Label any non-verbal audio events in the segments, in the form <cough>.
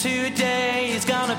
Today is gonna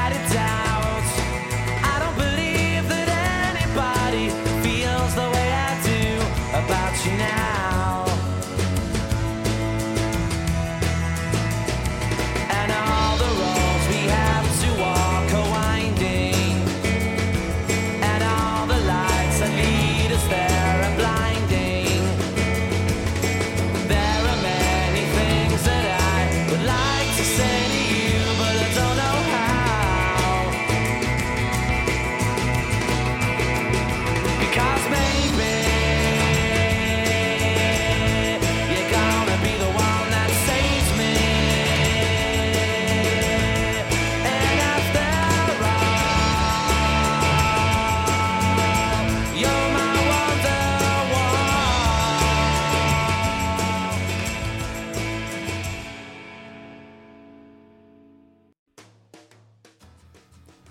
a doubt. I don't believe that anybody feels the way I do about you now. And all the roads we have to walk are winding, and all the lights that lead us there are blinding. There are many things that I would like to say to you, but I don't know how. Because maybe you're gonna be the one that saves me. And after all, you're my wonder one.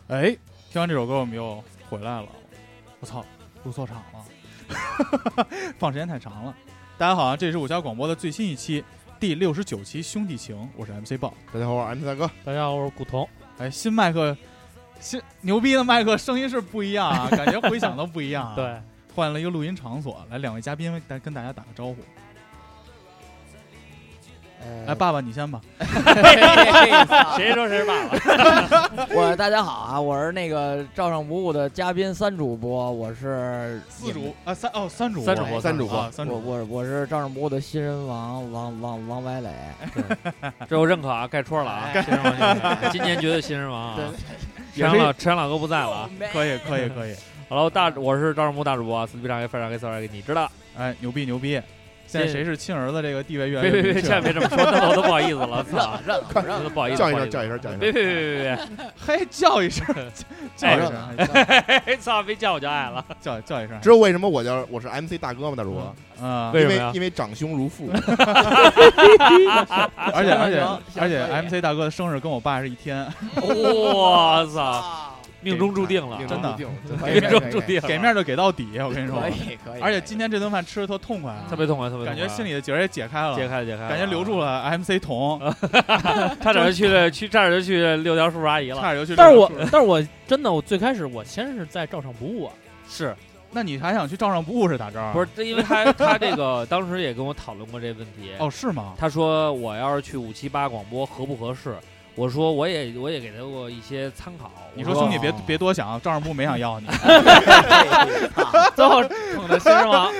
哎，听完这首歌，我们又回来了。我操，录错场了， <laughs> 放时间太长了。大家好啊，这是五家广播的最新一期，第六十九期《兄弟情》，我是 MC 豹。大家好，我是 MC 大哥。大家好，我是古潼。哎，新麦克，新牛逼的麦克，声音是不一样啊，感觉回响都不一样、啊。， <laughs> 对，换了一个录音场所，来两位嘉宾来跟大家打个招呼。哎，爸爸你先吧。谁说谁是爸爸？我大家好啊，我是那个照上不误的嘉宾三主播，我是四主啊，三哦三主三主播三主播啊，三我主播。我我是照上不误的新人王王王王白磊，哎这我认可啊，盖戳了哎啊！新人 <laughs> 王，今年绝对新人王啊！陈阳老陈阳老哥不在了啊！哎可以可以 <laughs> 可以，好了，我大我是赵尚木大主播啊，四 B 上 A 非常 A 四二 A，你知 <laughs> 道？哎，牛逼牛逼！现在谁是亲儿子这个地位越来别越明别别，确千万别这么说，那 <laughs> 我都不好意思了，操！快真的不好意思，叫一不好声，意思叫一声，叫一别声。别别别嘿，叫一 <laughs> 声，叫一声，哎别别！操，别叫我叫 <laughs> 爱了，叫叫一声知，道为什么我叫我是 MC 大哥吗？大主播，嗯， <laughs> 为因什么为呀因为长兄如父，而且而且而且可以 MC 大哥的生日跟我爸是一天，我操！啊命中注定了，命真的中注定命了，中注定 <laughs> 了，给面就给 <laughs> 到底，我跟你说可。以可以，而且今天这顿饭吃的特痛快啊，特别痛快，特别感痛快觉心里的结儿也解开了，解开了解开了，啊感觉留住了 <laughs> MC 彤，差点就去了，去差点就去六条叔叔阿姨了。差点就去。但是我，但是我真的，我最开始我先是在照上不误啊，是那你还想去照上不误是咋着？不是？这因为他他这个当时也跟我讨论过这问题。哦，是吗？他说我要是去五七八广播合不合适？我说我也我也给他过一些参 <laughs> 考。你我说说兄弟别别多想，照上不误没想要你，哎啊最后捧的新人王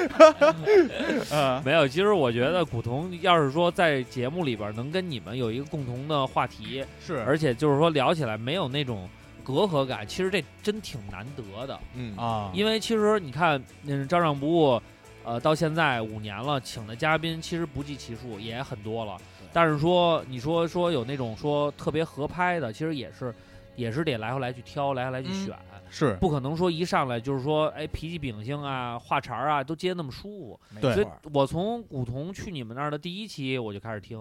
嗯没有？其实我觉得古潼要是说在节目里边能跟你们有一个共同的话题，是而且就是说聊起来没有那种隔阂感，其实这真挺难得的。嗯，啊， <laughs> 因为其实你看，嗯，照上不误，呃，到现在五年了，请的嘉宾其实不计其数，也很多了。但是说，你说说有那种说特别合拍的，其实也是，也是得来回来去挑，来回来去嗯选，是不可能说一上来就是说，哎，脾气秉性啊，话茬儿啊，都接那么舒服。对所以我从古潼去你们那儿的第一期我就开始听，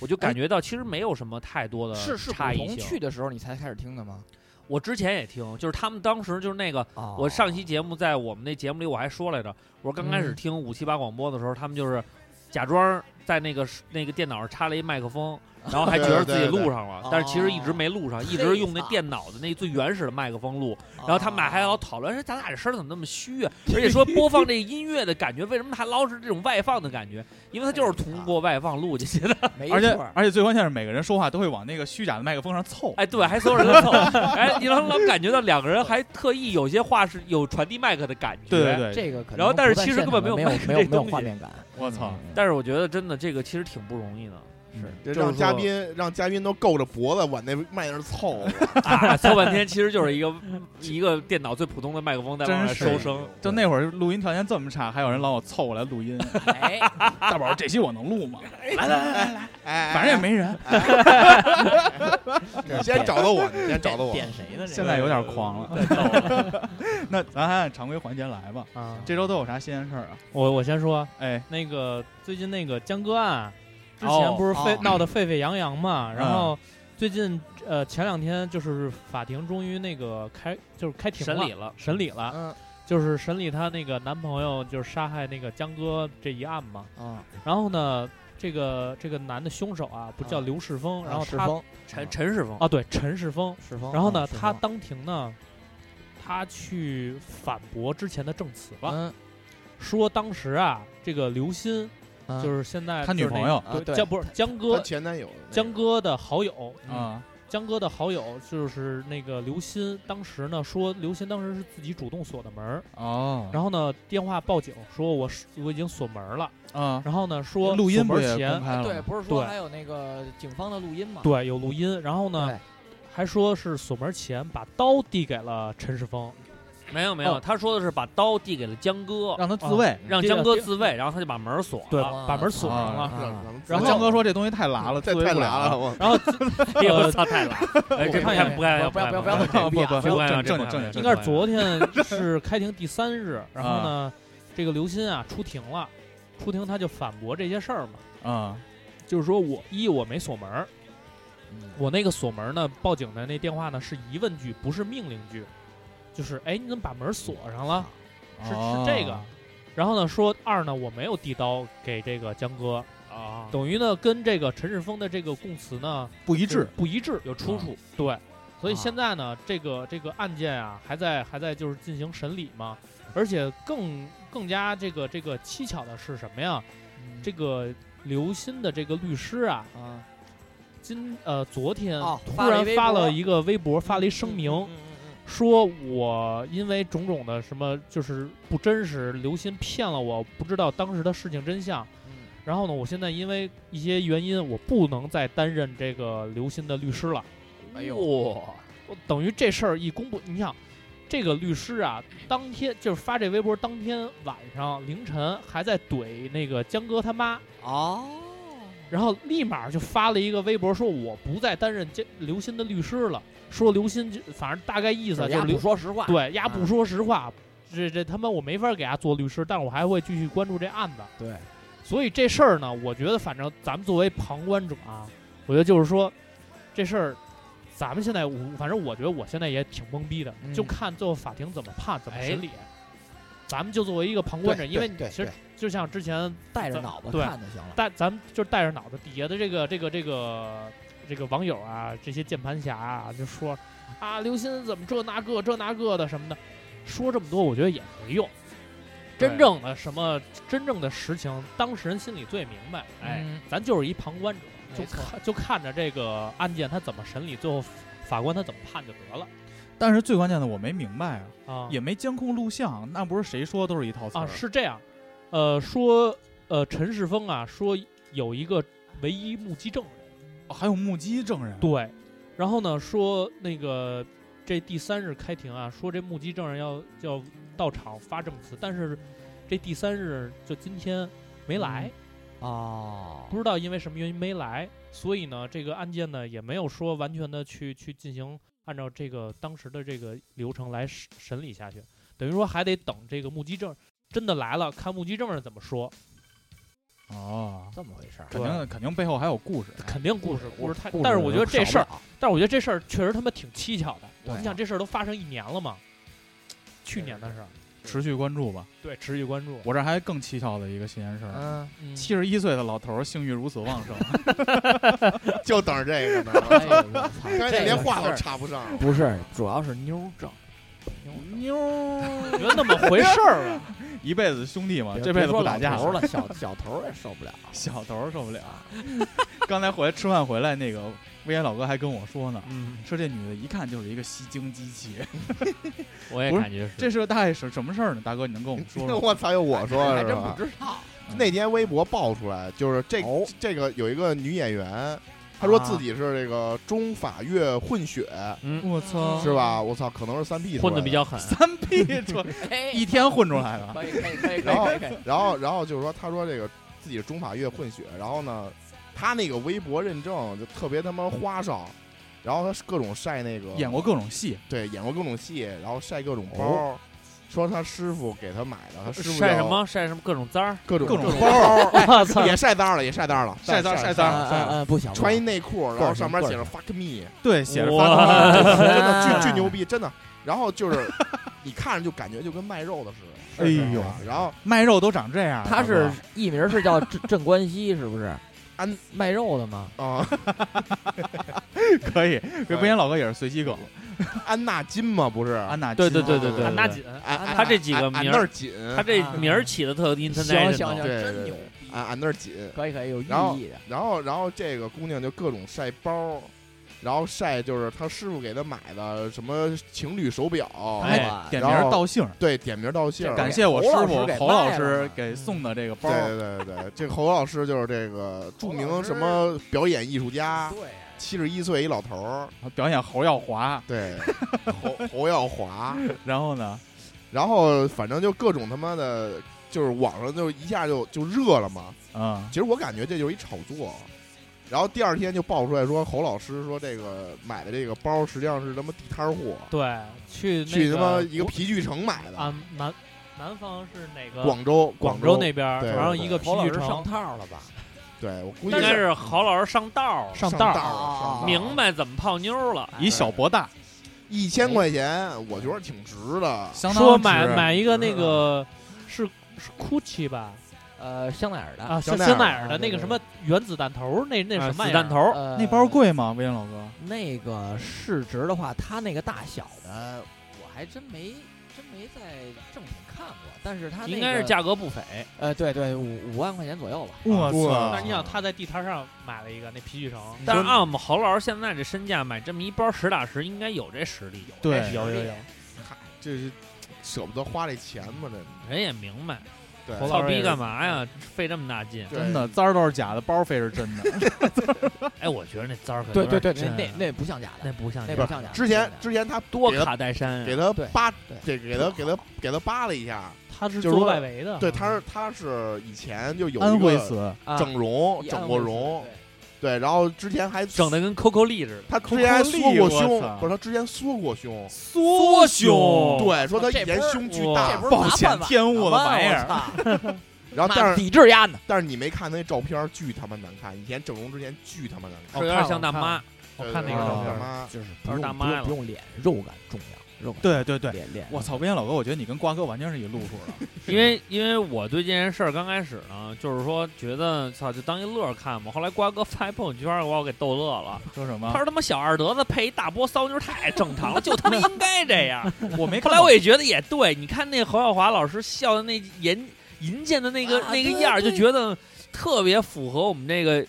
我就感觉到其实没有什么太多的是是差古异性。潼去的时候你才开始听的吗？我之前也听，就是他们当时就是那个。啊我上期节目在我们那节目里我还说来着，我说刚嗯开始听五七八广播的时候，他们就是假装在那个那个电脑上插了一麦克风，然后还觉得自己对对对录上了，但是其实一直没录哦上，一直用那非常电脑的那最原始的麦克风录。然然后他们俩还老讨论说：“咱俩这声儿怎么那么虚 <laughs> 啊？而且说播放这音乐的感觉，为什么还老是这种外放的感觉？因为它就是通过外放录进去的。没而且错儿，而且最关键是每个人说话都会往那个虚假的麦克风上凑，哎，对，还所有人都凑。哎，你能能感觉到两个人还特意有些话是有传递麦克的感觉。对对对，这个可能然后但是不在其实现根本场没没有有麦克没有这没有东画西面感，我操！但是我觉得真的这个其实挺不容易的，嗯这就是让嘉说宾让嘉宾都够着脖子往那麦那儿凑，啊，凑半天其实就是一个一个电脑最普通的麦克风在往外真是收声。就那会儿录音条件这么差，还有人老我凑过来录音。哎，大宝，这期我能录吗？哎，反正也没人。没先找到我，你先找到我，点谁呢？现在有点狂了。 <laughs> 那咱还按常规环节来吧。啊！这周都有啥新鲜事儿啊？我我先说，哎，那个最近那个江歌案，之哦前不是沸、哦闹得沸沸扬扬嘛，然嗯后最近呃前两天就是法庭终于那个开就是开庭审了理了，审理了，嗯就是审理她那个男朋友就是杀害那个江歌这一案嘛。啊，然后呢，这个这个男的凶手啊，不叫啊刘世峰，然后石他峰，陈陈世峰啊对陈世峰，石峰，然后啊呢石他峰当庭呢，他去反驳之前的证词了，嗯，说当时啊这个刘鑫嗯就是现在他女就是那呃朋友啊对对江不是江他哥前男友江哥的好友，嗯啊，江哥的好友就是那个刘鑫，当时呢说刘鑫当时是自己主动锁的门儿，哦，然后呢电话报警说我是我已经锁门了，后啊，然后呢说录音锁不门也公前嗯开了？对，，不是说对还有那个警方的录音吗？对有录音，然后呢对还说是锁门前把刀递给了陈世峰，没有没有，哦啊他说的是把刀递给了江哥，让他自卫。让这个江哥这自卫，然后他就把门锁对了。把门锁上啊了，然然然后后江哥说这东西太拉了，啊这自卫太不难了，我然后哎呦我操，太难了！哎，这看一太眼不该不要不要不不该要不该啊不不不，这不正干这正不正干这正应不该干是昨天是开庭第三日，然后啊呢，这个刘鑫啊出庭了，出庭他就反驳这些事儿嘛，啊，就是说我一我没锁门儿，嗯我那个锁门儿呢，报警的那电话呢是疑问句，不是命令句，就是哎你怎么把门锁上了？是是这个哦。嗯然后呢说二呢我没有递刀给这个江哥，啊，等于呢跟这个陈世峰的这个供词呢不一一致。不一致，有出处。对，所以啊现在呢，这个这个案件啊，还在还在就是进行审理嘛，而且更更加这个这个蹊跷的是什么呀？嗯这个刘鑫的这个律师啊，啊，今呃昨天哦突发了然一微发博了一个微博，发了一声嗯明，嗯嗯嗯说我因为种种的什么就是不真实，刘鑫骗了我，不知道当时的事情真相。嗯然后呢，我现在因为一些原因，我不能再担任这个刘鑫的律师了。哎呦，我我等于这事儿一公布，你想，这个律师啊，当天就是发这微博当天晚上凌晨还在怼那个江哥他妈，哦，然后立马就发了一个微博说我不再担任江刘鑫的律师了，说刘鑫就反正大概意思啊就是丫就是不刘说实话，对丫啊不说实话，这这他妈我没法给他做律师，但是我还会继续关注这案子。对，所以这事儿呢，我觉得反正咱们作为旁观者啊，我觉得就是说，这事儿，咱们现在我反正我觉得我现在也挺懵逼的，嗯就看最后法庭怎么判怎么哎审理。咱们就作为一个旁观者，因为你对其实对就像之前带着脑子对看就行了。带咱们就是带着脑子底下的这个这个这个这个网友啊，这些键盘侠啊，就说啊，刘鑫怎么这那个这那个的什么的，说这么多我觉得也没用。对真正的什么真正的实情，当事人心里最明白。哎，嗯，咱就是一旁观者，就没错看就看着这个案件他怎么审理，最后法官他怎么判就得了但是最关键的我没明白啊，啊。也没监控录像，那不是谁说都是一套词啊儿是这样，呃，说呃陈世峰啊说有一个唯一目击证人。哦还有目击证人。对，然后呢说那个这第三日开庭啊，说这目击证人要要到场发证词，但是这第三日就今天没来，哦不，知道因为什么原因没嗯来，所以呢这个案件呢也没有说完全的去去进行按照这个当时的这个流程来审审理下去，等于说还得等这个目击证真的来了，看目击证人怎么说，哦，这么回事儿，肯定肯定背后还有故事。肯定故事故故事太，故但是我觉得这事儿少不了但是我觉得这事儿确实他妈挺蹊跷的。对啊你想这事儿都发生一年了嘛，去年的事儿，持续关注吧。对，持续关注。我这儿还更蹊跷的一个新鲜事儿，嗯，嗯七十一岁的老头儿性欲如此旺盛，就等着这个呢。哎呦我 <laughs> 操刚才这你连个话事都儿插不上，不是，主要是妞儿正，妞觉得那么 <laughs> 回事儿啊？一辈子兄弟嘛，别这辈别子说不打老架头儿了，小小头儿也受不了。小头儿受不了。 <laughs> 刚才回来吃饭回来，那个威严老哥还跟我说呢，嗯，说这女的一看就是一个吸精机器。 <laughs> 我也不是感觉是这是个大概什什么事儿呢？大哥，你能跟我们说 <laughs> 说？我操，又我说了还是真吧不？知道，啊那天微博爆出来，就是这哦这个有一个女演员，她说自己是这个中法越混血， <laughs> 我操，是吧？我操，可能是三 P 混的比。较狠， <laughs> 三 P 出一天混出来了。 <laughs> 可以可以可以可然后以可以，然后，然后就是说，她说这个自己是中法越混血，然后呢，她那个微博认证就特别他妈花哨，然后她各种晒那个演过各种戏，对演过各种戏，然后晒各种包，哦说她师傅给她买的，她师傅晒叫什么晒什么各种 <laughs> 脏儿，各种各种包，我 <laughs> 操！也晒单了，也晒单了，晒单晒晒单嗯嗯嗯，不行，穿一内裤，然后上面写个 <laughs> 着人 “fuck me”，对，写着哇发啊真的真啊的巨巨牛逼，真的。然后就是你看着就感觉就跟卖肉的似的，哎是呦吧然后卖肉都长这样。他大是哥艺名是叫镇镇关西，是不是？安卖肉的吗？啊，可以，给威严老哥也是随机梗，安纳金嘛不是，安安娜对金对嘛对对对，安对纳锦，安他这几个安名儿那儿紧，他这名儿起的特阴森，行行行，对真对牛对啊逼，安安那儿紧。可以可以，有寓然后意的。然后然后这个姑娘就各种晒包。然后晒就是她师傅给她买的什么情侣手表，哎，点名然后道姓儿，对，点名道姓儿，感谢我师傅侯侯老老师师给送的这个包对。对对对，这个侯老师就是这个著侯老名师什么表演艺术家，对，啊七十一岁一老头儿，表演侯耀华，对， <laughs> 侯侯耀华，然后呢，然后反正就各种他妈的，就是网上就一下就就热了嘛。嗯其，实我感觉这就是一炒作。然后第二天就爆出来说，侯老师说这个买的这个包实际上是他妈地摊货，对，去那去他妈个一个皮具城买的，啊南南方是哪个？广州广州州那边儿，对然后对一个皮侯老具师上城套了吧？对我估应计该是郝老师上道儿上上道道儿啊了上道哦了，明白怎么泡妞了。以小博大，一千块钱，我觉得挺值的。相当说值买买一个那个是是 Gucci 吧？呃，香奈儿的啊，香香奈儿奈儿啊的那对个对什么原子弹头儿，那那啊什么呀子弹头？儿，呃那包贵吗？威严老哥，那个市值的话，它那个大小的，我还真没真没在正品看过，但是它那个应该是价格不菲，呃，对对，五五万块钱左右吧。我哇操！但是你想，他在地摊上买了一个那皮具城，但是按我们侯老师现在这身价，买这么一包实打实，应该有这实力。对，有有有，这是舍不得花这钱嘛？这人也明白，对？侯老操师也逼是干嘛呀？费这么大劲对真的，簪儿都是假的，包儿非是真的。哎，我觉得那簪儿可对有对点对，真那那那不像假那的，不像那样不像假的。之前之前他多给他卡戴珊给啊，他对扒，对这给他给他给他扒了一下。他是就是说做外围的，啊对，他是他是以前就有安一徽个词，整容，整过容，对，然后之前还整的跟 Coco 丽似的。他之前还缩过抠抠力我操胸，不是他之前缩过胸，缩胸对，说他以前这不是胸巨哇大，暴殄天物的玩意儿，啊儿，然后但是抵制压的。但是你没看他那照片，巨他妈难看，以前整容之前巨他妈难看，哦是有点像大妈，我对看对那个对照大片，妈就是不不用是大不妈用了不用脸，肉感重要，肉感对对对，脸脸。我操！威严老哥，我觉得你跟瓜哥完全是一路数的。因为因为我对这件事儿刚开始呢，就是说觉得操就当一乐儿看嘛。后来瓜哥发一朋友圈儿，把我给逗乐了。说什他么？说他妈小二德子配一大波骚妞儿太正常了，就 <laughs> 他妈应该这样。我没后看来懂。我也觉得也对，你看那侯耀华老师笑的那银银剑的那个、啊那个对样儿，就对觉得特别符合我们这个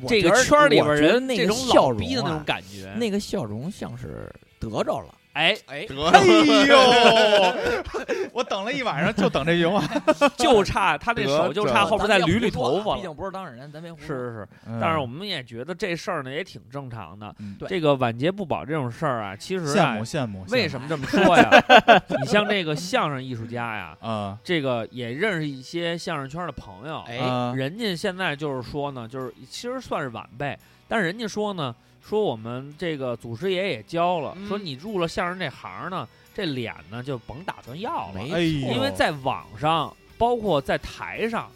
我这个觉得圈儿里边我儿觉得人那这个种笑老容逼的那种啊感觉。那个笑容像是得着了，哎，哎，哎得呦！ <laughs> 我等了一晚上，就等这句话。就差 <laughs> 他这手就差后边再捋捋头发毕了。竟不是当事人，咱别胡是说是是，嗯但是我们也觉得这事儿呢也挺正常的。嗯对这个晚节不保这种事儿啊，其实羡啊慕，羡慕。为什么这么说呀？你像这个相声艺术家呀，么 <laughs> 啊？这个也认识一些相声圈的朋友，哎啊人家现在就是说呢，就是其实算是晚辈，但是人家说呢，说我们这个祖师爷也教了，嗯说你入了相声这行呢，这脸呢就甭打算要了，没哎呦，因为在网上，包括在台上，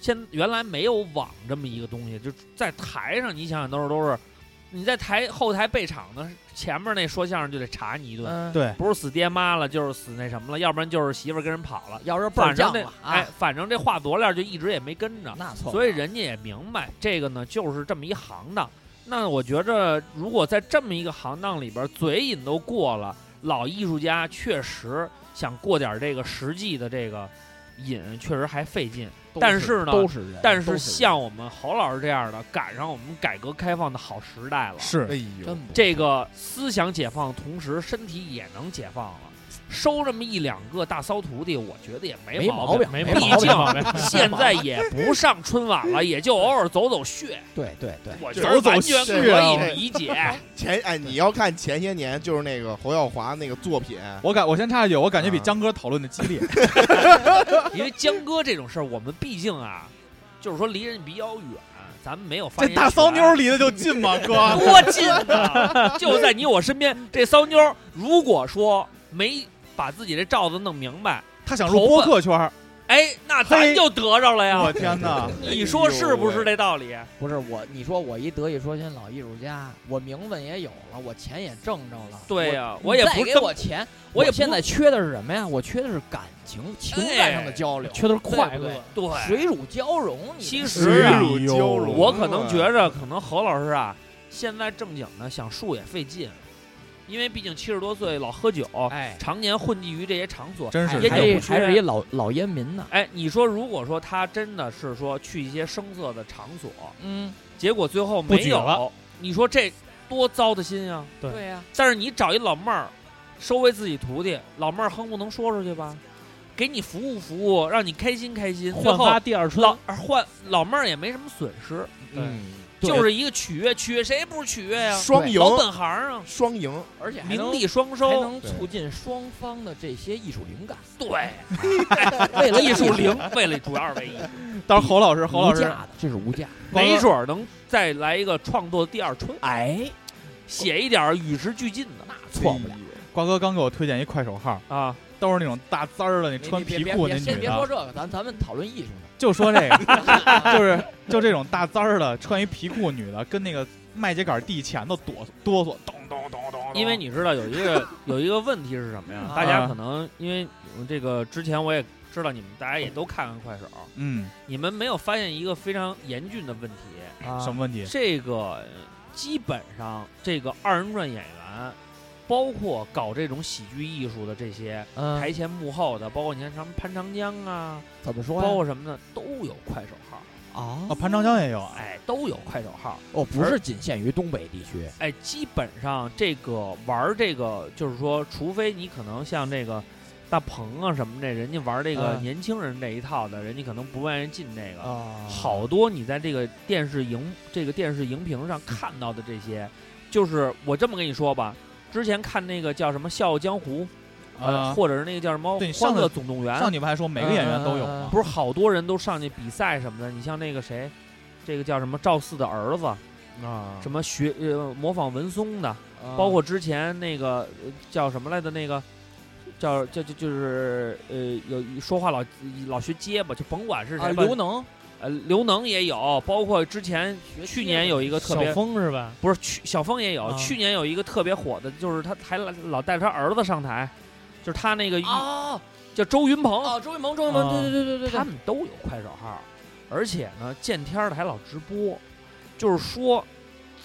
现原来没有网这么一个东西，就在台上，你想想都是都是你在台后台备场呢，前面那说相声就得查你一顿，嗯，对，不是死爹妈了，就是死那什么了，要不然就是媳妇儿跟人跑了。要是倍儿反犟正那了哎啊，，反正这话佐料就一直也没跟着，那错，所以人家也明白这个呢，就是这么一行当。那我觉着，如果在呃这么一个行当里边，嘴瘾都过了，老艺术家确实想过点这个实际的这个瘾，确实还费劲。但是呢都是人，但都是人像我们侯老师这样的，赶上我们改革开放的好时代了，是哎真呦，不这个思想解放，同时身体也能解放了。收这么一两个大骚徒弟，我觉得也没没毛毛病。病，没没毛 <laughs> 毛病病，现在也不上春晚了，也就偶尔走走穴，对哎对对，我觉得完全可啊以理 <laughs> 解。前哎，你要看前些年就是那个侯耀华那个作品，我感我先插一句，我感觉比啊江哥讨论的激啊烈。因为江哥这种事儿，我们毕竟啊，就是说离人比较远，咱们没有 <laughs> 发这言大权骚妞离得就近吗，哥？ <laughs> 多近啊！就在你我身边。这骚妞儿如果说没把自己这罩子弄明白，他想入播客圈儿，哎，那咱嘿就得着了我呀。天哪！你说是不是这道理？不是我，你说我一德艺双馨老艺术家，我名分也有了，我钱也挣着了，对呀、我我也你再不是给这我么，钱，我也不哎现在缺的是什么呀？我缺的是感情情感上的交流，缺的是快对不对乐。对。水乳交融。你其哎实啊呦，交融我可啊啊能觉着，可能侯老师啊，现在正经的想树也费劲，因为毕竟七十多岁老喝酒，哎，常年混迹于这些场所。真是烟还酒是不缺还是一老老烟民呢。哎，你说如果说他真的是说去一些声色的场所，嗯，结果最后不没举有了，你说这多糟的心啊！对呀，但是你找一老妹儿，收为自己徒弟，老妹儿哼不能说出去吧？给你服务服务，让你开心开心，最焕后发第二春，老呃换老妹儿也没什么损失，嗯，对就是一个取悦，取悦谁不是取悦呀、双赢，老本行啊，双赢，而且还名能利双还收，能促进双方的这些艺术灵感，对， <laughs> 为了艺术灵灵，为了主要是为艺术，到时候侯老师，侯无老师价，的，这是无价。王没哥准儿能再来一个创作第二春，哎，写一点儿与时俱进的错不了。哎瓜哥刚给我推荐一快手号，啊，都是那种大滋儿的，那你穿你别皮别裤别那先女别的，说这个，咱咱们讨论艺术呢。就说这个， <laughs> 就是就这种大滋儿的，穿一皮裤女的，跟那个麦秸秆地前头哆哆嗦，咚咚咚咚，因为你知道有一个有一个问题是什么呀？啊大家可能因为这个之前我也知道你们大家也都看看快手，嗯，你们没有发现一个非常严峻的问题，啊什么问题？这个基本上这个二人转演员，包括搞这种喜剧艺术的这些嗯，台前幕后的，包括你看什么潘长江啊，怎么说包呀？括什么的都有快手号，啊哦，，潘长江也有，哎，哎，都有快手号，哦，不是仅限于东北地区。哎，基本上这个玩儿这个，就是说，除非你可能像这个大鹏啊什么的，人家玩儿这个嗯年轻人这一套的，人家可能不愿意进这个。哦啊好多你在这个电视荧这个电视荧屏上看到的这些，就是我这么跟你说吧，之前看那个叫什么《笑傲江湖》，呃，啊，或者是那个叫什么对《上欢乐次总动员》，上你们还说每个演员都有呢嗯嗯嗯嗯，不是好多人都上去比赛什么的。你像那个谁，这个叫什么赵四的儿子，啊，什么学呃模仿文松的。啊呃包括之前那个呃叫什么来着？那个叫叫就就是呃，有说话老老学结巴，就甭管是啊，谁吧，刘能呃刘能也有，包括之前学去结年巴有一个特小别峰是吧？不是去小峰也有，啊去年有一个特别火的，就是他还老老带着他儿子上台，就是他那个、啊叫周云鹏，啊，周云鹏，周云鹏，啊对对对对对他对，们都有快手号，而且呢见天儿的还老直播，就是说，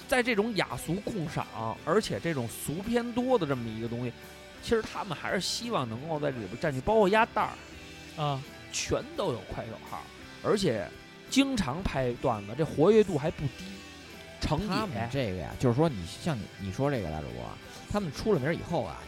在这种雅俗共赏，而且这种俗偏多的这么一个东西，其实他们还是希望能够在这里边占据，包括鸭蛋儿，啊，全都有快手号，而且经常拍段子，这活跃度还不低。程他们野这个呀，就是说你像你你说这个大主播啊，他们出了名以后啊，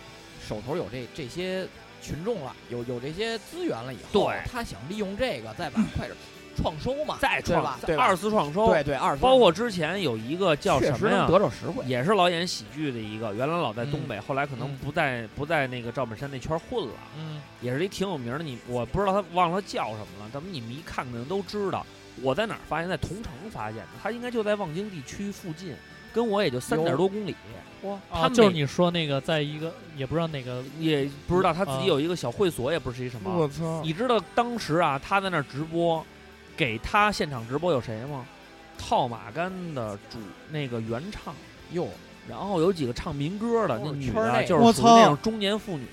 手头有这这些群众了，有有这些资源了以后，对他想利用这个再把快手创收嘛，再对创吧对吧二次创收，对对，二十包括之前有一个叫确什实么呀能？得着实惠，也是老演喜剧的一个，原来老在东嗯北，后来可能嗯不在不在那个赵本山那圈儿混了，嗯，也是一挺有名的，你我不知道他忘了他叫什么了，咱们你们一看可能都知道。我在哪儿发现，在同城发现的，他应该就在望京地区附近，跟我也就三点多公里。哇，啊他就是每你说那个，在一个也不知道哪个也不知道他呃自己啊有一个小会所，也不是一什么。我哦操，你知道当时啊，他在那儿直播，给他现场直播有谁吗？套马杆的主那个原唱哟，然后有几个唱民歌的，都那哦是女圈的内就我是属于那操种中年妇女，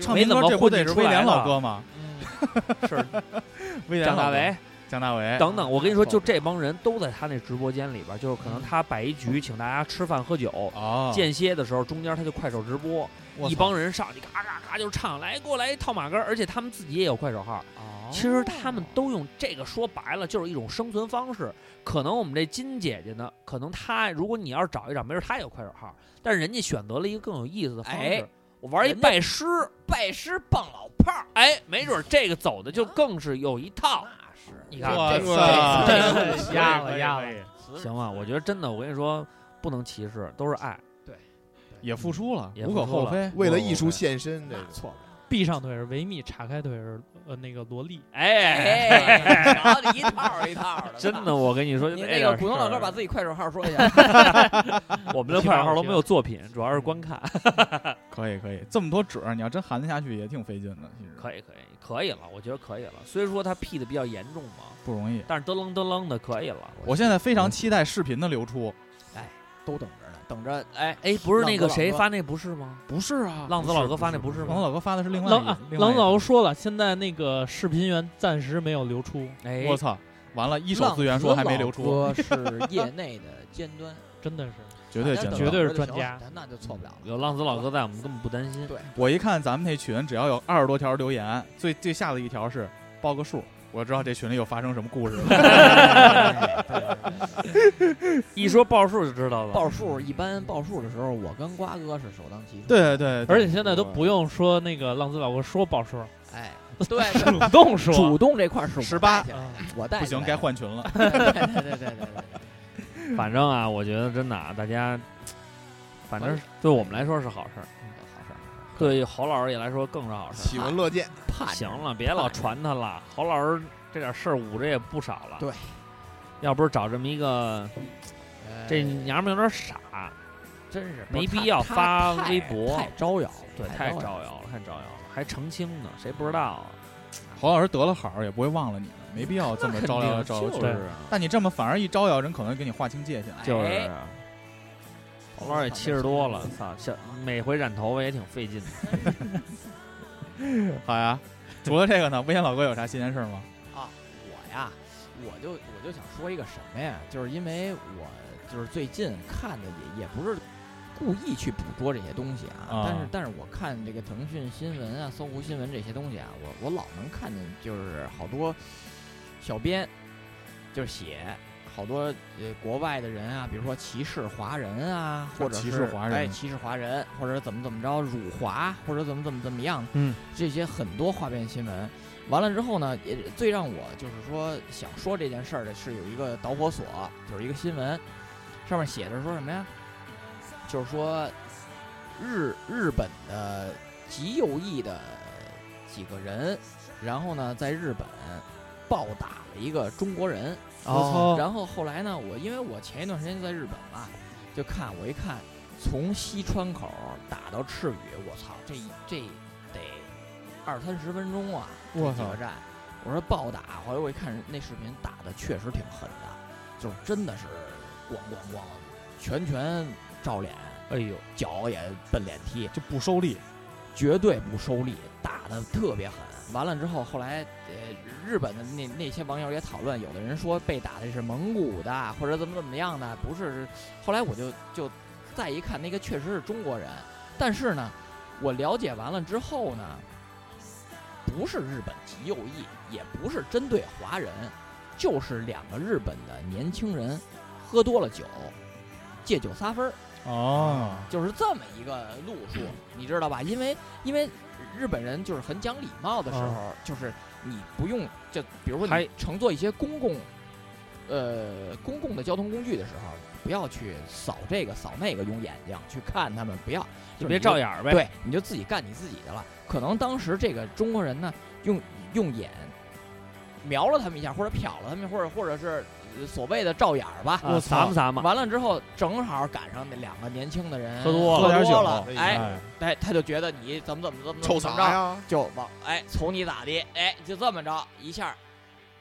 唱没民怎歌么这不混得进是出威来廉老了哥吗？是 <laughs> 威廉蒋老大哥为、蒋大为，等等。我跟哎你说，就这帮人都在他那直播间里边，就是可能他摆一局，请大家吃饭喝酒。嗯哦，间歇的时候，中间他就快手直播，我一操帮人上去咔咔咔就唱，来给我来一套马杆儿，而且他们自己也有快手号。啊哦其实他们都用这个，说白了就是一种生存方式。可能我们这金姐姐呢，可能她如果你要是找一找，没准她有快手号，但是人家选择了一个更有意思的方式，哎我玩一人家拜师，拜师傍老炮儿，啊哎，没准这个走的就更是有一套。那是你看，哇这个塞，这可以个可以压可了以压可以了行吧，我觉得真的，我跟你说，不能歧视，都是爱。也付出了，也无付可出厚了非。为了无可艺厚术非献身，这那个错了，闭上腿是维密，岔开腿是呃那个萝莉。哎，哎，然 <laughs> 后一套一套的，真的，我跟你说，你那那个普通老哥哥把自己快手号说一 <laughs> 下， <laughs> 我们的快手号都没有作品，主要是嗯观看。 <laughs> 可以可以，这么多纸儿，你要真含得下去也挺费劲的，其实可以，可以，可以了，我觉得可以了。虽说他 P 的比较严重嘛，不容易。但是嘚楞嘚楞的可以了。我现在非常期待视频的流出，都等着呢，等着哎，哎，不是浪那子个老谁哥发那不是吗？不是啊浪子老哥发那不是王子吗？老哥发的是另外狼啊一，另外狼一老个师说了，现在那个视频源暂时没有流出，哎，我操，完了，一手资源说还没流出，浪子老哥是业内的尖端，真的是绝对咱简单。等绝对着是就专行家了，那就错不了了。有浪子老哥在，我们根本不担心。对我一看咱们那群，只要有二十多条留言，最最下的一条是报个数，我知道这群里又发生什么故事了。哎对对对一说报数就知道了。报数一般报数的时候，我跟瓜哥是首当其冲。，对对对，而且现在都不用说那个浪子老哥说报数，哎，对，对主动说。主动这块儿是我18带起来的啊我带不起行，来的该。换群了。对对对对对对对。反正啊，我觉得真的啊，大家，反正对我们来说是好事儿，对侯老师也来说更是好事喜闻乐见。怕儿。行了，别老传他了，侯老师这点事儿捂着也不少了。对，要不是找这么一个，这娘们有点傻，真是没必要发微博太招摇了，对，太太招摇摇了。了，太招摇了，还澄清呢，谁不知道啊？ <laughs> 侯老师得了好也不会忘了你的，没必要这么招摇招摇去。就是啊但你这么反而一招摇，人可能给你划清界限。就是哎啊。侯老师也七十多了，操，像每回染头发也挺费劲的。好呀， <laughs> 除了这个呢，威廉老哥有啥新鲜事儿吗？啊，我呀，我就我就想说一个什么呀，就是因为我就是最近看的也也不是故意去捕捉这些东西啊，啊但是但是我看这个腾讯新闻啊、搜狐新闻这些东西啊，我我老能看见就是好多小编就是写。好多呃，国外的人啊，比如说歧视华人啊，或者歧是视华人哎，歧视华人，或者怎么怎么着辱华，或者怎么怎么怎么样，嗯，这些很多花边新闻，完了之后呢，也最让我就是说想说这件事儿的是有一个导火索，就是一个新闻，上面写着说什么呀？就是说日日本的极右翼的几个人，然后呢在日本暴打了一个中国人，哦然后后来呢，我因为我前一段时间就在日本嘛，就看我一看，从西川口打到赤羽，我操，这这得二三十分钟啊！这我几操个站，我说暴打，后来我一看那视频打的确实挺狠的，就是真的是咣咣咣，拳拳照脸，哎呦，脚也奔脸踢，就不收力，绝对不收力，打的特别狠。完了之后，后来呃，日本的那那些网友也讨论，有的人说被打的是蒙古的，或者怎么怎么样的，不是。后来我就就再一看，那个确实是中国人，但是呢，我了解完了之后呢，不是日本极右翼，也不是针对华人，就是两个日本的年轻人喝多了酒，借酒撒疯儿。哦，就是这么一个路数，嗯你知道吧？因为因为日本人就是很讲礼貌的时候，就是你不用就比如说啊还你乘坐一些公共呃公共的交通工具的时候，不要去扫这个扫那个，用眼睛去看他们，不要就就别照照眼儿呗。对，你就自己干你自己的了。可能当时这个中国人呢，用用眼瞄了他们一下，或者瞟了他们，或者或者是呃所谓的照眼儿吧。啊，撒嘛撒嘛，完了之后，正好赶上那两个年轻的人喝多了喝多喝了点，酒哎，啊哎，哎，他就觉得你怎么怎么怎么怎臭么怎么啥着，呀？就往哎瞅你咋的，哎就这么着一下，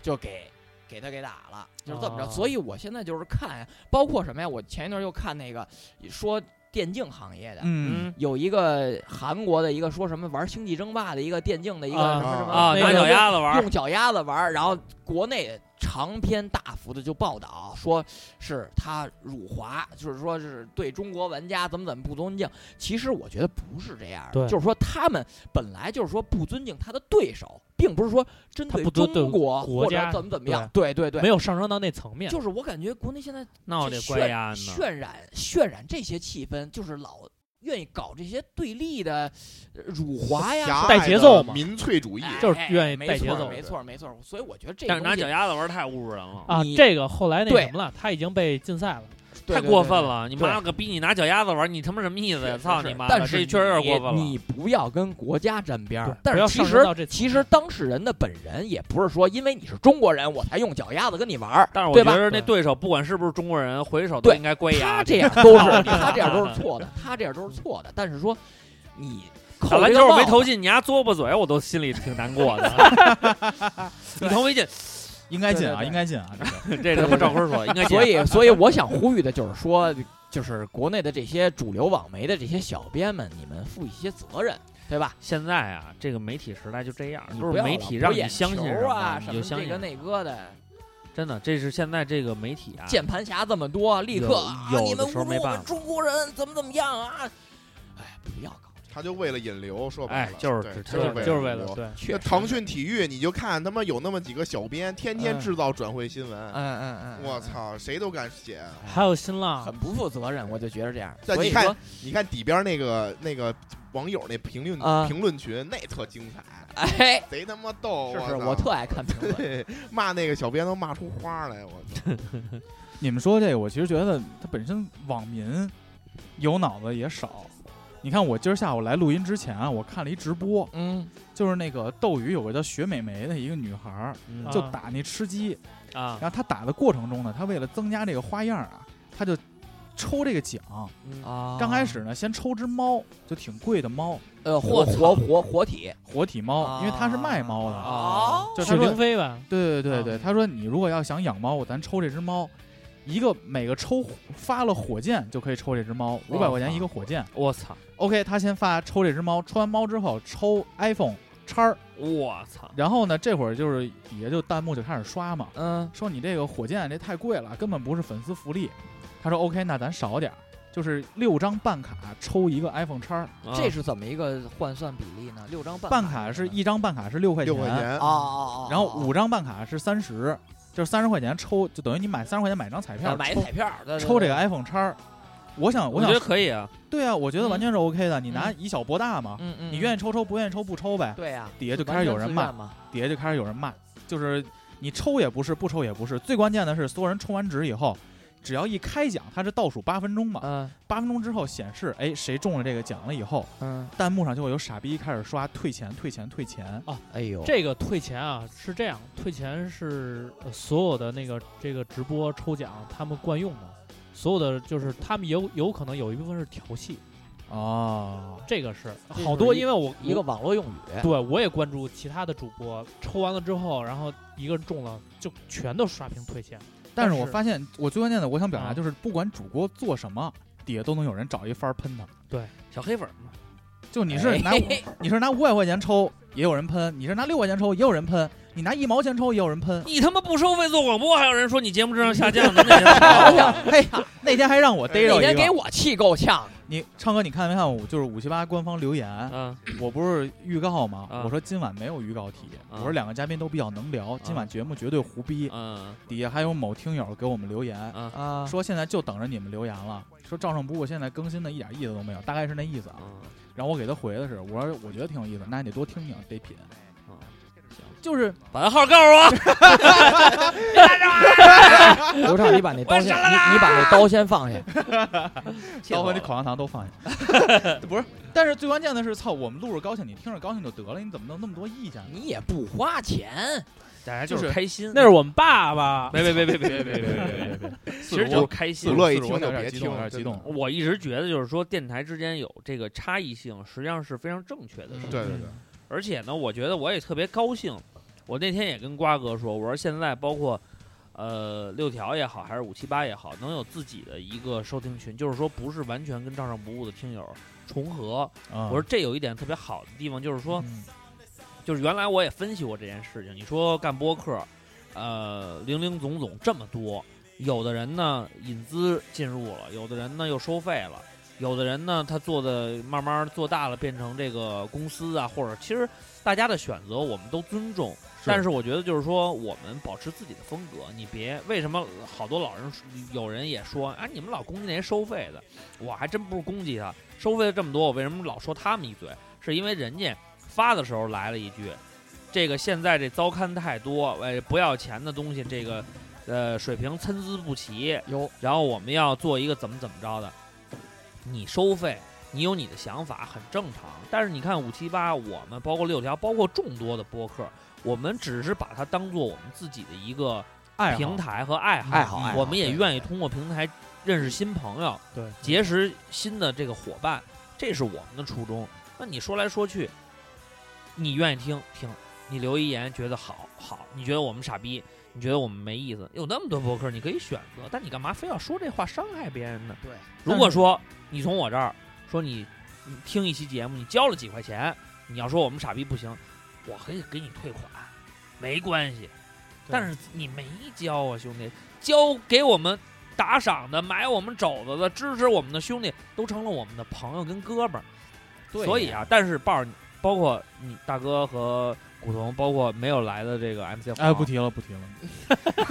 就给给他给打了，就是这么着。哦所以我现在就是看，包括什么呀？我前一段又看那个说电竞行业的。嗯，有一个韩国的一个说什么玩星际争霸的一个电竞的一个啊什么什么啊，那拿个脚丫子玩儿用脚丫子玩儿，然后国内长篇大幅的就报道说是他辱华，就是说是对中国玩家怎么怎么不尊敬。其实我觉得不是这样对的，就是说他们本来就是说不尊敬他的对手，并不是说针他不尊中国对国或家者怎么怎么样。对对对没，有上升到那层面。就是我感觉国内现在闹这这渲乖丫呢。渲染渲染这些气氛，就是老愿意搞这些对立的呃辱华呀。狭带隘节的奏嘛民粹主义，哎就是愿意没带错节儿奏没错儿没错儿。所以我觉得这但是东拿西脚丫子玩儿太侮辱人了，啊你，这个后来那对什么了，他已经被禁赛了。对太对过对分对了！你妈了个逼，你拿脚丫子玩儿，你他妈什么意思呀？是操是你妈的！但是这确实有点过分你了。不要跟国家沾边对儿。但不要是其上升到这实层其面实当事人的本人也不是说因为你是中国人我才用脚丫子跟你玩儿，但是我对觉吧？得那对手不管是不是中国人，回手都对应该乖他丫子。这样都是他这样都是错的，他这样都是错的。但是说你打扣篮这球个我没帽投子，进，你丫嘬巴嘴，我都心里挺难过的。 <laughs> 你投没进，应该进啊，对对对应该进啊，这个 <laughs> 这他妈赵坤说应该进。所以所以我想呼吁的就是说，就是国内的这些主流网媒的这些小编们，你们负一些责任，对吧？现在啊，这个媒体时代就这样，你就不是要媒老体博让你眼相信球什啊，么，什你么就相这信个什么。那个的。真的，这是现在这个媒体啊，键盘侠这么多，立刻有啊有的你们侮时候辱没我办法们中国人怎么怎么样啊？哎，不要搞这他就为了引流，说白哎了，，就是对这是这就是为了为了引流。对，确那实腾，讯体育，你就看他妈有那么几个小编，天天嗯制造转会新嗯闻，嗯嗯，嗯我，操，谁都敢写。还有新浪很，不负责任，我就觉得这样。但所你以看说，你看底边那个那个网友那评论、啊评论群，那特精彩，哎，贼他妈逗！是是，操我特爱看评论，对骂那个小编都骂出花来，我操！你们说这个，我其实觉得他本身网民有脑子也少。你看，我今儿下午来录音之前啊，我看了一直播，嗯，就是那个斗鱼有个叫雪美眉的一个女孩儿，嗯就啊打那吃鸡，啊，然后她打的过程中呢，她为了增加这个花样啊，她就抽这个奖。哦啊刚开，始呢，先抽只猫，就挺贵的猫，呃，活我操活活活体活体猫，因为她是卖猫的。哦，就许她凌说，飞吧，对对对对，啊她说你如果要想养猫，咱抽这只猫，一个每个抽发了火箭就可以抽这只猫，五百块钱一个火箭。我操， OK，他先发抽这只猫，抽完猫之后抽 iPhone 叉儿，我操，然后呢，这会儿就是底下就弹幕就开始刷嘛，嗯，说你这个火箭这太贵了，根本不是粉丝福利。他说 OK，那咱少点儿，就是六张办卡抽一个 iPhone 叉儿，啊这是怎么一个换算比例呢？六张半办卡嗯是一张办卡是六块六块钱啊，啊啊，然后五张办卡是三十，就是三十块钱抽，就等于你买三十块钱买张彩票，啊买抽彩票，对对抽这个对 iPhone 叉儿。我想，我想觉得，可以啊，对啊，我觉得完全是 OK 的。你拿嗯以小博大嘛，嗯嗯，你愿意意抽抽，不愿意抽不抽呗。对呀，底下就开始有人骂完全自愿嘛，底下就开始有人骂，就是你抽也不是，不抽也不是，最关键的是所有人充完值以后，只要一开奖，它是倒数八分钟嘛，嗯八分钟之后显示，哎，谁中了这个奖了以后，嗯，弹幕上就会有傻逼开始刷退钱、退钱、退钱，哎呦，这个退钱啊是这样，退钱是、呃所有的那个这个直播抽奖他们惯用的，所有的就是他们有有可能有一部分是调戏，哦，这个是这好是多，一因为我一个我网络用语，对我也关注其他的主播抽完了之后，然后一个人中了就全都刷屏退钱，但但是是我发现，我最关键的，我想表达啊就是，不管主播做什么，底下都能有人找一法儿喷他。小黑粉儿嘛，就你是拿、你是拿五百块钱抽，也有人喷；你是拿六块钱抽，也有人喷；你拿一毛钱抽，也有人喷。你他妈不收费做广播，还有人说你节目质量下降，咱得哦 <laughs> 啊哎呀，哎呀，那天还让我逮着那一个，天给我气够呛，你昌哥，你看没看我？就是五七八官方留言，嗯，我不是预告吗？啊我说今晚没有预告题，啊我说两个嘉宾都比较能聊，今晚节目绝对胡逼。嗯底下还有某听友给我们留言，嗯啊，说现在就等着你们留言了。说赵胜波，我现在更新的一点意思都没有，大概是那意思啊。嗯然后我给他回的是，我说我觉得挺有意思，那你得多听听，得品。嗯，就是把他号告诉我，啊刘畅，你把那刀先，你你把那刀 <laughs> 先放下。刀和那口香糖都放下， <laughs> 不是。但是最关键的是，操，我们录着高兴，你听着高兴就得了，你怎么能那么多意见呢？你也不花钱，大家就就是是开心，那是我们爸爸。别别别别别别别别别别，其实就是开心不。乐四意十五听就有点别激听动有点真激动的我一直觉得，就是说电台之间有这个差异性，实际上是非常正确的事。对对对，嗯而且呢，我觉得我也特别高兴。我那天也跟瓜哥说，我说现在包括呃六条也好，还是五七八也好，能有自己的一个收听群，就是说不是完全跟照上不误的听友重合。啊我说这有一点特别好的地方，就是说，嗯就是原来我也分析过这件事情。你说干播客，呃，零零总总这么多，有的人呢引资进入了，有的人呢又收费了，有的人呢他做的慢慢做大了，变成这个公司啊，或者其实大家的选择我们都尊重。但是我觉得就是说，我们保持自己的风格，你别为什么好多老人有人也说啊，你们老攻击那些收费的，我还真不是攻击他，收费的这么多，我为什么老说他们一嘴？是因为人家发的时候来了一句，这个现在这糟刊太多，哎，不要钱的东西，这个呃水平参差不齐，有然后我们要做一个怎么怎么着的，你收费。你有你的想法很正常，但是你看五七八，我们包括六条，包括众多的播客，我们只是把它当做我们自己的一个爱好平台和爱好，爱好爱好我们也愿意通过平台认识新朋友，对，结识新的这个伙伴，这是我们的初衷。那你说来说去，你愿意听听，你留一言觉得好好，你觉得我们傻逼，你觉得我们没意思，有那么多博客你可以选择，但你干嘛非要说这话伤害别人呢？对，如果说你从我这儿说你你听一期节目，你交了几块钱，你要说我们傻逼不行，我可以给你退款，没关系。但是你没交啊，兄弟，交给我们打赏的、买我们肘子的、支持我们的兄弟，都成了我们的朋友跟哥们儿。对所以啊，但是豹儿，包括你大哥和古潼，包括没有来的这个 MC 哎，黄不提了，不提了。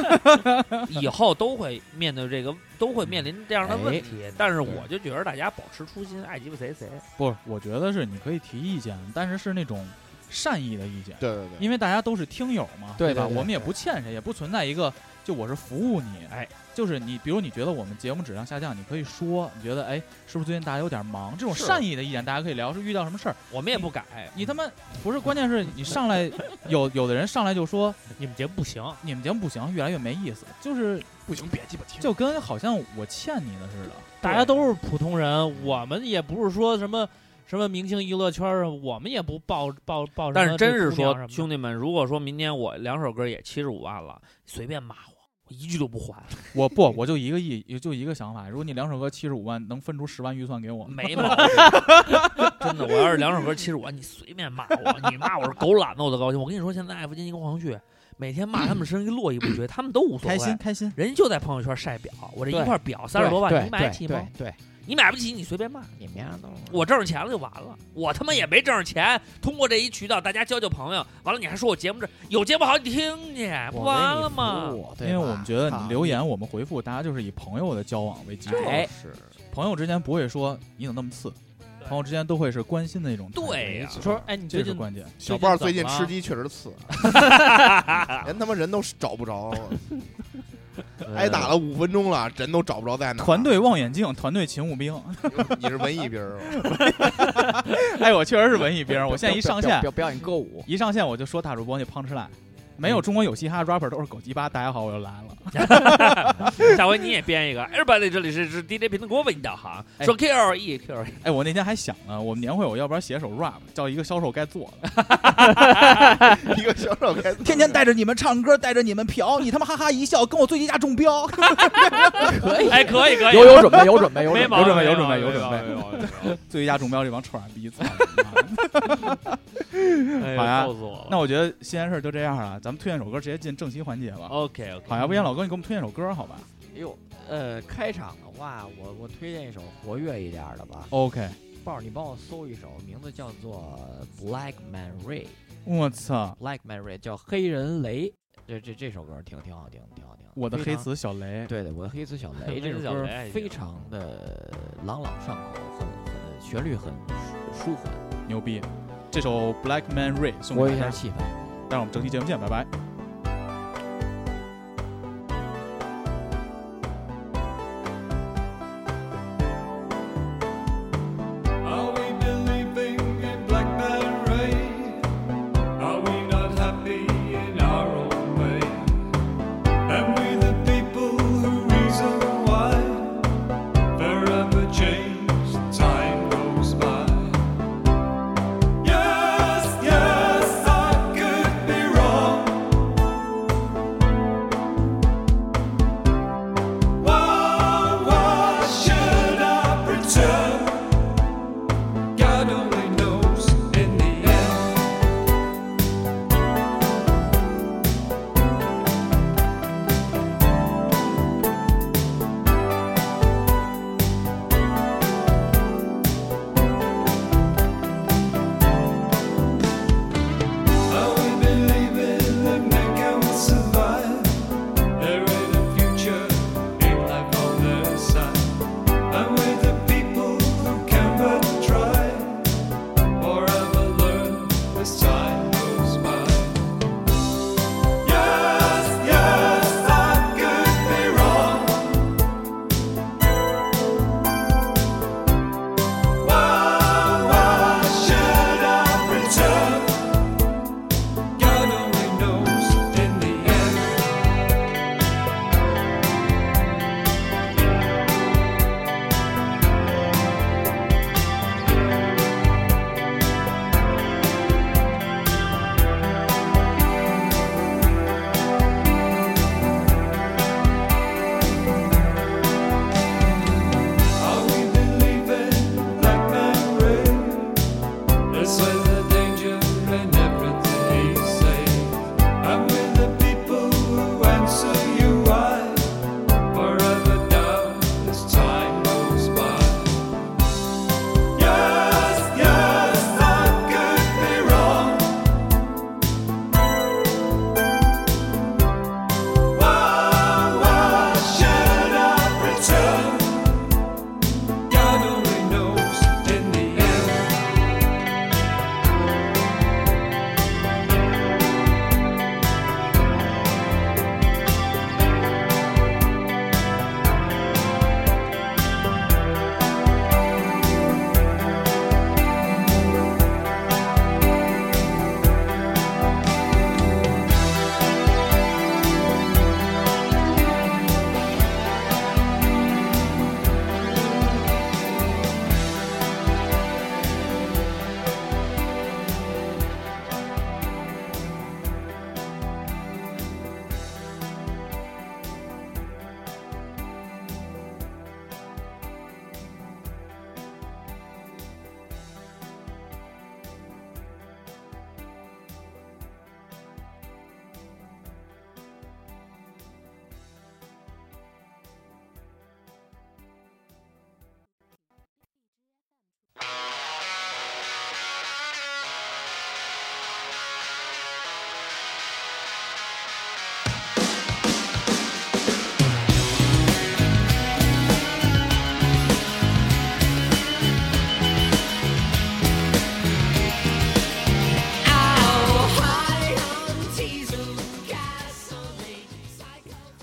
以后都会面对这个，都会面临这样的问哎题。但是我就觉得大家保持初心，爱鸡巴谁谁。不是，我觉得是你可以提意见，但是是那种善意的意见，对对对，因为大家都是听友嘛，对吧？对对我们也不欠谁，也不存在一个就我是服务你，哎，就是你，比如你觉得我们节目质量下降，你可以说，你觉得哎，是不是最近大家有点忙？这种是善意的意见大家可以聊，是遇到什么事儿，我们也不改，你他妈不是，关键是你上来有有的人上来就说你们节目不行，你们节目不行，越来越没意思，就是不行别鸡巴听，就跟好像我欠你的似的。大家都是普通人，我们也不是说什么什么明星娱乐圈儿，啊我们也不抱抱抱什么但是真这是姑娘什说，么的兄弟们，如果说明年我两首歌也七十五万了，随便骂我，我一句都不还，我不，我就一个意，也就一个想法，如果你两首歌七十五万，能分出十万预算给我吗？没毛病。 <laughs> 真的，我要是两首歌七十五万，你随便骂我，你骂我是狗懒子我都高兴。我跟你说，现在爱弗金尼跟黄旭每天骂他们声音络绎不绝，他们都无所开心谓。开心，人家就在朋友圈晒表，我这一对块表三十多万，对你买得起吗？？对对，对你买不起，你随便骂。你们家都我挣着钱了就完了，我他妈也没挣着钱。通过这一渠道，大家交交朋友，完了你还说我节目这有节目好你听去，不我完为了你吗服？务？对因为吧我们觉得你啊留言我们回复，大家就是以朋友的交往为基础，哎是朋友之间不会说你怎么那么次，对朋友之间都会是关心的那种态度。对呀、说，哎，你最这是近关键。小豹最近怎么吃了鸡确实次，连他妈人都找不着，挨打了五分钟了，人都找不着在哪。团，队望远镜，团队勤务兵。你是文艺兵儿吧？ <laughs> 哎，我确实是文艺兵，我现在一上线表表演歌舞，一上线我就说大主播那胖吃懒，没嗯有中国有嘻哈 rapper 都是狗鸡巴。大家好，我又来了。下回你也编一个。Everybody，这里是是 DJ 频道，给我为你导航。哎说 Q R E Q R E，哎，我那天还想呢，我们年会我要不然写首 rap，叫一个销售该做的，一个小手开，天天带着你们唱歌，带着你们嫖，你他妈哈哈一笑，跟我最低价中标。可以，哎，可以可以，有有准备，有准备，有没准备毛有病，准备有准备没毛病有准备没毛病没毛病 <laughs> 最佳中标这帮臭傻 <laughs> 逼。操你妈哎好呀呦，逗死我了。那我觉得新鲜事儿就这样了，咱们推荐首歌直接进正题环节哦吧。 OK OK，好，要不然老哥你给我们推荐首歌好吧哎呦，呃，开场的话，我我推荐一首活跃一点儿的吧。 ？OK，豹儿，你帮我搜一首，名字叫做《Black Man Ray》我操， ，Black Man Ray 叫黑人雷。这这这首歌挺挺好听，挺好听。我的非黑常，子小雷，对对，我的黑子小 <laughs> 黑雷这子首哎小歌雷还行非常的朗朗上口，很很旋律很舒舒缓，牛逼！这首《Black Man Ray》送活给跃一大下家，气氛。但是我们正期节目见，拜拜。 Are we believing in black man ray? Are we not happy in our own way? And we the people who reason why forever changed time goes by? Yes, yes, I could be wrong.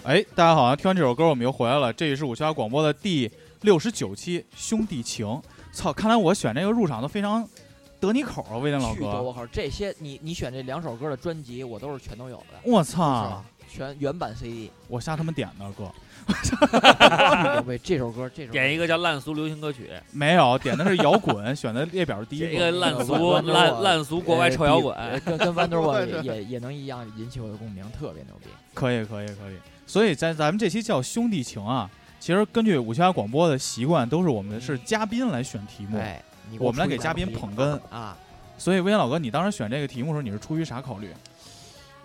哎，大家好啊！听完这首歌，我们又回来了。这也是五七八广播的第六十九期《兄弟情》。操，看来我选这个入场都非常得你口啊，魏登老去得哥。我靠！这些你你选这两首歌的专辑，我都是全都有的，我是操吧！全原版 CD。我瞎他妈点的哥，牛逼！这首歌，这首歌点一个叫《烂俗流行歌曲》，没有点的是摇滚， <laughs> 选的列表第一点一个个。烂俗我烂烂俗哎国外臭摇滚。呃跟跟 Wonderwall 也我也也能一样引起我的共鸣，特别牛逼。可以，可以，可以。所以在咱们这期叫《兄弟情》啊，其实根据五七八广播的习惯，都是我们是嘉宾来选题目。哎，你我们来给嘉宾捧哏出一百啊！所以魏登老哥，你当时选这个题目的时候，你是出于啥考 <laughs> 虑？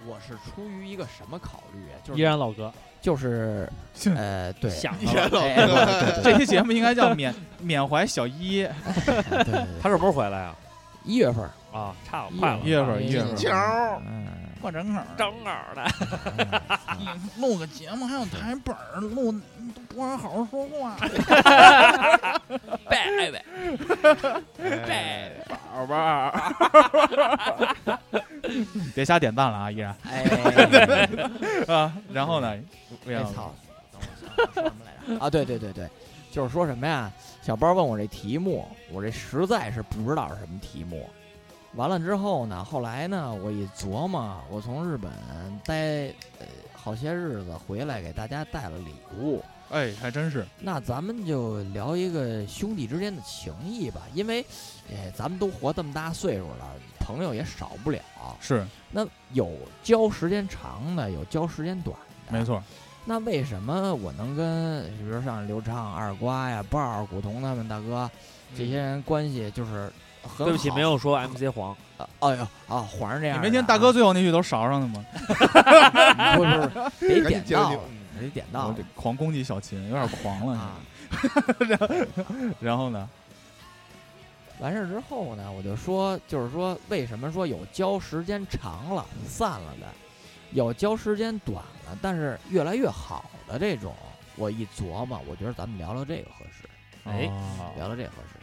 我是出于一个什么考虑啊？就依是然老哥就是呃，对，想依然老哎哥对对对这期节目应该叫缅缅怀小 <laughs> 一。对对对他什么时候回来啊？一月份儿，啊，差了一快了，一月份儿一月份儿球嗯，破整口儿，正好的。录个节目还有台本儿，录都不让好好说话。拜拜，哎宝贝儿， <laughs> 别瞎点赞了啊，依然哎， <laughs> 啊。然后呢，哎魏我老操！等会儿我想说什么来着哎 <laughs> 啊，对对对对，就是说什么呀？小包问我这题目，我这实在是不知道是什么题目。完了之后呢，后来呢，我一琢磨，我从日本待呃好些日子回来，给大家带了礼物。哎，还真是，那咱们就聊一个兄弟之间的情谊吧，因为，呃，咱们都活这么大岁数了，朋友也少不了。是那有交时间长的，有交时间短的，没。错，那为什么我能跟，比如像刘畅、二瓜呀、豹儿、古潼他们大哥这些人关系就是很好？嗯对不起，没有说 MC 黄，啊。哎呦啊，皇上这样的你啊，没听大哥最后那句都勺上的吗？不是不是，得赶紧 <laughs> 点接着到听了，得点到我了这狂攻击小秦，有点狂了。 <laughs> 啊。你然后 <laughs> 呢，完事儿之后呢，我就说，就是说，为什么说有交时间长了散了的，有交时间短了，但是越来越好的这种，我一琢磨，我觉得咱们聊聊这个合适，哎哦聊聊这个合适。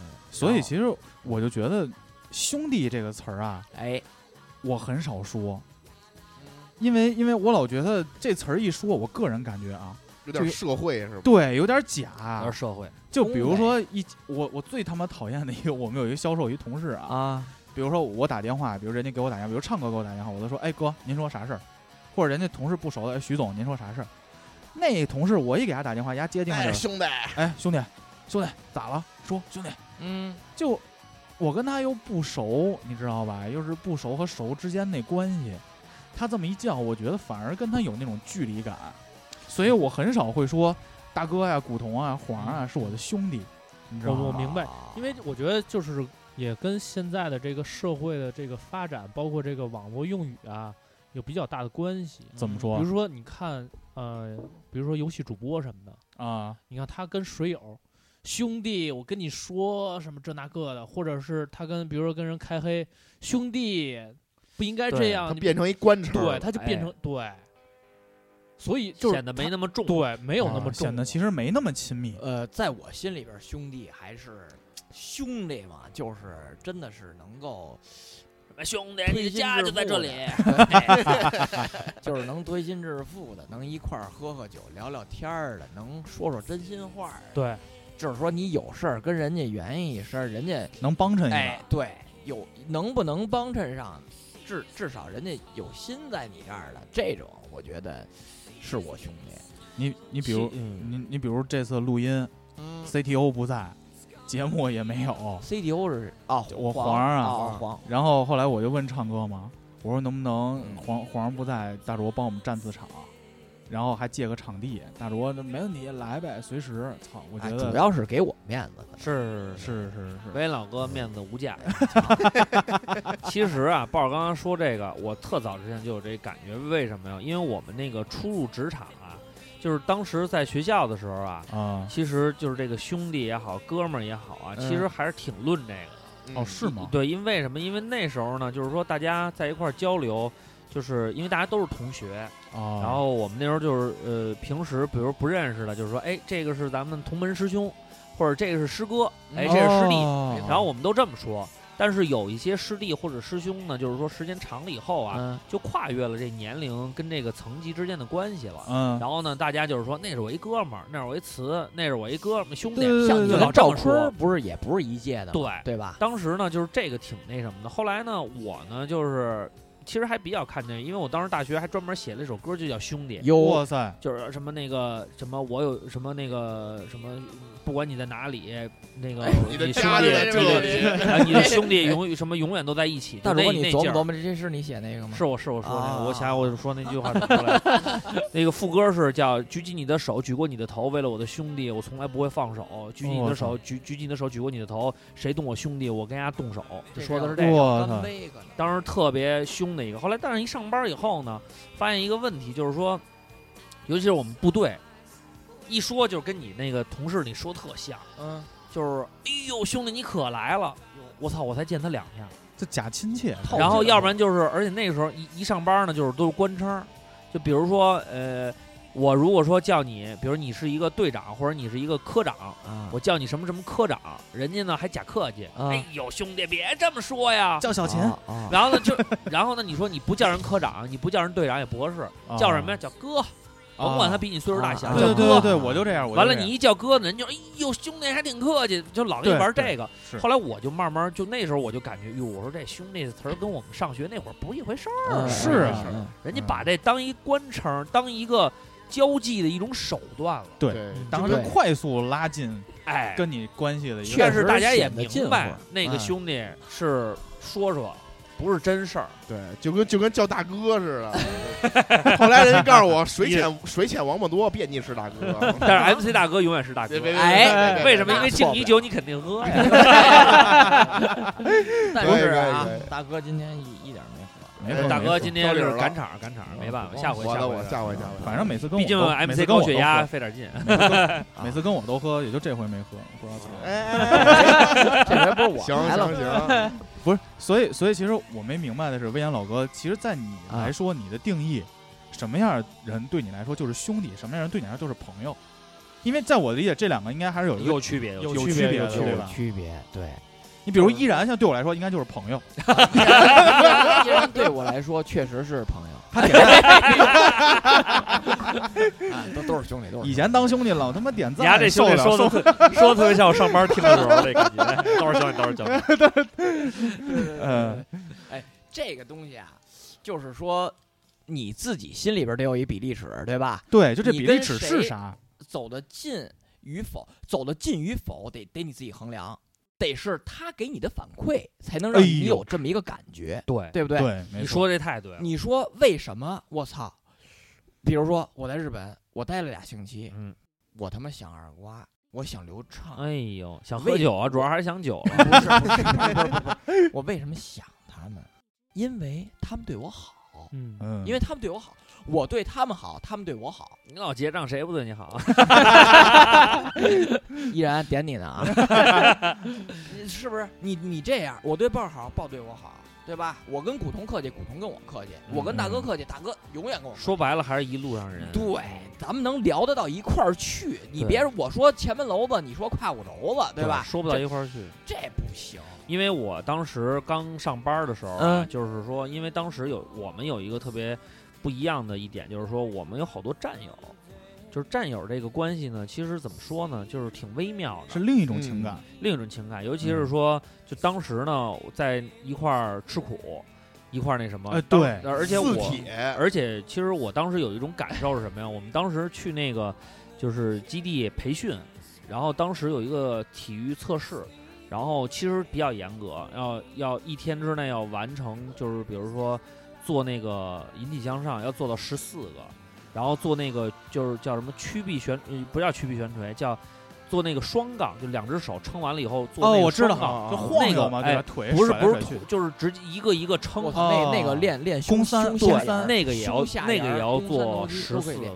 嗯，所以然后其实我就觉得“兄弟”这个词儿啊，哎，我很少说，因为因为我老觉得这词儿一说，我个人感觉啊，有点社会是吧？对，有点有假点。社会，就比如说一，我我最他妈讨厌的一个，我们有一个销售一同事啊，啊，比如说我打电话，比如人家给我打电话，比如唱歌给我打电话，我都说，哎哥，您说啥事儿？或者人家同事不熟的，哎徐总，您说啥事儿？那同事我一给他打电话，人家接电话哎，就是，兄弟，哎兄弟，兄弟咋了？说兄弟，嗯，就我跟他又不熟，你知道吧？又是不熟和熟之间那关系，他这么一叫，我觉得反而跟他有那种距离感，所以我很少会说大哥呀、古潼啊、黄啊是我的兄弟，你知道我吗？明白啊因为我觉得就是也跟现在的这个社会的这个发展，包括这个网络用语啊，有比较大的关系。怎么比说如说，你看，呃，比如说游戏主播什么的，啊？你看他跟水友兄弟，我跟你说什么这那个的，或者是他跟比如说跟人开黑，兄弟不应该这对样，他你变成一官场，对，他就变成、对，所以就是显得没他那么重。对，没有那么啊重，显得其实没那么亲密。呃，在我心里边儿，兄弟还是兄弟嘛，就是真的是能够兄弟，推你的心家置就在腹这的里。就是能推心置腹的，能一块儿喝喝酒、聊聊天儿的，能说说真心话儿的。对，就是说你有事儿跟人家圆一声儿，人家能帮衬一哎把，对，有能不能帮衬上，至至少人家有心在你这儿的，这种我觉得是我兄弟。你你比如嗯你你比如这次录音嗯，CTO 不在，节目也没有， ，CDO 是啊，我黄黄儿啊哦黄然后后来我就问唱歌嘛，我说能不能嗯皇皇上不在，大卓帮我们占次场，然后还借个场地。大卓那没问题，来呗，随时。操，我觉哎，得、主要是给我面子的。是是是是，威老哥面子无价。 <laughs> 其实啊，豹儿刚刚说这个，我特早之前就有这感觉，为什么呀？因为我们那个初入职场啊，就是当时在学校的时候啊，啊、其实就是这个兄弟也好，哥们儿也好啊，嗯其实还是挺论这个的。嗯哦是吗？对，因为什么？因为那时候呢，就是说大家在一块儿交流，就是因为大家都是同学，啊，然后我们那时候就是呃，平时比如不认识的，就是说，哎，这个是咱们同门师兄，或者这个是师哥，哎，这是师弟，哦然后我们都这么说。但是有一些师弟或者师兄呢，就是说时间长了以后啊，嗯，就跨越了这年龄跟这个层级之间的关系了。嗯，然后呢，大家就是说那是我一哥们儿，那是我一词，那是我一哥们儿兄弟，对像你就跟老这赵么坤儿说。不是也不是一届的吗，对，对吧？当时呢就是这个挺那什么的。后来呢，我呢就是其实还比较看这个，因为我当时大学还专门写了一首歌，就叫《兄弟》。有啊哇塞，就是什么那个什么，我有什么那个什么，不管你在哪里，那个哎你的兄家弟里在这对啊你的兄弟永远什么永远都在一起。就但如那果那你劲儿琢磨琢磨，这这是你写那个吗？是我是我说那啊个，我想我说那句 <laughs> 话怎么来着？那个副歌是叫“举起你的手，举过你的头，为了我的兄弟，我从来不会放手。举起你哦的手，举举起你的手，举过你的头，谁动我兄弟，我跟人家动手。”就说的是这个。我干操，杯可能当时特别凶的一个。后来，但是一上班以后呢，发现一个问题，就是说，尤其是我们部队，一说就是跟你那个同事你说特像，嗯，就是哎呦兄弟你可来了，我操我才见他两面。这假亲切，透然后这个要不然就是，而且那个时候一一上班呢，就是都是官称儿，就比如说呃，我如果说叫你，比如你是一个队长或者你是一个科长，啊，我叫你什么什么科长，人家呢还假客气，啊哎呦兄弟别这么说呀。叫小秦，啊啊然后呢就，然后呢你说你不叫人科长，你不叫人队长也不合适，啊叫什么呀？叫哥，甭管他啊比你岁数大小，啊对对叫对对哥。对，我就这样，我就完了，这样你一叫哥呢，人就哎呦兄弟还挺客气，就老那对玩这对个是。后来我就慢慢就那时候我就感觉，哟，我说这兄弟的词儿跟我们上学那会儿不是一回事儿，嗯是啊嗯嗯人家把这当一官称儿，当一个交际的一种手段了。对对当时对快速拉近哎，跟你关系的一确但个实是大家也显得明近白乎那个嗯兄弟是说说，不是 <laughs> 真事儿。对，就跟就跟叫大哥似的。后来人家告诉我，水浅水浅王八多，别昵是大哥。但是 MC 大哥永远是大哥别别。别哎别别别为什么？因为那敬错不你了酒，你肯定喝哎呀。可但以是可以啊可以，大哥今天一一点儿没喝，没哎错大没哥错今交天流就是了赶场儿赶场儿，没办法，下回完下了回啊我下回下回，反正每次跟我毕竟都每次 MC 跟高我血都压喝费点劲，每次跟我都喝，也就这回没喝，不知道怎么。哎哎哎这回不是我行来了行行，不是，所以所以其实我没明白的是，魏延老哥，其实，在你来说，你的定义，什么样的人对你来说就是兄弟，什么样的人对你来说就是朋友？因为在我理解，这两个应该还是有一个有区别，有有区区别别有的，区对别吧？区别，对。你比如依然，像对我来说，应该就是朋 <laughs> 友。依然对我来说确实是朋友，他点赞，啊，都都是兄弟，都是以前当兄弟老他妈点你赞，家这兄弟受说不了受的说的特别像我上班听的时候那感 <laughs> 觉，都是兄弟，都是兄弟。不了呃，这个东西啊，就是说你自己心里边得有一比例尺，对吧？对，就这你比跟例尺谁是啥？走得近与否，走得近与否得得你自己衡量，得是他给你的反馈，才能让哎你呦有这么一个感觉，对，对不对？对，没你错，说这太对嗯了。你说为什么？我操！比如说我在日本，我待了俩星期，嗯，我他妈想二瓜，我想流畅，哎呦，想喝酒啊，主要还是想酒了。不是不是不是不是不是， <laughs> 我为什么想他们？因为他们对我好，嗯，嗯，因为他们对我好，我对他们好，他们对我好。 <laughs> 你老结账，谁不对你好啊？依然点你呢啊， <laughs> 是不是？你你这样，我对豹好，豹对我好，对吧？我跟古潼客气，古潼跟我客气；我跟大哥客气，大哥永远跟我客气。说白了，还是一路上人。对，咱们能聊得到一块儿去。你对别我说前门楼子，你说胯骨轴子，对吧？说不到一块儿去。这这不行。因为我当时刚上班的时候、啊，嗯就是说，因为当时有我们有一个特别不一样的一点，就是说我们有好多战友，就是战友这个关系呢，其实怎么说呢，就是挺微妙的，是另一种嗯情感。另一种情感。尤其是说，就当时呢，我在一块儿吃苦，一块儿那什么，哎当对而且四我，铁而且其实我当时有一种感受是什么呀？我们当时去那个就是基地培训，然后当时有一个体育测试，然后其实比较严格，要要一天之内要完成，就是比如说做那个引体向上要做到十四个，然后做那个就是叫什么曲臂旋，呃不叫曲臂旋锤，叫做那个双杠，就两只手撑完了以后做哦，那我个知双道杠。，就那晃个悠嘛，对吧？哎腿不是甩来不是甩腿去，就是直接一个一个撑我，操，那那啊哦个练练肱胸三胸对下肱沿三那个也要胸下那沿个儿也要肱三头做肌十都可四以个练，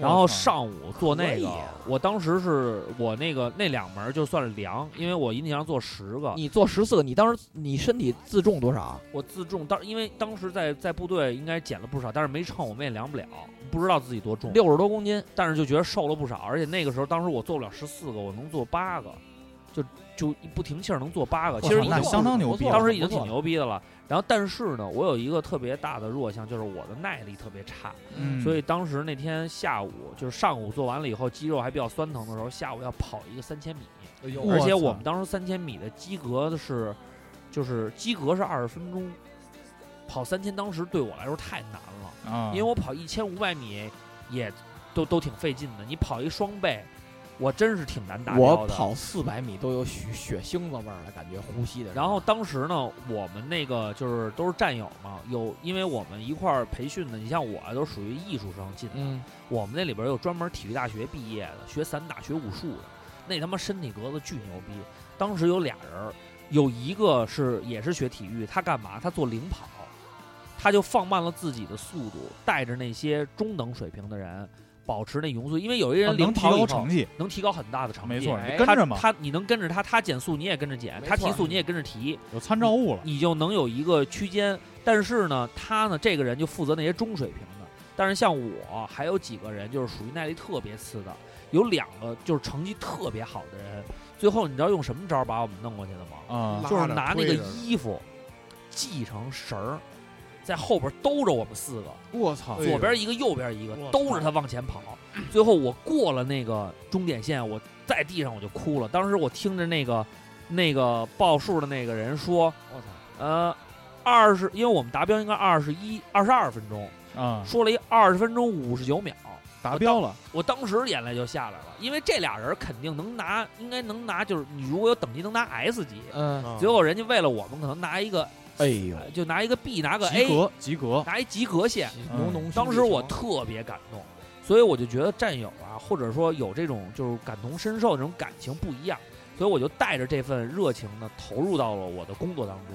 然后上午做那可以个啊，我当时是我那个那两门儿就算是量，因为我引体向上做十个，你做十四个，你当时你身体自重多少？我自重当因为当时在在部队应该减了不少，但是没称，我们也量不了，不知道自己多重，六十多公斤，但是就觉得瘦了不少，而且那个时候当时我做不了十四个，我能做八个，就就不停气儿能做八个，我其操实那已经相当牛逼了当时已经挺牛逼的了。然后但是呢，我有一个特别大的弱项，就是我的耐力特别差，嗯，所以当时那天下午就是上午做完了以后，肌肉还比较酸疼的时候，下午要跑一个三千米，而且我们当时三千米的及格的是，就是及格是二十分钟，跑三千当时对我来说太难了，啊，因为我跑一千五百米也都都挺费劲的，你跑一双倍，我真是挺难达我标的。跑四百米都有血血腥子味儿了，感觉呼吸的时候。然后当时呢，我们那个就是都是战友嘛，有因为我们一块儿培训的，你像我啊都属于艺术生进的，嗯，我们那里边有专门体育大学毕业的，学散打、学武术的，那他妈身体格子巨牛逼。当时有俩人儿，有一个是也是学体育，他干嘛？他做领跑，他就放慢了自己的速度，带着那些中等水平的人保持那匀速，因为有一些啊人领能提跑以高后成绩，能提高很大的成绩。没错，哎你跟着嘛，他他你能跟着他，他减速你也跟着减，没他提错速你也跟着提，有参照物了，你就能有一个区间。但是呢，他呢这个人就负责那些中水平的。但是像我还有几个人就是属于耐力特别次的，有两个就是成绩特别好的人，最后你知道用什么招把我们弄过去的吗？啊，就是拉着拿那推个着衣服系成绳儿，在后边兜着我们四个，我操对左边一个，右边一个我，操兜着他往前跑。最后我过了那个终点线，我在地上我就哭了。当时我听着那个那个报数的那个人说，我操，呃，二十，因为我们达标应该二十一、二十二分钟，啊，说了一二十分钟五十九秒，达标了，我当时眼泪就下来了，因为这俩人肯定能拿，应该能拿，就是你如果有等级能拿 S 级，嗯，结果人家为了我们可能拿一个，哎呦，呃就拿一个 B，拿个及 A，格及格，嗯拿一及格线，浓浓。当时我特别感动，所以我就觉得战友啊，或者说有这种就是感同身受这种感情不一样，所以我就带着这份热情呢，投入到了我的工作当中。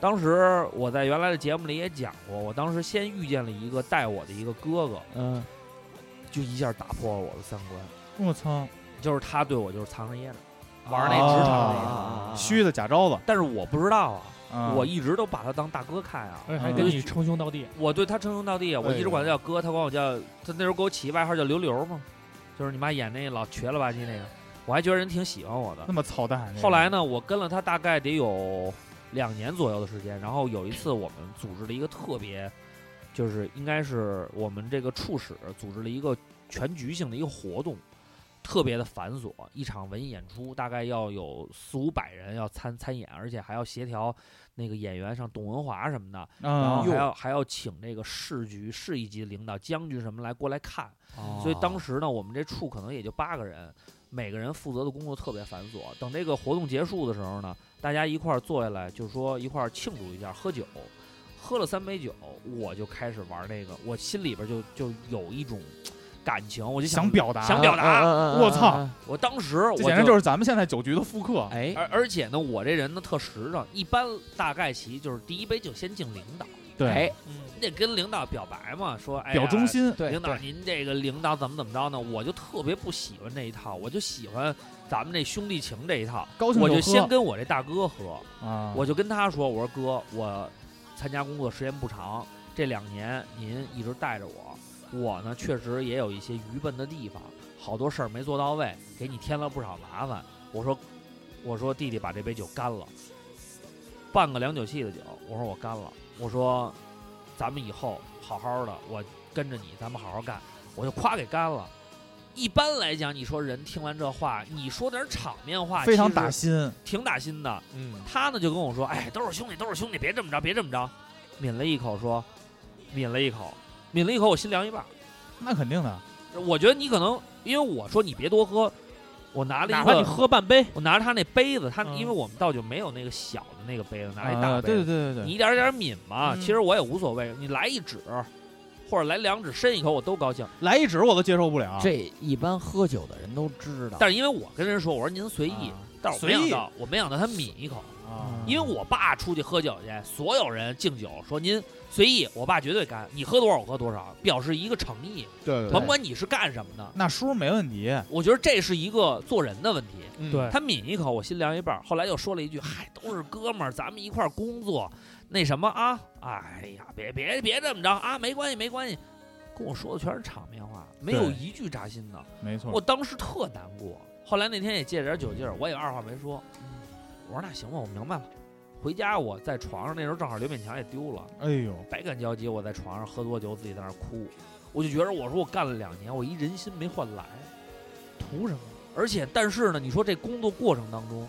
当时我在原来的节目里也讲过，我当时先遇见了一个带我的一个哥哥，嗯，就一下打破了我的三观，我操，就是他对我就是藏着掖着，玩那职场那个。啊虚的假招子，但是我不知道啊，啊我一直都把他当大哥看啊。而且还嗯跟你称兄道弟，我对他称兄道弟，啊，我一直管他叫哥，他管我叫他那时候给我起外号叫刘刘嘛，就是你妈演那老瘸了吧唧那个，我还觉得人挺喜欢我的那。么操蛋，这个后来？呢，我跟了他大概得有两年左右的时间，然后有一次我们组织了一个特别，就是应该是我们这个处室组织了一个全局性的一个活动，特别的繁琐，一场文艺演出大概要有四五百人要参参演，而且还要协调那个演员像董文华什么的。然啊后，还要还要请这个市局、市一级的领导、将军什么来过来看。所哦以当时呢，我们这处可能也就八个人，每个人负责的工作特别繁琐。等这个活动结束的时候呢，大家一块儿坐下来，就是说一块儿庆祝一下，喝酒。喝了三杯酒，我就开始玩那个，我心里边就就有一种感情，我就想表达想表达。我操！我当时我，这简直就是是咱们现在酒局的复刻，哎，而而且呢，我这人呢特实诚，一般大概其就是第一杯酒先敬领导。对，哎，你得跟领导表白嘛，说哎呀表忠，心，对领导您这个领导怎么怎么着呢？我就特别不喜欢这一套，我就喜欢咱们这兄弟情这一套。高兴我就就喝先跟我这大哥喝，啊，我就跟他说，我说哥，我参加工作时间不长，这两年您一直带着我，我呢确实也有一些愚笨的地方，好多事儿没做到位，给你添了不少麻烦。我说，我说弟弟把这杯酒干了，半个两酒气的酒，我说我干了，我说咱们以后好好的，我跟着你，咱们好好干，我就夸给干了。一般来讲，你说人听完这话，你说点场面话，非常其实打心，挺打心的。嗯，他呢就跟我说：“哎，都是兄弟，都是兄弟，别这么着，别这么着。”抿了一口，说：“抿了一口，抿了一口，我心凉一半儿。那肯定的，我觉得你可能因为我说你别多喝，我拿了哪一怕你个，喝半杯，我拿着他那杯子，他、嗯因为我们倒酒没有那个小的那个杯子，拿了一大啊，杯对子，对对对你对，一点儿一点儿抿嘛。嗯其实我也无所谓，你来一指，或者来两指，伸一口，我都高兴。来一指我都接受不了，这一般喝酒的人都知道。但是因为我跟人说，我说您随意，啊但是我随没想意到，我没想到他抿一口。啊，因为我爸出去喝酒去，所有人敬酒说您随意，我爸绝对干，你喝多少我喝多少，表示一个诚意，对甭管你是干什么的。那叔没问题，我觉得这是一个做人的问题。对对，他抿一口，我心凉一半儿。后来又说了一句：“嗨，都是哥们儿，咱们一块儿工作，那什么啊？哎呀，别别别这么着啊，没关系没关系。”跟我说的全是场面话，没有对一句扎心的。没错我，当时特难过。后来那天也借着点酒劲儿，我也二话没说，我说那行吧，我明白了。回家我在床上，那时候正好刘勉强也丢了，哎呦，百感交集。我在床上喝多酒，自己在那儿哭，我就觉得我说我干了两年，我一人心没换来。图什么？而且，但是呢，你说这工作过程当中，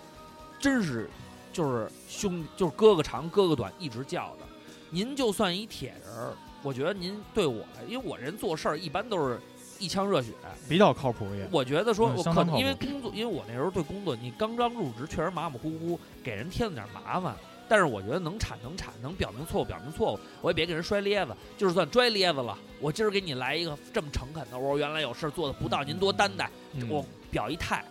真是就是兄就是哥哥长哥哥短，一直叫的。您就算一铁人儿，我觉得您对我，因为我人做事儿一般都是一腔热血。比较靠谱也，我觉得说，嗯我相可当靠能因为谱工作，因为我那时候对工作，你刚刚入职确实马马虎虎，给人添了点麻烦。但是我觉得能铲能铲，能表明错误表明错误，我也别给人摔咧子，就是算摔咧子了。我今儿给你来一个这么诚恳的，我说原来有事儿做的不到，您多担待。嗯我表一态，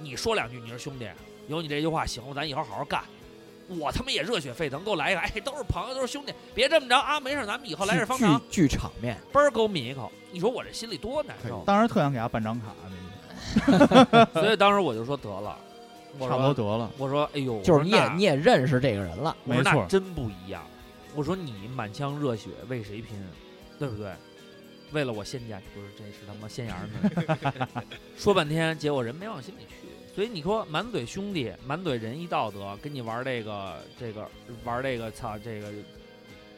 你说两句，你说兄弟，有你这句话行了，咱以后好好干。我他妈也热血沸腾，给我来一个，哎，都是朋友，都是兄弟，别这么着啊，没事儿，咱们以后来日方长，剧剧场面，嘣儿给我抿一口，你说我这心里多难受。当时特想给他办张卡，所以当时我就说得了，这我嗯差不多说得了，我说哎呦，就是你我说也那你也认识这个 <laughs> 人了，我没说那错，真不一样。我说你满腔热血为谁拼，对不对？为了我现家不是，这是他妈现眼儿呢说半天，结果人没往心里去。所以你说满嘴兄弟，满嘴仁义道德，跟你玩这个这个玩这个操这个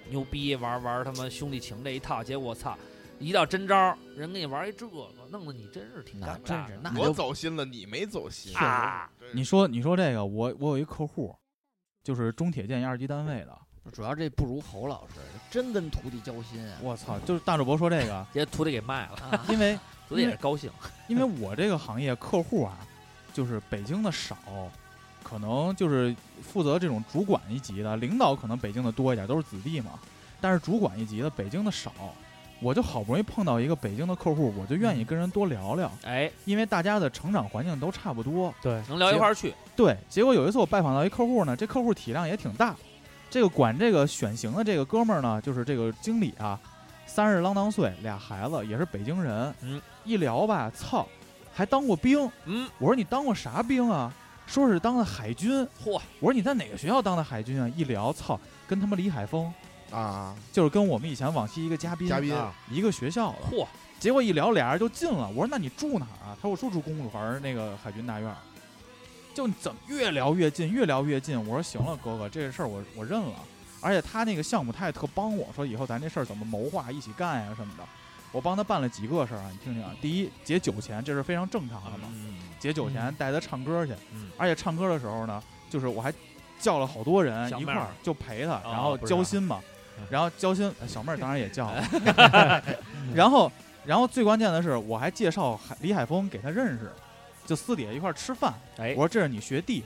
牛逼，玩玩他妈兄弟情这一套，结果操，一到真招儿，人给你玩一这个，弄得你真是挺尴那尬的。真是那我就走心了，你没走心啊！真是你说你说这个，我我有一客户，就是中铁建一二级单位的，主要这不如侯老师，真跟徒弟交心啊。我操，就是大主播说这个，结果徒弟给卖了，啊因为徒弟也是高兴。因为我这个行业客户啊，就是北京的少，可能就是负责这种主管一级的，领导可能北京的多一点，都是子弟嘛。但是主管一级的北京的少，我就好不容易碰到一个北京的客户，我就愿意跟人多聊聊，哎，因为大家的成长环境都差不多。对，能聊一块儿去，对，结果有一次我拜访到一客户呢，这客户体量也挺大，这个管这个选型的这个哥们儿呢，就是这个经理啊，三十郎当岁，俩孩子，也是北京人，嗯，一聊吧，操，还当过兵，嗯，我说你当过啥兵啊？说是当的海军，嚯，我说你在哪个学校当的海军啊？一聊，操，跟他妈李海峰，啊，就是跟我们以前往期一个嘉宾嘉宾啊一个学校的，嚯，结果一聊，俩人就近了。我说那你住哪儿啊？他说我说住公主坟那个海军大院儿。就你怎么越聊越近，越聊越近。我说行了，哥哥，这事儿我我认了。而且他那个项目他也特帮我说以后咱这事儿怎么谋划，一起干呀什么的。我帮他办了几个事儿啊，你听听啊。第一，结酒钱，这是非常正常的嘛。解酒钱，带他唱歌去。嗯而且唱歌的时候呢，就是我还叫了好多人小一妹块儿儿就陪他，哦然后不是交啊心嘛嗯。然后交心，呃小妹儿当然也叫了。 <laughs> 然后，然后最关键的是，我还介绍海李海峰给他认识，就私底下一块儿吃饭。哎我，说这是你学弟。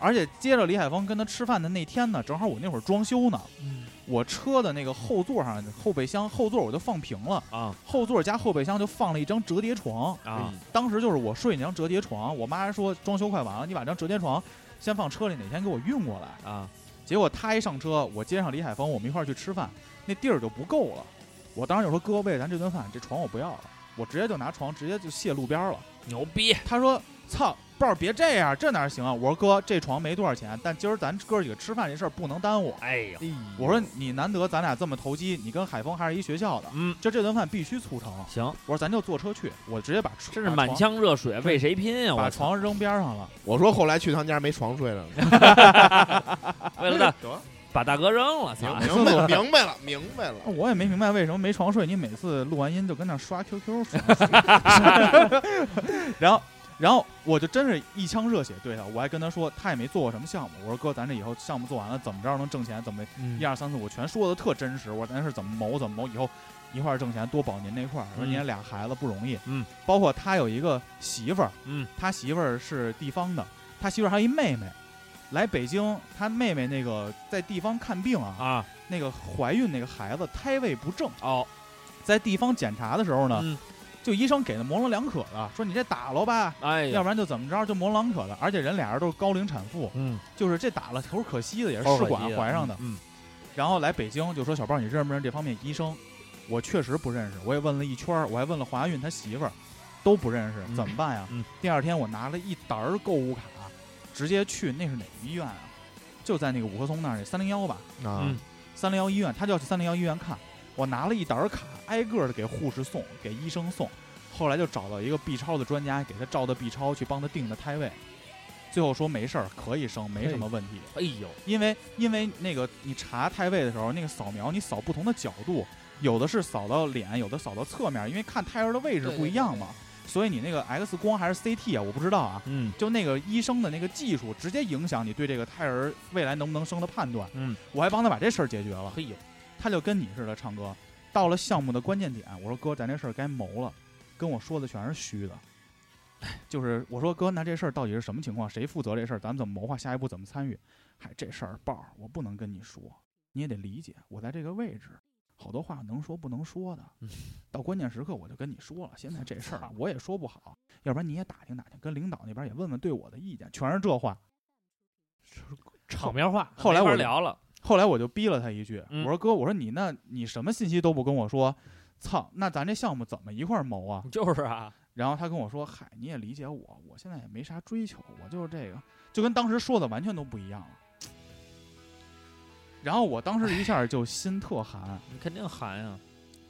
而且接着李海峰跟他吃饭的那天呢，正好我那会儿装修呢，嗯我车的那个后座上后备箱后座我就放平了，啊后座加后备箱就放了一张折叠床，啊，当时就是我睡那张折叠床，我妈说装修快完了，你把这张折叠床先放车里，哪天给我运过来。啊，结果她一上车，我接上李海峰，我们一块儿去吃饭，那地儿就不够了。我当时就说哥，为了咱这顿饭，这床我不要了，我直接就拿床直接就卸路边了。牛逼！他说操，豹儿别这样，这哪行啊？我说哥，这床没多少钱，但今儿咱哥几个吃饭这事儿不能耽误。哎呀，我说你难得咱俩这么投机，你跟海峰还是一学校的，嗯，就这顿饭必须促成。行，我说咱就坐车去，我直接把车真是把满床腔热血为谁拼呀！把我操，床扔边上了。我说后来去他们家没床睡了，为了大得把大哥扔了，操！明明 <laughs> 白了，明白了，明白了。哦我也没明白为什么没床睡，你每次录完音就跟那儿刷 QQ 刷。然后，然后我就真是一腔热血对他，我还跟他说，他也没做过什么项目。我说哥，咱这以后项目做完了，怎么着能挣钱？怎么嗯一二三四，我全说的特真实。我说咱是怎么谋怎么谋，以后一块儿挣钱，多保您那块儿。我说嗯您俩孩子不容易，嗯，包括他有一个媳妇儿，嗯，他媳妇儿是地方的，他媳妇儿还有一妹妹，来北京，他妹妹那个在地方看病啊啊，那个怀孕那个孩子胎位不正，哦，在地方检查的时候呢，嗯就医生给的模棱两可的，说你这打了吧，哎要呀，不然就怎么着，就模棱两可的。而且人俩人都是高龄产妇，嗯，就是这打了头可惜的，也是头试可管惜的怀上的。嗯，然后来北京就说小豹，你认不认识这方面医生？我确实不认识，我也问了一圈儿，我还问了华孕他媳妇儿，都不认识，嗯怎么办呀？嗯第二天我拿了一沓儿购物卡，直接去那是哪个医院啊？就在那个五棵松那儿，三零幺吧。啊嗯，三零幺医院，他就要去三零幺医院看。我拿了一沓儿卡，挨个的给护士送，给医生送。后来就找到一个 B 超的专家，给他照的 B 超，去帮他定的胎位。最后说没事儿，可以生，没可什以么问题。哎呦，因为因为那个你查胎位的时候，那个扫描你扫不同的角度，有的是扫到脸，有的扫到侧面，因为看胎儿的位置对不一样嘛。所以你那个 X 光还是 CT 啊，我不知道啊，嗯，就那个医生的那个技术，直接影响你对这个胎儿未来能不能生的判断。嗯，我还帮他把这事儿解决了。嘿呦，他就跟你似的，唱歌到了项目的关键点，我说哥，咱这事儿该谋了，跟我说的全是虚的。哎就是我说哥，那这事儿到底是什么情况？谁负责这事儿？咱们怎么谋划？下一步怎么参与？嗨，这事儿豹儿，我不能跟你说，你也得理解，我在这个位置，好多话能说不能说的。到关键时刻我就跟你说了，现在这事儿啊我也说不好，要不然你也打听打听，跟领导那边也问问对我的意见，全是这话。场面话，后来没法我就聊了，后来我就逼了他一句，嗯我说哥，我说你那你什么信息都不跟我说，操，那咱这项目怎么一块儿谋啊？ <laughs> 就是啊，然后他跟我说，嗨，你也理解我，我现在也没啥追求，我就是这个，就跟当时说的完全都不一样了。然后我当时一下就心特寒，你肯定寒啊呀，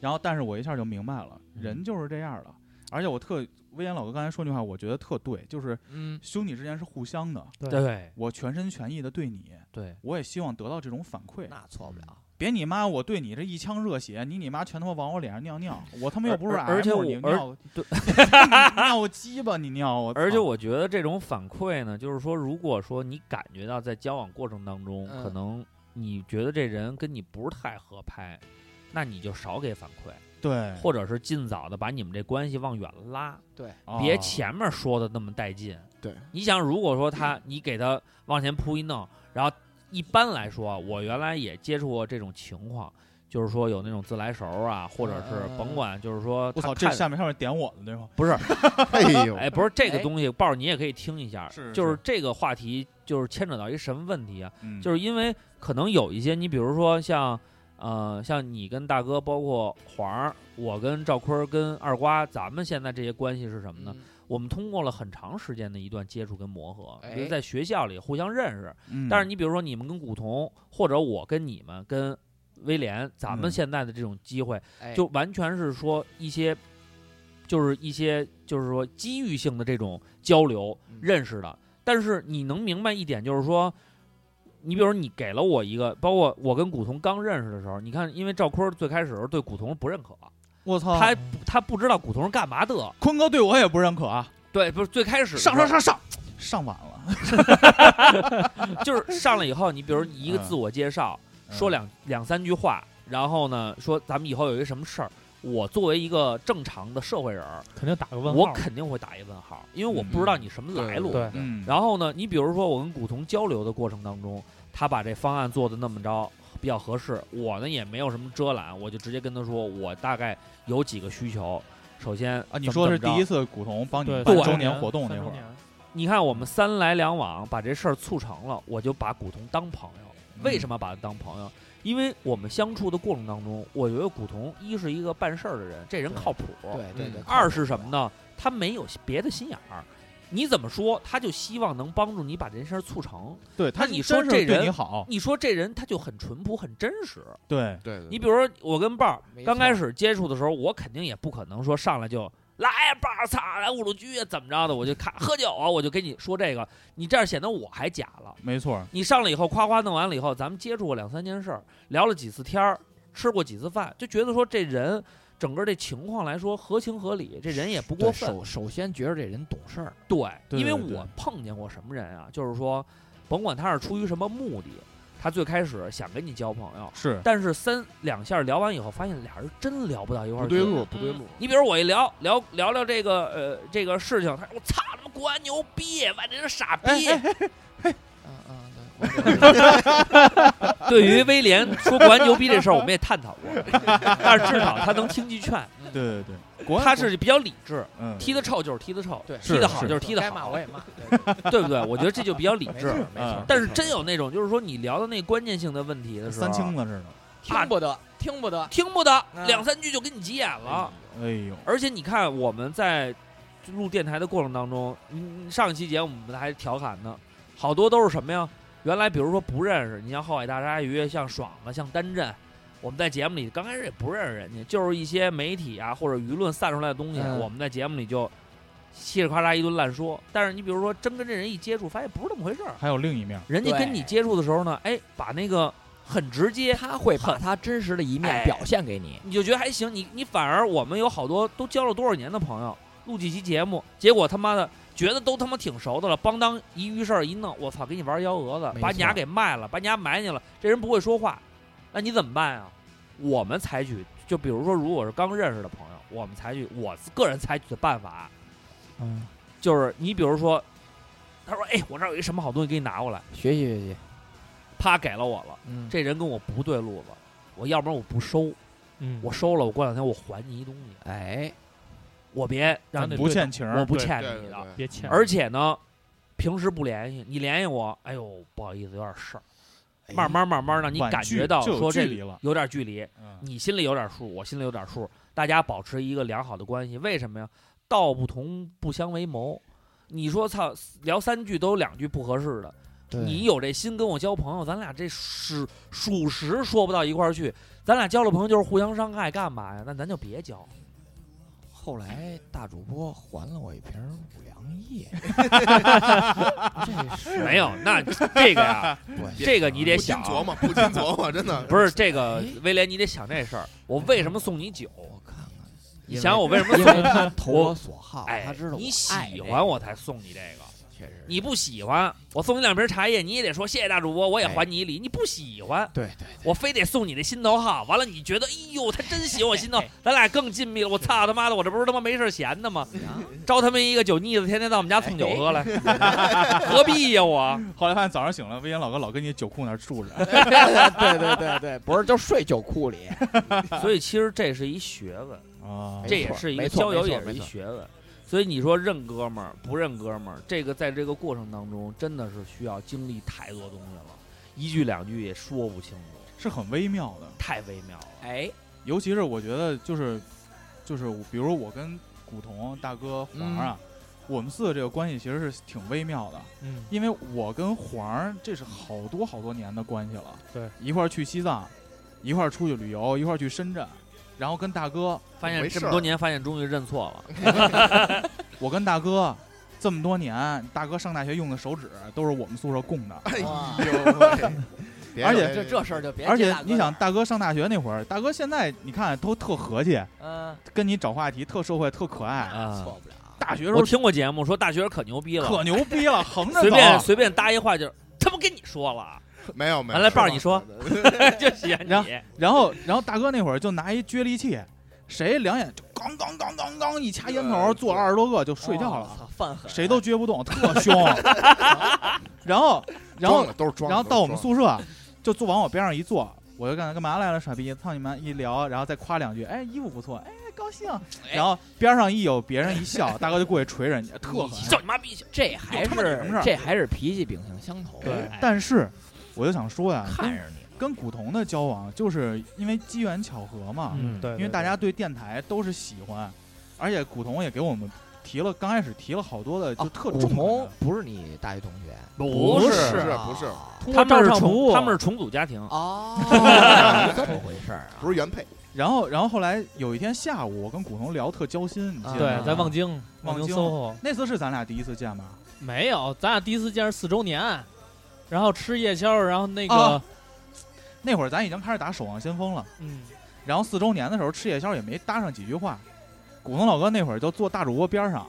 然后但是我一下就明白了，嗯人就是这样的。而且我特威严老哥刚才说那句话，我觉得特对，就是嗯，兄弟之间是互相的，对我全心全意的对你，对，我也希望得到这种反馈。那错不了。别你妈！我对你这一腔热血，你你妈全他妈往我脸上尿尿，我他妈又不是而 M，而且我你而尿对 <laughs> 你尿鸡巴你尿我操，而且我觉得这种反馈呢，就是说，如果说你感觉到在交往过程当中，嗯可能你觉得这人跟你不是太合拍，那你就少给反馈，对，或者是尽早的把你们这关系往远了拉，哦别前面说的那么带劲。对，你想，如果说他你给他往前扑一弄，然后一般来说，我原来也接触过这种情况。就是说有那种自来熟啊，或者是嗯甭管，就是说我他操，这看下面上面点我的对吗？不是哎呦，哎，不是这个哎东西，豹儿你也可以听一下，是就是是这个话题，就是牵扯到一什么问题啊？嗯就是因为可能有一些，你比如说像，呃，像你跟大哥，包括黄儿，我跟赵坤儿、跟二瓜，咱们现在这些关系是什么呢？嗯我们通过了很长时间的一段接触跟磨合，比如哎在学校里互相认识。嗯但是你比如说你们跟古潼，或者我跟你们跟威廉，咱们嗯现在的这种机会，哎，就完全是说一些，就是一些就是说机遇性的这种交流嗯认识的。但是你能明白一点，就是说，你比如说你给了我一个，包括我跟古潼刚认识的时候，你看，因为赵坤儿最开始对古潼不认可，我操，他他不知道古潼是干嘛的，坤哥对我也不认可啊，对，不是最开始的上时候上上上上晚了，就是上来以后，你比如嗯一个自我介绍，说两两三句话，然后呢说咱们以后有一个什么事儿，我作为一个正常的社会人儿。肯定打个问号。我肯定会打一问号，因为我不知道你什么来路。对，嗯，然后呢，你比如说我跟古潼交流的过程当中，他把这方案做的那么着比较合适，我呢也没有什么遮拦，我就直接跟他说，我大概有几个需求。首先啊，你说的是第一次，次古潼帮你对，们对办周三周年活动那会三周儿，年你看我们三来两往把这事儿促成了，我就把古潼当朋友。嗯为什么把他当朋友？因为我们相处的过程当中，我觉得古潼一是一个办事儿的人，这人靠谱。对对嗯对。二是什么呢？他没有别的心眼儿，你怎么说，他就希望能帮助你把这件事儿促成。对他那你真说是这对人你好，你说这人他就很淳朴、很真实。对，对，对你比如说我跟豹儿没错刚开始接触的时候，我肯定也不可能说上来就来豹儿操来五路居啊怎么着的，我就看喝酒啊，我就跟你说这个，你这样显得我还假了。没错，你上来以后，夸夸弄完了以后，咱们接触过两三件事儿，聊了几次天儿，吃过几次饭，就觉得说这人整个这情况来说合情合理，这人也不过对分。首首先觉着这人懂事儿，对，对因为对对我碰见过什么人啊，就是说，甭管他是出于什么目的，他最开始想跟你交朋友，是但是三两下聊完以后，发现俩人真聊不到一块不儿对去。路，不对路，你比如我一聊聊聊聊这个呃这个事情，他说我操他妈国安牛逼，万这是傻逼。哎嗯嗯，对我觉得 <laughs> 对于威廉说国安牛逼这事儿，我们也探讨 <laughs> 过，但是至少他能听进劝，对对对，国他是比较理智，嗯嗯踢得臭就是踢得臭，对踢得好就是踢得该骂好我，也骂，对对对不对？我觉得这就比较理没智错。没错嗯。但是真有那种，就是说你聊到那关键性的问题的时候，三清子似听不得，听不得，听不得，嗯两三句就给你急眼了。的，哎呦，而且你看我们在录电台的过程当中，嗯，上一期节目我们还调侃呢，好多都是什么呀？原来比如说不认识，你像后海大鲨鱼，像爽子，像丹震。我们在节目里刚开始也不认识人家，就是一些媒体啊或者舆论散出来的东西，嗯我们在节目里就稀里哗啦一顿乱说。但是你比如说真跟这人一接触，发现不是那么回事儿。还有另一面，人家跟对你接触的时候呢，哎，把那个很直接，他会把很他真实的一面哎表现给你。你就觉得还行。你你反而我们有好多都交了多少年的朋友，录几期节目，结果他妈的觉得都他妈挺熟的了，邦当一遇事儿一弄，我操，给你玩幺蛾子没，把错你俩给卖了，把你俩埋你了，这人不会说话，那你怎么办呀？啊我们采取就比如说，如果是刚认识的朋友，我们采取我个人采取的办法，嗯，就是你比如说，他说：“哎，我这儿有一什么好东西，给你拿过来。学习学习，”啪，给了我了。嗯，这人跟我不对路子，我要不然我不收，嗯，我收了，我过两天我还你一东西，哎，我别让咱得你不欠情儿我不对欠对啊你对的。对，别欠，而且呢，平时不联系，你联系我，哎呦，不好意思，有点事儿。慢慢慢慢让你婉感拒觉到就有说距这离了有点距离，嗯 <laughs> 你心里有点数，我心里有点数，大家保持一个良好的关系。为什么呀？道不同不相为谋。你说操，聊三句都有两句不合适的，你有这心跟我交朋友，咱俩这是属实说不到一块儿去，咱俩交了朋友就是互相伤害，干嘛呀？那咱就别交。后来大主播还了我一瓶五粮液，这是没有，那这个呀， <laughs> 我啊这个你得不禁想，啊琢磨，不禁琢磨，真的。 <laughs> 不是这个哎威廉，你得想这事儿。我为什么送你酒？我看看，你想想我为什么因送？为他投我我所好，哎，他知道你我喜爱这欢个，我才送你这个。确实你不喜欢，我送你两瓶茶叶，你也得说谢谢大主播，我也还你一礼。你不喜欢，对对我非得送你这心头好。完了，你觉得，哎呦，他真喜欢我心 <laughs> 头好，咱俩更亲密了。我操他妈的，我这不是他妈没事儿闲的吗？招他们一个酒腻子，天天到我们家蹭酒 <laughs> 喝来，何必呀我？ <laughs> 后来发现早上醒了，威严老哥老跟你酒库那儿住着，对对对对， <laughs> 不是就睡酒库 <laughs> 里，所以其实这是一学问，啊这也是一个没错交友，也没错是没一错学问。所以你说认哥们儿不认哥们儿，这个在这个过程当中真的是需要经历太多东西了，一句两句也说不清楚，是很微妙的。太微妙了。哎，尤其是我觉得就是就是我，比如我跟古潼大哥黄儿啊，我们四个这个关系其实是挺微妙的，嗯，因为我跟黄儿这是好多好多年的关系了，对，一块儿去西藏，一块儿出去旅游，一块儿去深圳，然后跟大哥，发现没事这么儿多年，发现终于认错了。我跟大哥。这么多年，大哥上大学用的手指都是我们宿舍供的，哎呦哇喂，别而且有这这事儿就别而接且大哥你想，那儿大哥上大学那会儿，大哥现在你看都特和气，嗯，跟你找话题特社会特可爱。啊错不了，大学时我候听过节目说大学可牛逼了，可牛逼了，横着随便走。随便搭一话就是他不跟你说了， <laughs> 没有没有，完了豹儿你说就嫌然后你。然后然后大哥那会儿就拿一撅力器，谁两眼就咣咣咣咣咣一掐烟头，对坐了二十多个就睡觉哦了，操犯狠，谁都撅不动，特凶。然后然装后的都是装的，然后到我们都是宿舍，就坐往我边上一坐，我就干干嘛来了，傻逼，操你妈！一聊，然后再夸两句，哎，衣服不错，哎，高兴。然后边上一有别人一笑，大哥就过去捶人家，特你狠。叫你妈逼去！这还哎有他妈什么事是儿这还是脾气秉性相投，对哎但是我就想说呀，看着你，跟古潼的交往，就是因为机缘巧合嘛，嗯，对，因为对大家对电台都是喜欢，而且古潼也给我们提了，刚开始提了好多的就哦特古重潼的，不是你大学同学，不不是是不是啊通过他们照是常重不误，他们是重组家庭，哦， <laughs> 这么回事儿啊？不是原配，然后然后后来有一天下午，我跟古潼聊特交心，啊你记得对吗？在望京望望京 SOHO 那次是咱俩第一次见吧？没有，咱俩第一次见是四周年，然后吃夜宵，然后那个、啊那会儿咱已经开始打守望先锋了，嗯，然后四周年的时候吃夜宵也没搭上几句话，古潼老哥那会儿就坐大主播边上，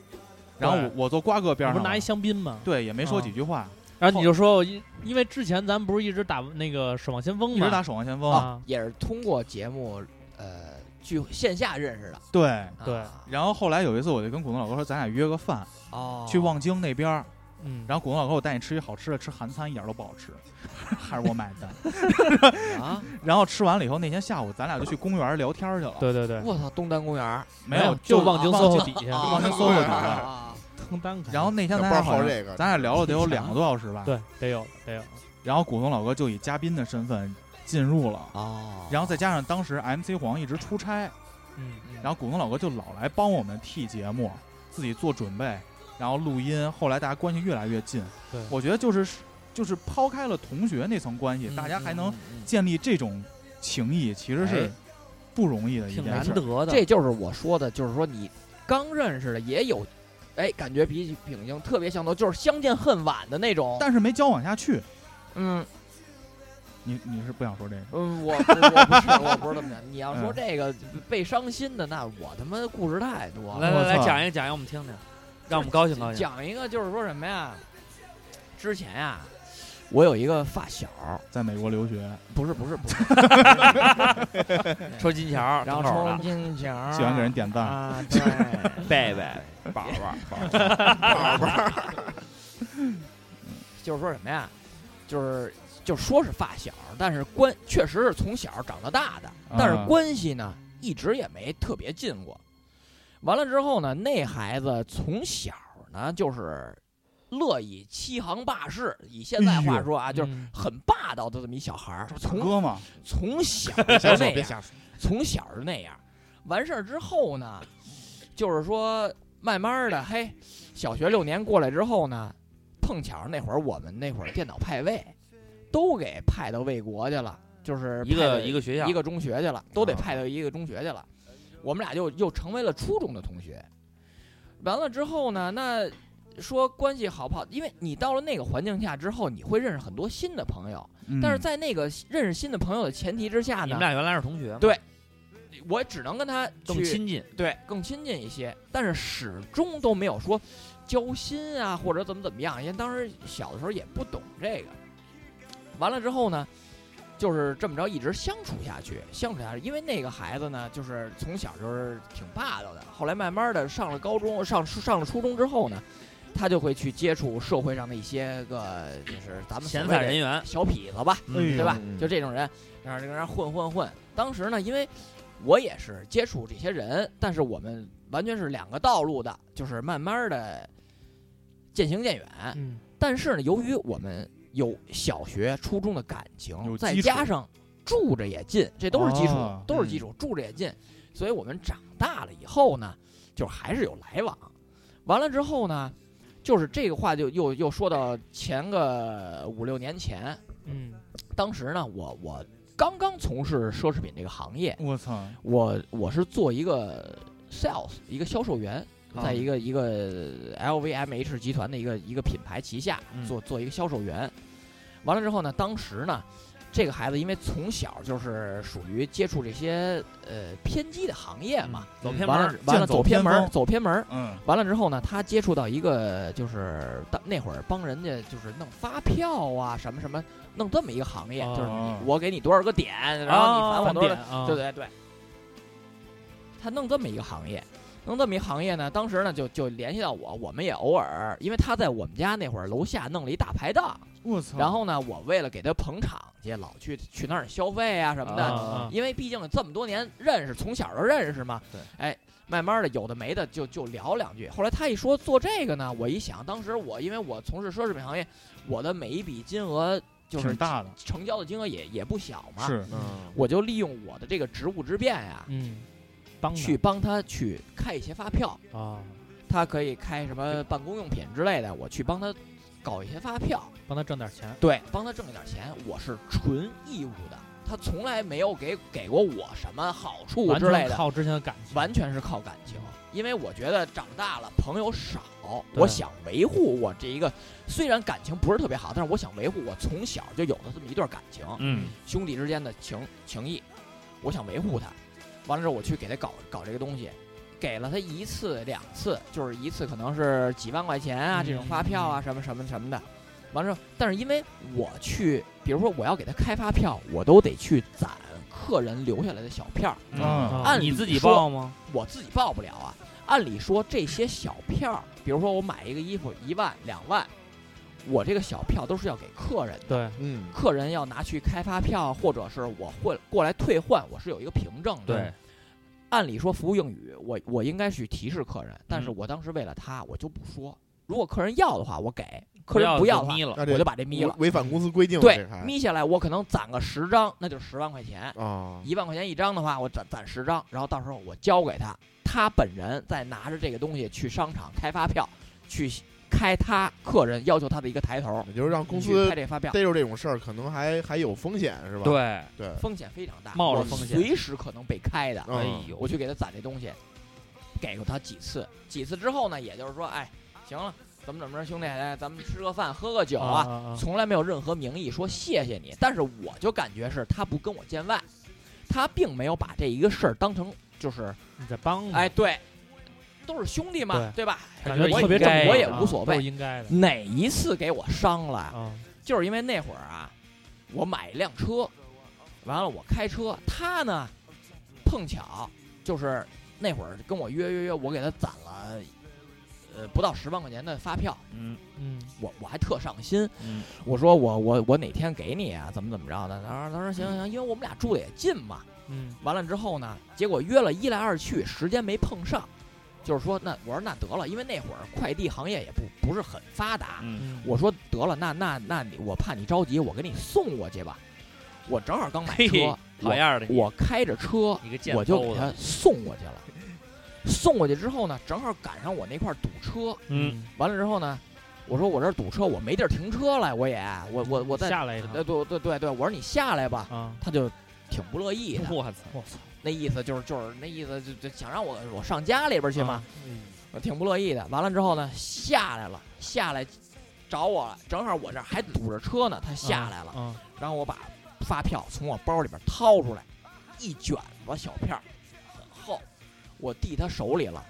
然后我对我坐瓜哥边我上不了，是拿一香槟吗？对也没啊说几句话，然后你就说我因因为之前咱们不是一直打那个守望先锋一直打吗？守望先锋，啊，也是通过节目呃聚会线下认识的，对。对啊然后后来有一次，我就跟古潼老哥说，咱俩约个饭，啊哦，去望京那边儿。嗯，然后古潼老哥，我带你吃一好吃的，吃韩餐一点都不好吃， <laughs> 还是我买的。啊，然后吃完了以后，那天下午咱俩就去公园聊天去了。，对对对，我操，东单公园儿没有有，就望望京京 SOHO 底下望 <laughs> 京搜搜索索底底下下。啊，腾单开，然后那天咱不知俩道好像好这个咱俩聊了 <laughs> 得有两个多小时吧。。对得有得有，然后古潼老哥就以嘉宾的身份进入了，哦，然后再加上当时 MC 黄一直出差，嗯，嗯然后古潼老哥就老来帮我们替节目，自己做准备，然后录音。后来大家关系越来越近对，我觉得就是就是抛开了同学那层关系，嗯大家还能嗯嗯嗯建立这种情谊，其实是哎不容易的一挺件难事。得的。这就是我说的，就是说你刚认识的也有，哎，感觉比起秉性特别相投，就是相见恨晚的那种。但是没交往下去。嗯你你是不想说这个？嗯，我我不是我不是这么想。你要嗯说这个被伤心的，那我他妈故事太多了。来来来我，操讲一个讲一个，我们听听，让我们高兴高兴。啊讲一个就是说什么呀？之前呀，我有一个发小，在美国留学，不是不是不是，抽哎金桥，然后门口抽的金球，喜欢给人点赞。啊，对，贝贝，宝宝， <laughs> 就是说什么呀？就是就说是发小，但是关确实是从小长到大的，但啊是关系呢一直也没特别近过。完了之后呢，那孩子从小呢就是乐意欺行霸市，以现在话说啊，就是嗯很霸道的这么一小孩儿，从哥嘛，从 <laughs> 小就那样，瞎说，从小就那样。完事儿之后呢，就是说慢慢的，嘿，小学六年过来之后呢，碰巧那会儿我们那会儿电脑派位，都给派到魏国去了，就是一派到个一个学校一，个中学去了，都得啊派到一个中学去了。我们俩就又成为了初中的同学。完了之后呢，那说关系好不好？因为你到了那个环境下之后，你会认识很多新的朋友。嗯但是在那个认识新的朋友的前提之下你呢们，俩原来是同学吗？对我只能跟他更去亲近。对，更亲近一些，但是始终都没有说交心啊，或者怎么怎么样，因为当时小的时候也不懂这个。完了之后呢，就是这么着一直相处下去，相处下去，因为那个孩子呢，就是从小就是挺霸道的，后来慢慢的上了高中，上上了初中之后呢，他就会去接触社会上的一些个，就是咱们所闲谓散的人员，小痞子吧，嗯对吧嗯？就这种人，然后这个人混混混。当时呢，因为我也是接触这些人，但是我们完全是两个道路的，就是慢慢的渐行渐远。嗯，但是呢，由于我们有小学、初中的感情，有再基础加上住着也近，这都是基础，哦都是基础，住着也近，所以我们长大了以后呢，就还是有来往。完了之后呢，就是这个话就又又说到前个五六年前，嗯，当时呢，我我刚刚从事奢侈品这个行业，我操，我我是做一个 sales，一个销售员，在一个一个 LVMH 集团的一个一个品牌旗下嗯做做一个销售员。完了之后呢，当时呢，这个孩子因为从小就是属于接触这些呃偏激的行业嘛，走嗯偏门嗯完儿了，完剑了走走偏门偏儿锋走偏门儿，嗯，完了之后呢，他接触到一个就是当那会儿帮人家就是弄发票啊什么什么，弄这么一个行嗯业，哎就是你哦我给你多少个点，然后你返我哦返多少点个，啊，对对对。他弄这么一个行业，弄这么一个行业呢，当时呢就就联系到我，我们也偶尔，因为他在我们家那会儿楼下弄了一大排档，我操，然后呢，我为了给他捧场去，老去去那儿消费啊什么的，啊，因为毕竟这么多年认识，从小就认识嘛。对，哎，慢慢的有的没的就就聊两句。后来他一说做这个呢，我一想，当时我因为我从事奢侈品行业，我的每一笔金额就是挺大的，成交的金额也也不小嘛。，是嗯，我就利用我的这个职务之便呀，嗯，帮去帮他去开一些发票。他啊，他可以开什么办公用品之类的，我去帮他搞一些发票。帮他挣点钱，对，帮他挣一点钱，我是纯义务的，他从来没有给给过我什么好处完之类全的，靠之前的感情，完全是靠感情。因为我觉得长大了朋友少，对我想维护我这一个虽然感情不是特别好，但是我想维护我从小就有的这么一段感情，嗯，兄弟之间的情情谊，我想维护他。完了之后，我去给他搞搞这个东西，给了他一次两次，就是一次可能是几万块钱啊，这种发票嗯啊什么什么什么的。完了之后，但是因为我去，比如说我要给他开发票，我都得去攒客人留下来的小票儿，嗯啊按你理自己说报吗？我自己报不了啊。按理说这些小票儿，比如说我买一个衣服一万两万，我这个小票都是要给客人的。对，嗯，客人要拿去开发票，或者是我会过来退换，我是有一个凭证的。对，，按理说服务用语，我我应该去提示客人，但嗯是我当时为了他，我就不说。如果客人要的话，我给；客人要不不要的嗯话，眯了，那我这就把这眯了。违反公司规定了对这还，眯下来，我可能攒个十张，那就十万块钱。啊，一万块钱一张的话，我攒攒十张，然后到时候我交给他，他本人再拿着这个东西去商场开发票，去开他客人要求他的一个抬头，也就是让公去司开这发票。逮着这种事儿，可能还还有风险是吧？对，对，风险非常大，冒着我风险随时可能被开的。嗯哎呦，我去给他攒这东西，给过他几次，几次之后呢，也就是说，哎，行了，怎么怎么着，兄弟，来咱们吃个饭，喝个酒啊，啊从来没有任何名义说谢谢你，但是我就感觉是他不跟我见外，他并没有把这一个事儿当成就是，你在帮他哎，，对，都是兄弟嘛，嗯对对吧？感觉我特别也正常我也啊无所都是谓。嗯应该的哪一次给我伤了啊，啊就是因为那会儿啊，我买一辆车，完了我开车，他呢碰巧就是那会儿跟我约约约，我给他攒了呃不到十万块钱的发票，嗯，嗯我我还特上心，嗯我说我我我哪天给你啊，怎么怎么着的？他说他说行行，因为我们俩住的也近嘛。嗯完了之后呢，结果约了一来二去，时间没碰上，就是说那我说那得了，因为那会儿快递行业也不不是很发达，嗯，我说得了，那那那你我怕你着急，我给你送过去吧。我正好刚买嘿车，好我样儿的，我开着车，你个贱我就嗖给子他送过去了。送过去之后呢，正好赶上我那块儿堵车，嗯，完了之后呢，我说我这儿堵车，我没地儿停车来，我也我我我在，下来一呃趟对对对对，我说你下来吧，啊，他就挺不乐意的，我操， <laughs> 我操，那意思就是就是那意思就就想让我我上家里边儿去啊嘛，哎我挺不乐意的。完了之后呢，下来了，下来找我了，正好我这儿还堵着车呢，他下来了，啊，然后我把发票从我包里边掏出来，一卷子小片儿，很厚，我递他手里了。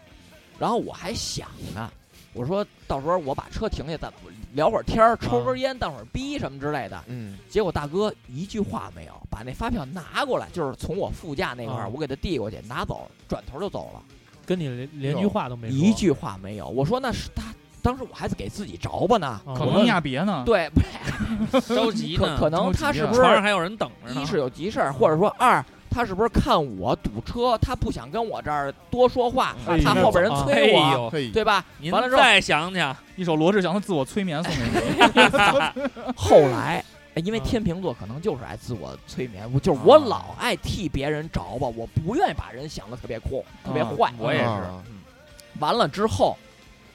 然后我还想呢，我说到时候我把车停下，咱聊会儿天儿，抽根烟，淡会儿逼什么之类的。嗯，结果大哥一句话没有，把那发票拿过来，就是从我副驾那块啊儿，我给他递过去，拿走，转头就走了。跟你连连句话都没说，哎一句话没有。我说那是他，当时我还给自己着吧呢。啊可能亚别呢，对， <laughs> 着急可呢，嗯可能他是不是床上还有人等着呢一，是有急事儿，或者说二他是不是看我堵车，他不想跟我这儿多说话，哎怕呦后边人哎催我，呦，可以，对吧？您完了之后，再想想，一首罗志祥的自我催眠送给你，后来。哎因为嗯天秤座可能就是爱自我催眠，我就是我啊老爱替别人着吧，我不愿意把人想的特别空、特别啊坏。嗯我也是，啊完了之后，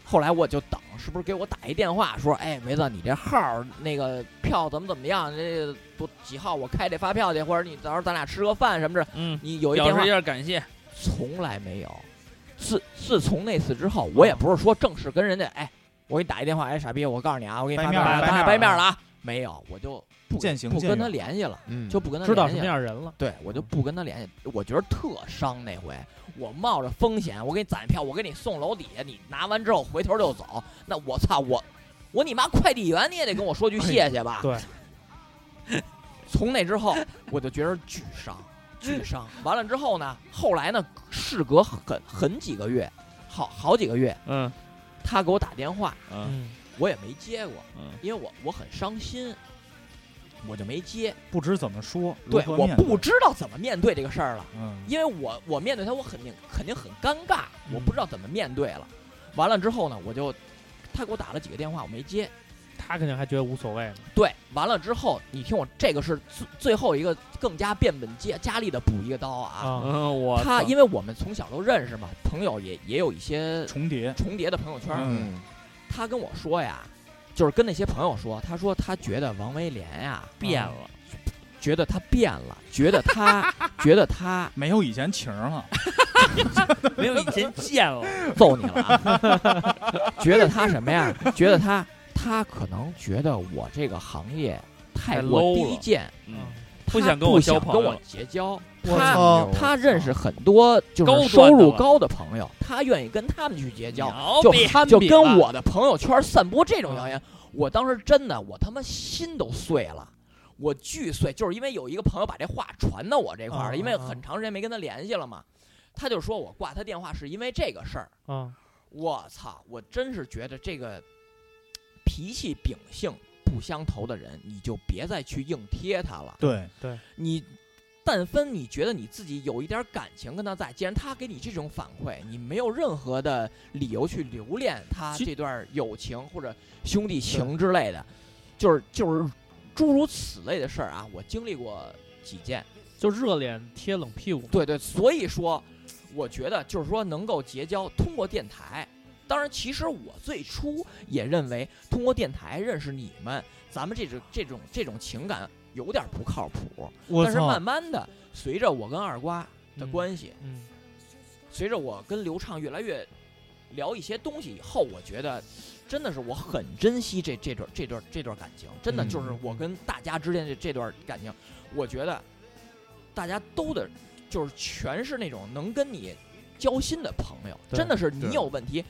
后来我就等，是不是给我打一电话说，哎，梅子，你这号儿那个票怎么怎么样？这多几号我开这发票去，或者你到时候咱俩吃个饭什么的。嗯，你有一表电话示一下感谢，嗯从来没有。自自从那次之后，我也不是说正式跟人家，嗯哎，我给你打一电话，哎，傻逼，我告诉你啊，我给你掰发面票儿了，了咱俩掰掰面面儿儿了啊，没有，我就不渐行不渐跟他远联系了，嗯，就不跟他知道联什系么了样人了，对我就不跟他联系，我觉得特伤那回，我冒着风险，我给你攒票，我给你送楼底下，你拿完之后回头就走，那我操我，我你妈快递员你也得跟我说句谢谢吧？对，从那之后我就觉得巨伤，巨伤。完了之后呢，后来呢，事隔很很几个月，好好几个月，嗯他给我打电话，嗯嗯，我也没接过，嗯因为我我很伤心，我就没接。不知怎么说，如对，何我面不知道怎么面对这个事儿了。嗯，因为我我面对他，我肯定肯定很尴尬，嗯我不知道怎么面对了。完了之后呢，我就他给我打了几个电话，我没接。他肯定还觉得无所谓呢，对，完了之后，你听我这个是最最后一个更加变本加加厉的补一个刀啊。啊，嗯，我他操因为我们从小都认识嘛，朋友也也有一些重叠，重叠的朋友圈。嗯嗯，他跟我说呀，就是跟那些朋友说，他说他觉得王威廉呀变，了，觉得他变了，觉得他觉得他没有以前情儿了，没有以前贱了，揍你了啊，觉得他什么呀？觉得他他可能觉得我这个行业太太过 low 低了贱，嗯，不他不想跟我交想朋跟友我了结交。我他操他认识很多就高是端收入的了高的朋友，他愿意跟他们去结交，牛就逼就跟了我的朋友圈散播这种谣嗯言。我当时真的，我他妈心都碎了。我巨碎，就是因为有一个朋友把这话传到我这块儿嗯了，因为啊啊啊很长时间没跟他联系了嘛，他就说我挂他电话是因为这个事儿，啊，我操！我真是觉得这个脾气秉性不相投的人，你就别再去硬贴他了。对，你但凡你觉得你自己有一点感情跟他在，既然他给你这种反馈，你没有任何的理由去留恋他其这段友情或者兄弟情之类的，就是就是诸如此类的事儿啊，我经历过几件。就热脸贴冷屁股，对对，所以说，我觉得就是说能够结交，通过电台。当然，其实我最初也认为通过电台认识你们，咱们这种这种这种情感有点不靠谱。我但是操慢，慢的，随着我跟二瓜的嗯关系，嗯，随着我跟刘畅越来越聊一些东西以后，我觉得真的是我很珍惜这这段这段这段感情，真的嗯就是我跟大家之间这这段感情，我觉得大家都得就是全是那种能跟你交心的朋友，对真的是你对有问题。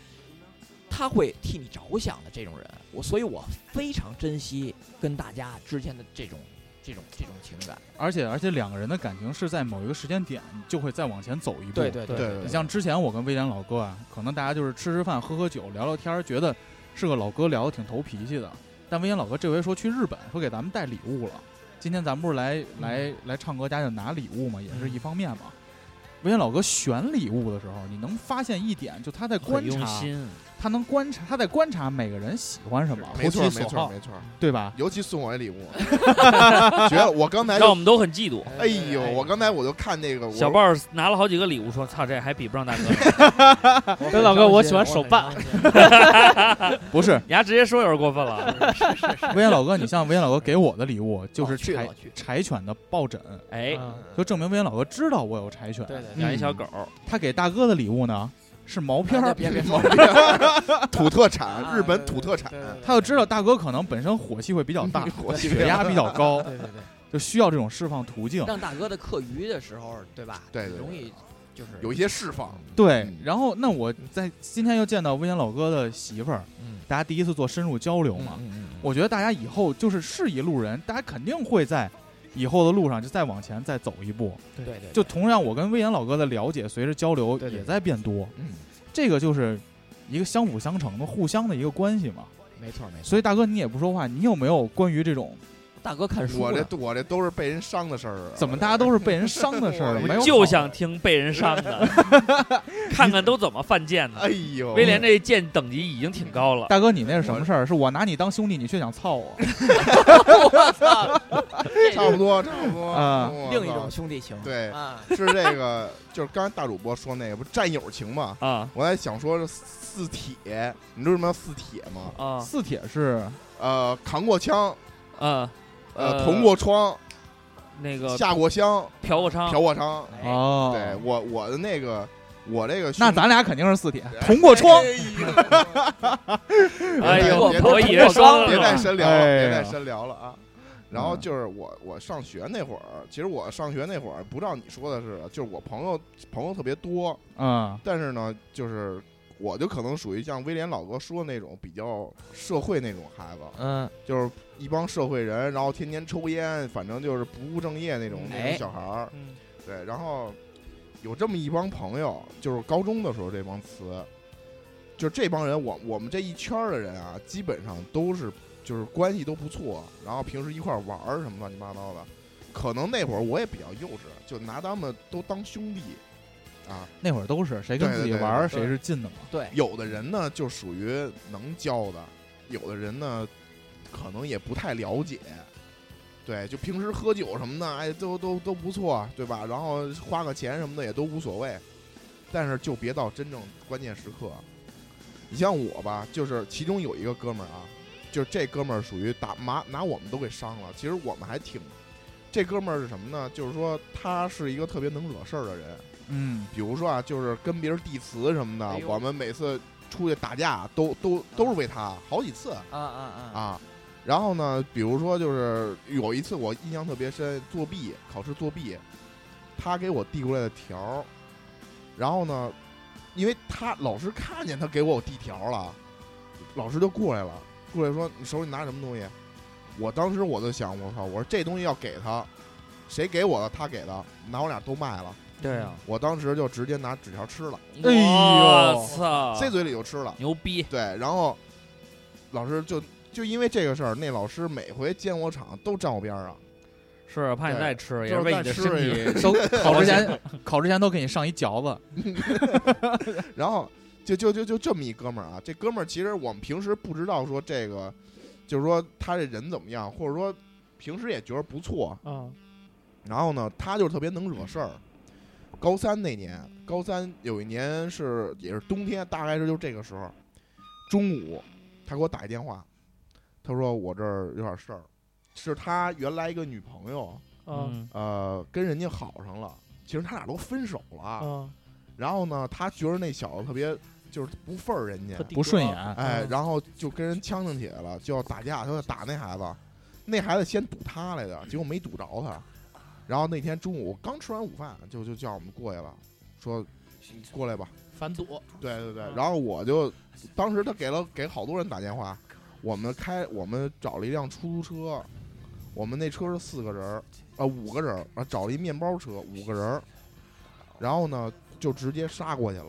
他会替你着想的这种人，我所以，我非常珍惜跟大家之间的这种、这种、这种情感。而且而且两个人的感情是在某一个时间点就会再往前走一步。对对对对你像之前我跟威廉老哥啊，可能大家就是吃吃饭、喝喝酒、聊聊天儿，觉得是个老哥聊得挺投脾气的。但威廉老哥这回说去日本，说给咱们带礼物了。今天咱们不是来来来唱歌家就拿礼物嘛，也是一方面嘛。威廉老哥选礼物的时候，你能发现一点，就他在观很用察，心，他能观察，他在观察每个人喜欢什么，没错投没其所错好，没错，对吧？ <laughs> 尤其送我这礼物，觉得我刚才让我就，们都很嫉妒。哎呦，我刚才我就看那个我小豹儿拿了好几个礼物，说：“操，这还比不上大哥。跟老哥，我喜欢手办， <laughs> 不是”人家直接说有点过分了。威廉老哥，你像威廉老哥给我的礼物就是哦去柴我去柴犬的抱枕，哎，就证明威廉老哥知道我有柴犬。嗯对对养一小狗，他给大哥的礼物呢是毛片儿，别别别， <laughs> 土特 <laughs> 产，日哎本土特产，他就知道大哥可能本身火气会比较大，火气血压比较高，对对对，就需要这种释放途径。让大哥的课余的时候，对吧？对对对容易就是有一些释放，对嗯，然后那我在今天又见到威廉老哥的媳妇儿，嗯大家第一次做深入交流嘛，我觉得大家以后就是是一路人，大家肯定会在以后的路上就再往前再走一步。对对，对就同样，我跟威严老哥的了解随着交流对对也在变多，嗯，这个就是一个相辅相成的、互相的一个关系嘛。没错没错。所以大哥，你也不说话，你有没有关于这种大哥看书我呢，这我这都是被人伤的事儿啊，呃怎么大家都是被人伤的事儿？没有好就想听被人伤的，看看都怎么犯贱的哎。呦，威廉这剑等级已经挺高了，大哥，你那是什么事儿？是我拿你当兄弟，你却想操 <laughs> 我？差不多差不多啊我另一操种兄弟情，对啊，是这个，就是刚才大主播说那个不是战友情嘛？啊我在想说是四铁，你知道什么叫四铁吗？啊四铁是呃，扛过枪，啊！呃，捅过窗，那个下过乡，嫖过娼，嫖过娼。哎哦，对我我的那个我这个兄 <laughs> 那弟咱俩肯定是四铁，同过窗。哎呦，别我以为说别再了，深聊了，哎呀嗯别再深聊了啊！然后就是我我上学那会儿，其实我上学那会儿不知道你说的是，就是我朋友朋友特别多，嗯，但是呢，就是我就可能属于像威廉老哥说的那种比较社会那种孩子，嗯，就是一帮社会人，然后天天抽烟，反正就是不务正业那种那哎种小孩儿。嗯对，然后有这么一帮朋友，就是高中的时候这帮词，就这帮人，我我们这一圈儿的人啊，基本上都是就是关系都不错，然后平时一块儿玩儿什么乱七八糟的。可能那会儿我也比较幼稚，就拿他们都当兄弟啊。那会儿都是谁跟自己玩儿谁是近的嘛。对，有的人呢就属于能教的，有的人呢可能也不太了解。对，就平时喝酒什么的，哎，都都都不错，对吧？然后花个钱什么的也都无所谓，但是就别到真正关键时刻。你像我吧，就是其中有一个哥们儿啊，就是这哥们儿属于打麻拿我们都给伤了。其实我们还挺，这哥们儿是什么呢？就是说他是一个特别能惹事儿的人，嗯，比如说啊，就是跟别人递词什么的，哎呦我们每次出去打架都都都是为他好几次啊啊啊，啊。然后呢，比如说就是有一次我印象特别深，作弊考试作弊，他给我递过来的条儿，然后呢，因为他老师看见他给我递条儿了，老师就过来了，过来说你手里拿什么东西？我当时我就想，我操，我说这东西要给他，谁给我的？他给的，拿我俩都卖了。对啊，我当时就直接拿纸条吃了，哎呦我操，塞嘴里就吃了。牛逼，对，然后老师就就因为这个事儿，那老师每回见我场都站我边儿上，是怕你对再吃，也就是为再你的吃 <laughs> 身一体个，都 <laughs> 考之前考之前都给你上一嚼子，然后就就就就这么一哥们儿啊，这哥们儿其实我们平时不知道说这个，就是说他这人怎么样，或者说平时也觉得不错，啊，然后呢，他就是特别能惹事儿。高三那年，高三有一年是也是冬天，大概是就这个时候，中午他给我打一电话，他说我这儿有点事儿，是他原来一个女朋友，啊嗯嗯呃，跟人家好上了，其实他俩都分手了，啊然后呢，他觉得那小子特别就是不忿儿人家特，地嗯不顺格眼哎，然后就跟人呛呛起来了，就要打架，他就打那孩子，那孩子先堵他来的，结果没堵着他。然后那天中午刚吃完午饭，就就叫我们过去了，说过来吧。反堵，对对对啊，然后我就当时他给了给好多人打电话，我们开我们找了一辆出租车，我们那车是四个人儿，啊五个人儿，啊找了一面包车五个人儿，然后呢就直接杀过去了，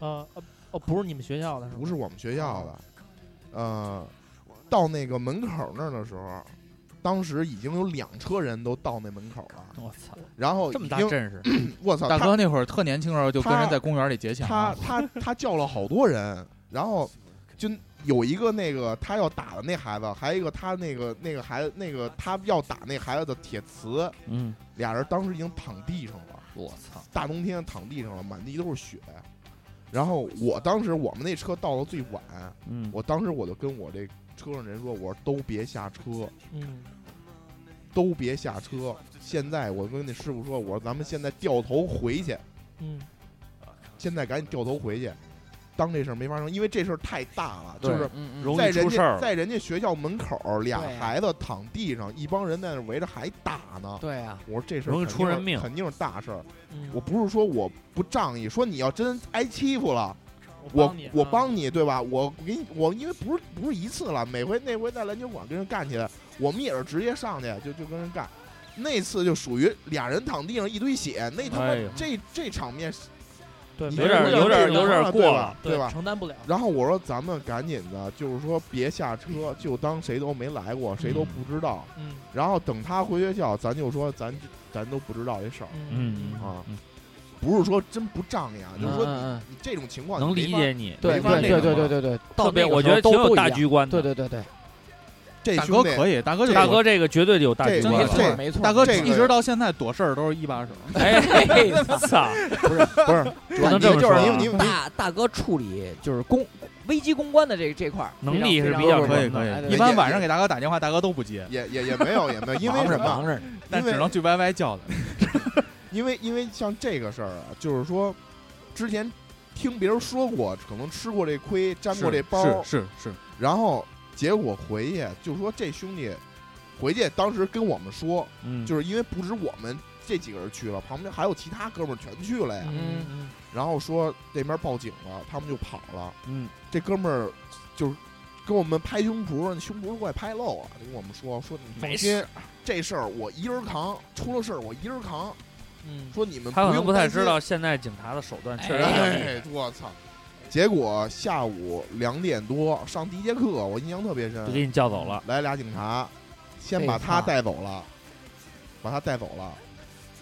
啊呃哦，不是你们学校的是吗？不是我们学校的，呃，到那个门口那儿的时候，当时已经有两车人都到那门口了，我操，然后这么已大经阵势， <clears throat> 我操，大他哥那会儿特年轻的时候，就跟人他在公园里劫抢他啊，他他叫了好多人，然后就有一个那个他要打的那孩子，还有一个他那个那个孩子那个他要打那孩子的铁磁，嗯，俩人当时已经躺地上了，我操，大冬天躺地上了，满地都是血。然后我当时我们那车到了最晚，嗯，我当时我就跟我这车上人说，我说都别下车，嗯，都别下车。现在我跟那师傅说，我说咱们现在掉头回去，嗯现在赶紧掉头回去，当这事儿没发生，因为这事儿太大了，就是嗯容在易人出家事儿了。在人家学校门口儿，俩对啊孩子躺地上，一帮人在那围着还打呢。 <laughs> 对啊，我说这事儿容易肯出定人是命肯定是大事儿。嗯，我不是说我不仗义，说你要真挨欺负了，我帮你我啊帮你，对吧？我给你，我因为不是不是一次了，每回那回在篮球馆跟人干起来，我们也是直接上去就就跟人干。那次就属于俩人躺地上一堆血，那他妈哎呦这这场面是对你没有点人有点这有个点对过吧了，对吧？承担不了，然后我说咱们赶紧的，就是说别下车，就当谁都没来过，谁都不知道。嗯然后等他回学校，咱就说咱咱都不知道这事儿，嗯嗯啊嗯不是说真不仗义啊，就是说你嗯嗯你这种情况能你理没法解你，对没法对那对什么对对对对，特到别那个我觉得时候挺都有不一大样局观对的。对对对，这大兄哥弟可以，大哥就大是哥这个绝对有大局这观我没了。错这没错，大哥这个一直到现在躲事儿都是一把手， <laughs> 哎，操！不是不能这么就是说你啊你你大大哥处理就是公危机公关的这这块儿嗯能力是非常比较非常可以什么可的哎以。对一对般也晚上给大哥打电话，大哥都不接，也也也没有也没有，因为忙着什么忙？着，但只能去 YY 叫他。因为因为像这个事儿啊，就是说之前听别人说过，可能吃过这亏，沾过这包，是是是，然后结果回去就说这兄弟回去当时跟我们说，嗯，就是因为不止我们这几个人去了，旁边还有其他哥们儿全去了呀。嗯嗯然后说这边报警了，他们就跑了。嗯，这哥们儿就是跟我们拍胸脯，那胸脯都快拍漏了，就跟我们说说你放没心，这事儿我一人扛，出了事儿我一人扛。嗯说你们他可能用不太担心知。道现在警察的手段确实挺厉害。哎，我操！结果下午两点多上第一节课，我印象特别深就。给你叫走了，来俩警察，先这把一他趟带走了，把他带走了，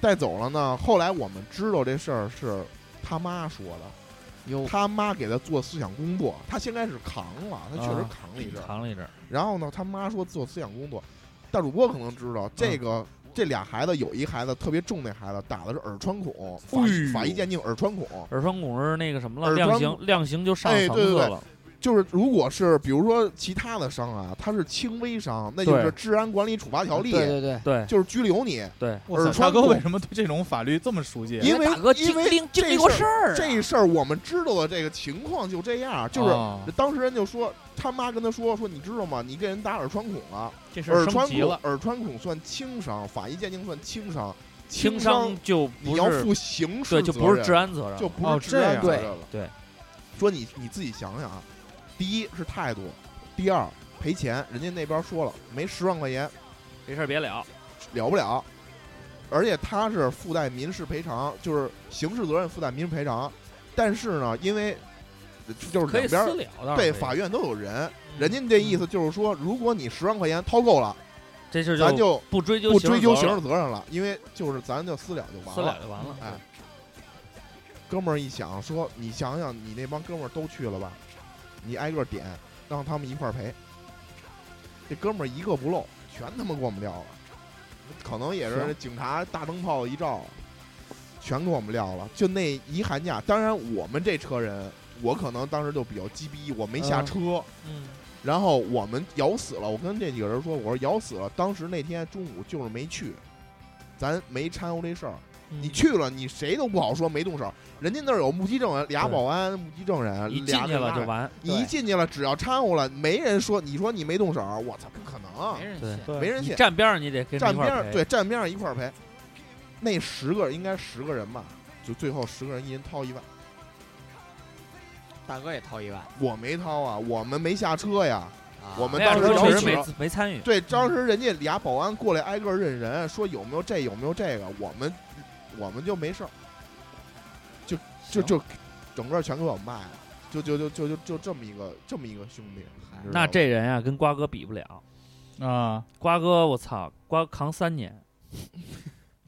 带走了呢。后来我们知道这事儿是他妈说的，哟，他妈给他做思想工作，他先开始扛了，他确实啊扛了一阵儿。扛了一阵儿。然后呢，他妈说做思想工作，大主播可能知啊道这个。这俩孩子有一孩子特别重，那孩子打的是耳穿孔，法哎呦医法医鉴定耳穿孔，耳穿孔是那个什么了，耳量穿刑量刑就上哎层对次对对了。就是如果是比如说其他的伤啊，他是轻微伤，那就是对《治安管理处罚条例》啊对对对，对就是拘留你。对，我操耳穿大哥孔为什么对这种法律这么熟悉？啊因为大哥因经为历经这历过事事儿啊，这事儿我们知道的这个情况就这样，就是、哦当时人就说他妈跟他说说你知道吗？你给人打耳穿孔了，这事儿耳升穿级孔了，耳穿孔算轻伤，法医鉴定算轻伤，轻轻伤就你不要是负刑事对，就不是治安，安责任，就不哦是治安责这样任了。对对说你你自己想想啊，第一是态度，第二赔钱，人家那边说了没十万块钱这事儿别了。了不了，而且他是附带民事赔偿，就是刑事责任附带民事赔偿。但是呢，因为就就是可以两私边儿了的，对可以法院都有人，嗯人家这意思就是说，如果你十万块钱掏够了，嗯这事儿咱就不追究不追究刑刑事事责任了，因为就是咱就私了就责任完私了了。就完了。哎，哥们儿一想说，你想想，你那帮哥们儿都去了吧，你挨个点，让他们一块儿赔。这哥们儿一个不漏，全他妈给我们撂了，可能也是警察大灯泡一照，全给我们撂了。就那一寒假，当然我们这车人，我可能当时就比较鸡逼，我没下车。嗯然后我们咬死了，我跟这几个人说，我说咬死了。当时那天中午就是没去，咱没掺和这事儿。嗯你去了，你谁都不好说没动手，人家那儿有目击证人，俩对保安、目击证人，一进俩去那了啥就完，你一进去了，只要掺和了，没人说你说你没动手，我操，不可能没，人对信。对没人你信。站边上你得跟着站一块边儿儿陪对站边上一块儿赔，那十个应该十个人吧，就最后十个人一人掏一万，大哥也掏一万我没掏啊，我们没下车呀。啊，我们那样当时说确有实几没个没参与，对，当时人家俩保安过来挨个认人，说有没有这有没有这个，我们我们就没事儿，就就就整个全给我卖了，就就就就就就这么一个这么一个兄弟，你知道吗那这人呀、跟瓜哥比不了，啊，瓜哥我操，瓜扛 <laughs> 三年，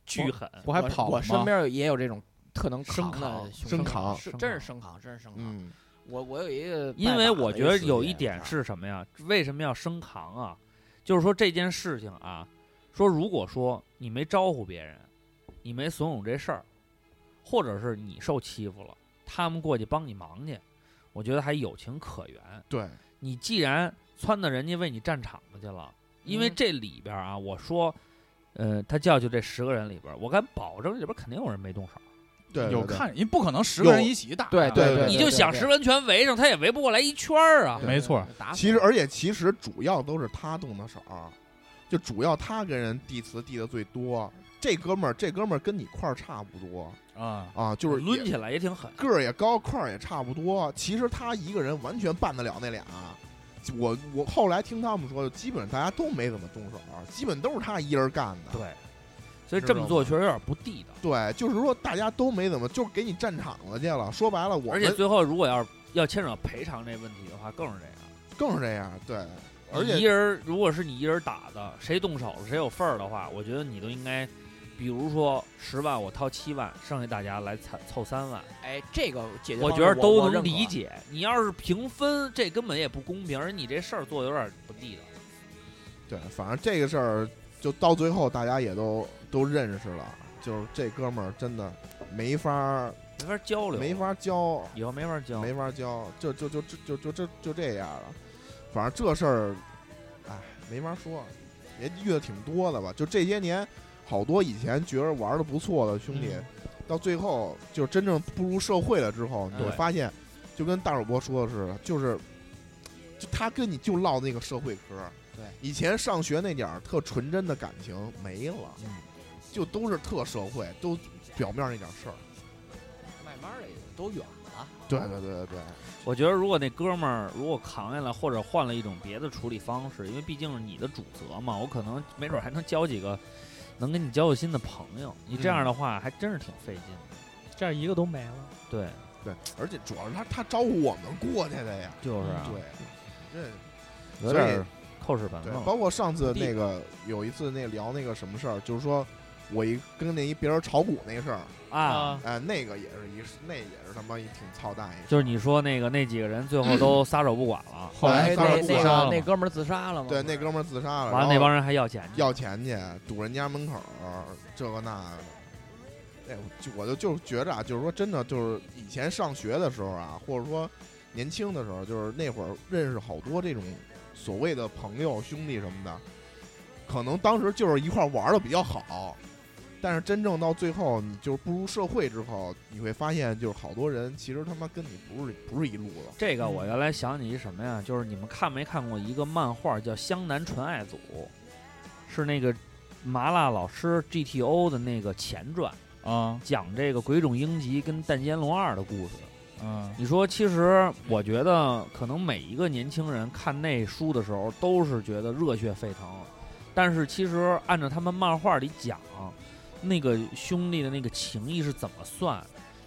巨狠，不还跑我身吗？边也有这种特能生扛的扛兄弟，生扛是生真是扛生扛，真是生扛。嗯，我我有一呃个拜把子的司机，因为我觉得有一我点操是什么呀？为什么要生扛啊？就是说这件事情啊，说如果说你没招呼别人，你没怂恿这事儿，或者是你受欺负了，他们过去帮你忙去，我觉得还有情可原。对，你既然撺掇人家为你站场子去了，因为嗯这里边啊，我说，呃，他叫去这十个人里边，我敢保证里边肯定有人没动手。对对有对看，你不可能十个人一起打啊呀，对对对，你就想十个人全围上，他也围不过来一圈儿啊。没错，打死其实而且其实主要都是他动的手儿，就主要他跟人递词递的最多。这哥们儿，这哥们儿跟你块儿差不多啊，啊，就是抡也起来也挺狠。个儿也高，块儿也差不多。其实他一个人完全办得了那俩。我我后来听他们说，基本上大家都没怎么动手，基本都是他一人干的。对，所以这么做确实有点不地道。对，就是说大家都没怎么，就给你占场子去了。说白了，我而且们最后如果要是要牵扯到赔偿这问题的话，更是这样。更是这样。对，而你一且人儿如果是你一人儿打的，谁动手了谁有份儿的话，我觉得你都应该，比如说十万我掏七万，剩下大家来凑凑三万，哎，这个解决我方觉式得我都认能可理。解。你要是平分，这根本也不公平，而你这事儿做的有点不地道。对，反正这个事儿就到最后大家也都都认识了，就是这哥们儿真的没法儿没法交流，没，法儿教，以后没法交。没法教，就就就就就就就这样了。反正这事儿，哎，没法说，也遇的挺多的吧。就这些年，好多以前觉着玩的不错的兄弟，到最后就真正步入社会了之后，你会对发现，就跟大主播说的似的，就是，就他跟你就唠那个社会嗑儿。对以前上学那点儿特纯真的感情没了，就都是特社会，都表面那点儿事儿。慢慢的都远了，对对对对对。我觉得如果那哥们儿如果扛下来，或者换了一种别的处理方式，因为毕竟是你的主责嘛，我可能没准还能交几个能跟你交交心的朋友。你这样的话，还真是挺费劲的。这样一个都没了，对，对，而且主要是他他招呼我们过去的呀。就是啊，对，这有所以点扣屎盆子对，了。包括上次那个有一次那聊那个什么事儿，就是说我一跟那一别人炒股那事儿，啊啊，哎，那个也是一那也是他妈一挺操蛋一事儿。就是你说那个那几个 <clears throat> 人最后都撒手不管了，后来哎那当然那不那杀个了那嘛哥们儿自杀了吗？对，不是那哥们儿自杀了，完了然那后帮人还要钱去，要钱去堵人家门口儿，这个那个。哎，就我就就觉着啊，就是说真的，就是以前上学的时候啊，或者说年轻的时候，就是那会儿认识好多这种所谓的朋友、兄弟什么的，可能当时就是一块儿玩的比较好，但是真正到最后，你就是步入社会之后，你会发现，就是好多人其实他妈跟你不是不是一路的。这个我原来想起一什么呀？就是你们看没看过一个漫画叫《湘南纯爱组》，是那个麻辣老师 GTO 的那个前传，啊讲这个鬼冢英吉跟弹间龙二的故事。嗯，你说，其实我觉得，可能每一个年轻人看那书的时候，都是觉得热血沸腾。但是，其实按照他们漫画里讲，那个兄弟的那个情谊是怎么算？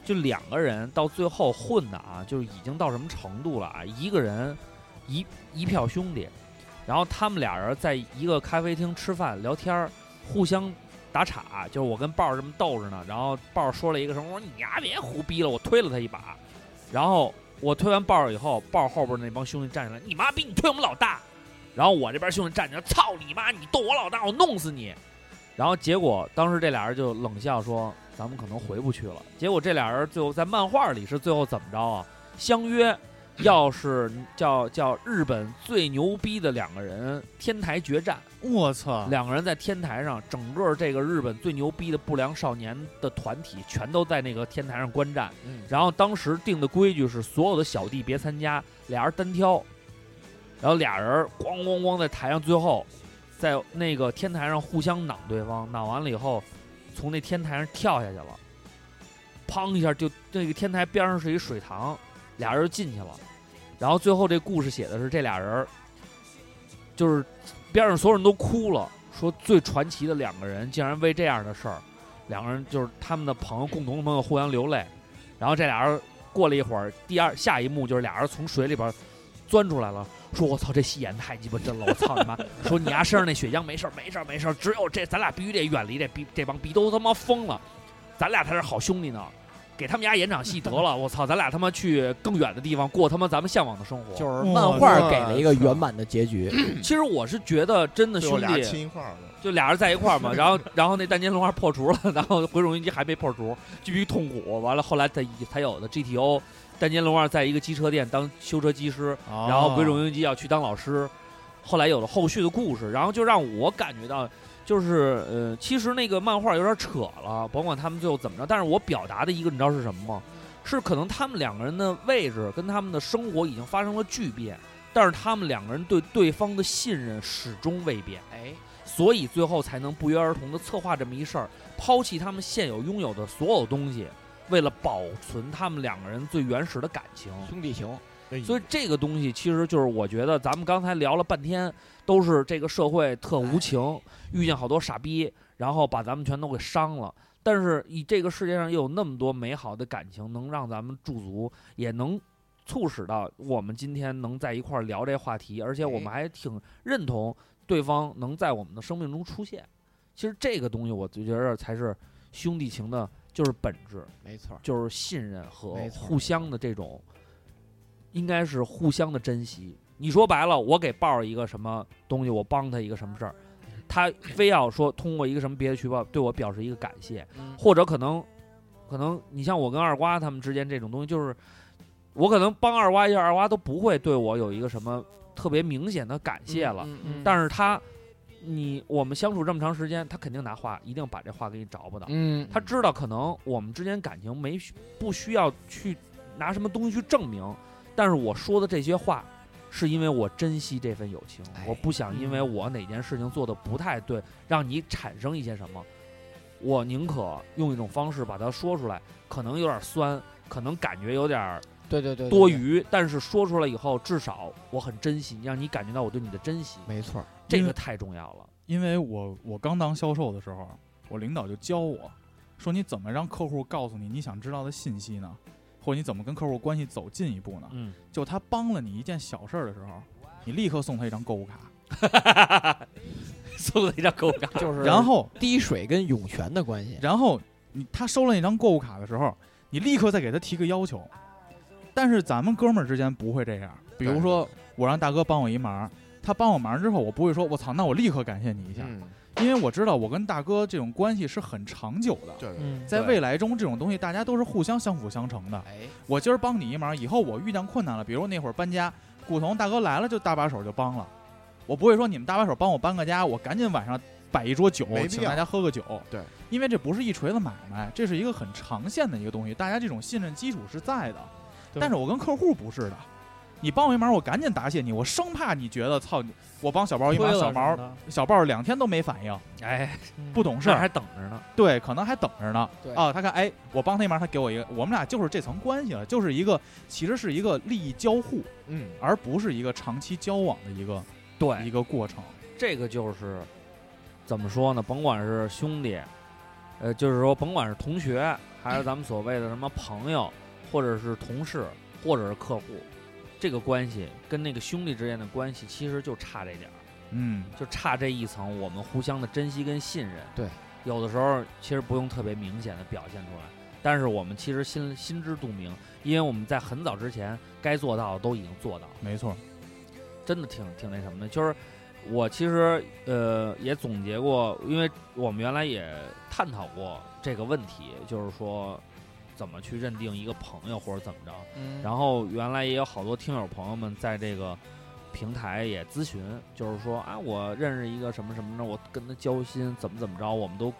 就两个人到最后混的啊，就是已经到什么程度了啊？一个人一一票兄弟，然后他们俩人在一个咖啡厅吃饭聊天儿，互相打岔，就是我跟豹儿这么斗着呢，然后豹儿说了一个什么，我说你丫别胡逼了，我推了他一把，然后我推完豹儿以后，豹儿后边那帮兄弟站起来，你妈逼，你推我们老大，然后我这边兄弟站起来，操你妈，你动我老大，我弄死你，然后结果当时这俩人就冷笑说，咱们可能回不去了，结果这俩人最后在漫画里是最后怎么着啊？相约要是叫叫日本最牛逼的两个人天台决战，我操！两个人在天台上，整个这个日本最牛逼的不良少年的团体全都在那个天台上观战。嗯然后当时定的规矩是所有的小弟别参加，俩人单挑，然后俩人咣咣咣在台上，最后在那个天台上互相攮对方，攮完了以后，从那天台上跳下去了，砰一下就那个天台边上是一水塘，俩人就进去了。然后最后这故事写的是这俩人儿，就是边上所有人都哭了，说最传奇的两个人竟然为这样的事儿，两个人就是他们的朋友，共同的朋友互相流泪。然后这俩人过了一会儿，第二下一幕就是俩人从水里边钻出来了，说我操这戏演得太鸡巴真了，我操你妈！说你丫身上那血浆没事儿没事儿没事儿，只有这咱俩必须得远离这逼这帮逼都他妈疯了，咱俩才是好兄弟呢。给他们家演场戏得了，我操！咱俩他妈去更远的地方过他妈咱们向往的生活。就是漫 <laughs> 画给了一个圆满的结局，其实我是觉得真的最后兄俩弟，亲一块儿了。就俩人在一块儿嘛，然后然后那弹间龙二破除了， <laughs> 然后回容音机还没破除，巨逼痛苦。完了后来才才有的 GTO，弹间龙二在一个机车店当修车技师，然后回容音机要去当老师，后来有了后续的故事，然后就让我感觉到。就是呃，其实那个漫画有点扯了，甭管他们最后怎么着，但是我表达的一个你知道是什么吗？是可能他们两个人的位置跟他们的生活已经发生了巨变，但是他们两个人对对方的信任始终未变。哎，所以最后才能不约而同的策划这么一事儿，抛弃他们现有拥有的所有东西，为了保存他们两个人最原始的感情。兄弟情，哎所以这个东西其实就是我觉得咱们刚才聊了半天，都是这个社会特无情，遇见好多傻逼，然后把咱们全都给伤了。但是以这个世界上又有那么多美好的感情，能让咱们驻足，也能促使到我们今天能在一块儿聊这话题，而且我哎们还挺认同对方能在我们的生命中出现。其实这个东西，我就觉得才是兄弟情的，就是本质。没错，就是信任和没错互相的这种，应该是互相的珍惜。你说白了，我给豹儿一个什么东西，我帮他一个什么事儿，他非要说通过一个什么别的渠道对我表示一个感谢，嗯或者可能，可能你像我跟二瓜他们之间这种东西，就是我可能帮二瓜一下，二瓜都不会对我有一个什么特别明显的感谢了，嗯嗯但是他，你我们相处这么长时间，他肯定拿话一定把这话给你找不到。嗯，他知道可能我们之间感情没需不需要去拿什么东西去证明，但是我说的这些话，是因为我珍惜这份友情，哎我不想因为我哪件事情做的不太对，让你产生一些什么，我宁可用一种方式把它说出来，可能有点酸，可能感觉有点对对对，对多，对余，但是说出来以后，至少我很珍惜，让你感觉到我对你的珍惜，没错，这因个为太重要了。因为我我刚当销售的时候，我领导就教我说你怎么让客户告诉你你想知道的信息呢，或者你怎么跟客户关系走近一步呢？ <laughs> 嗯，就他帮了你一件小事儿的时候，你立刻送他一张购物卡，送了一张给我看，就是然后滴水跟涌泉的关系，然后你他收了那张购物卡的时候，你立刻再给他提个要求。但是咱们哥们儿之间不会这样，比如说我让大哥帮我一忙，他帮我忙之后，我不会说我操，那我立刻感谢你一下，嗯，因为我知道我跟大哥这种关系是很长久的，对对嗯，在未来中这种东西大家都是互相相辅相成的。哎，我今儿帮你一忙，以后我遇见困难了，比如那会儿搬家，古潼大哥来了就搭把手就帮了，我不会说你们搭把手帮我搬个家，我赶紧晚上摆一桌酒没，必请要大家喝个酒。对，因为这不是一锤子买卖，这是一个很长线的一个东西，大家这种信任基础是在的。对但是我跟客户不是的，你帮我一忙，我赶紧答谢你，我生怕你觉得操你，我帮小包一忙，小毛小豹两天都没反应， <laughs> 哎，嗯不懂事那儿，还等着呢。对，可能还等着呢。对啊，他看，哎，我帮他一忙，他给我一个，我们俩就是这层关系了，就是一个其实是一个利益交互，嗯，而不是一个长期交往的一个对，一个过程。这个就是怎么说呢？甭管是兄弟，呃，就是说，甭管是同学，还是咱们所谓的什么朋友，或者是同事，或者是客户，这个关系跟那个兄弟之间的关系，其实就差这点儿，嗯，就差这一层，我们互相的珍惜跟信任。对，有的时候其实不用特别明显的表现出来，但是我们其实心心知肚明，因为我们在很早之前该做到的都已经做到了。没错。真的挺挺那什么的。就是我其实呃也总结过，因为我们原来也探讨过这个问题，就是说怎么去认定一个朋友或者怎么着。嗯然后原来也有好多听友朋友们在这个平台也咨询，就是说啊，我认识一个什么什么的，我跟他交心，怎么怎么着，我们都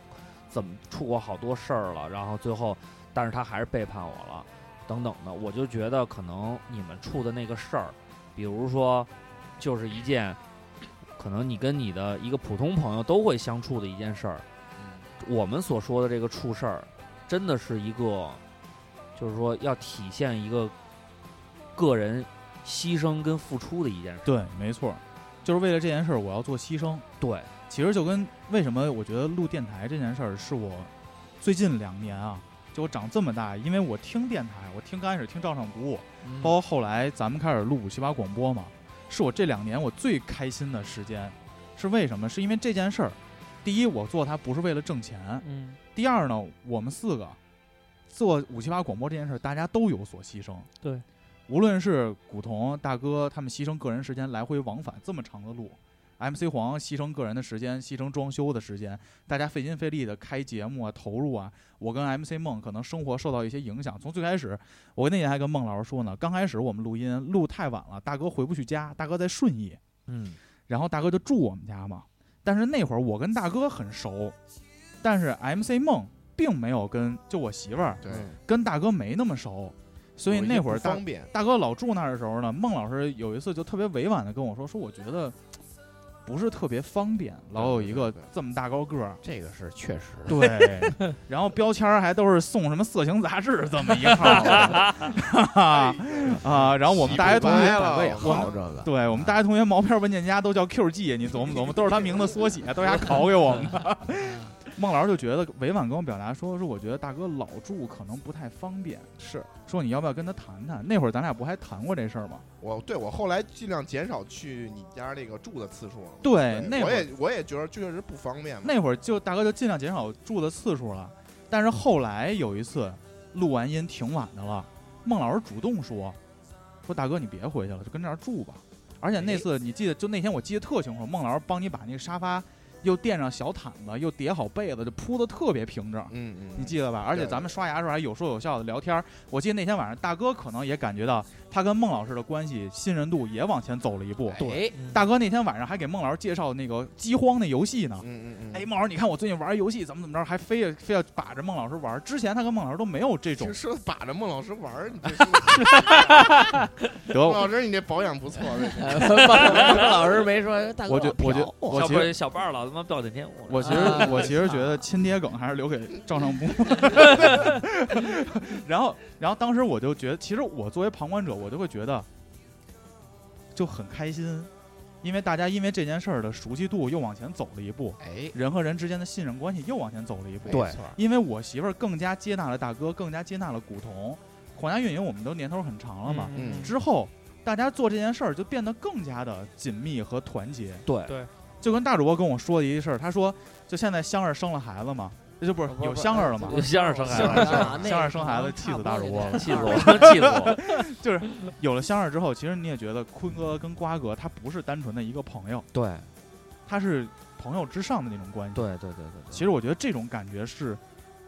怎么出过好多事儿了，然后最后，但是他还是背叛我了，等等的，我就觉得可能你们处的那个事儿，比如说，就是一件可能你跟你的一个普通朋友都会相处的一件事儿，我们所说的这个处事儿，真的是一个，就是说要体现一个个人牺牲跟付出的一件事。对，没错，就是为了这件事儿我要做牺牲。对，其实就跟为什么我觉得录电台这件事儿是我最近两年啊，就我长这么大，因为我听电台，我听刚开始听照上不误，包括后来咱们开始录五七八广播嘛，是我这两年我最开心的时间，是为什么？是因为这件事儿，第一，我做它不是为了挣钱；嗯，第二呢，我们四个做五七八广播这件事儿，大家都有所牺牲。对，无论是古潼大哥他们牺牲个人时间来回往返这么长的路，MC 黄牺牲个人的时间，牺牲装修的时间，大家费心费力的开节目啊，投入啊。我跟 MC 梦可能生活受到一些影响，从最开始，我那天还跟孟老师说呢，刚开始我们录音录太晚了，大哥回不去家，大哥在顺义，嗯，然后大哥就住我们家嘛。但是那会儿我跟大哥很熟，但是 MC 梦并没有跟就我媳妇儿对，跟大哥没那么熟，所以有一那些会儿哦不大方便，大哥老住那儿的时候呢，孟老师有一次就特别委婉的跟我说，说我觉得嗯不是特别方便，老有一个对对对这么大高个 <laughs> 儿。这个是确实的，对， <laughs> 然后标签儿还都是送什么色情杂志这么一号儿 <laughs> 哎啊啊，然后我们大学同学洗不白了大哥也我好靠这个， <laughs> 对我们大学同学毛片文件夹都叫 QG，你琢磨琢磨，都是他名字缩写，都是他拷给我们 <laughs> 的。孟老师就觉得委婉跟我表达说，是我觉得大哥老住可能不太方便，是说你要不要跟他谈谈？那会儿咱俩不还谈过这事儿吗？我对我后来尽量减少去你家那个住的次数了。对哎那我会儿也我也觉得确实不方便嘛。那会儿就大哥就尽量减少住的次数了。但是后来有一次录完音挺晚的了，孟老师主动说说大哥你别回去了，就跟这儿住吧。而且哎那次你记得，就那天我记得特清楚，孟老师帮你把那个沙发又垫上小毯子，又叠好被子，就铺的特别平整。嗯嗯，你记得吧？而且对咱们刷牙的时候还有说有笑的聊天儿。我记得那天晚上，大哥可能也感觉到他跟孟老师的关系信任度也往前走了一哎步。对，嗯大哥那天晚上还给孟老师介绍那个饥荒那游戏呢。嗯嗯嗯，哎，孟老师，你看我最近玩游戏怎么怎么着，还非要非要把着孟老师玩。之前他跟孟老师都没有这种这说把着孟老师玩 <laughs> 儿，你这是孟得。老哦师，你这保养 <laughs> 不错，这孟老师没说，大哥我觉我觉嫖我小其伴实儿小伴儿老他妈暴殄天物了。我其实啊我其实觉得亲爹梗还是留给赵尚波。 <laughs> 然后然后当时我就觉得，其实我作为旁观者，我就会觉得就很开心，因为大家因为这件事儿的熟悉度又往前走了一步，哎，人和人之间的信任关系又往前走了一步。对，因为我媳妇儿更加接纳了大哥，更加接纳了古潼。皇家运营我们都年头很长了嘛，嗯之后大家做这件事儿就变得更加的紧密和团结。对对，就跟大主播跟我说的一事儿，他说就现在香儿生了孩子嘛，这啊就不是不有香儿了嘛，有香儿生孩子子香儿生孩子气死大主播了气死我，气死我！有了香儿之后，其实你也觉得坤哥跟瓜哥他不是单纯的一个朋友，对他是朋友之上的那种关系。对对对对，其实我觉得这种感觉是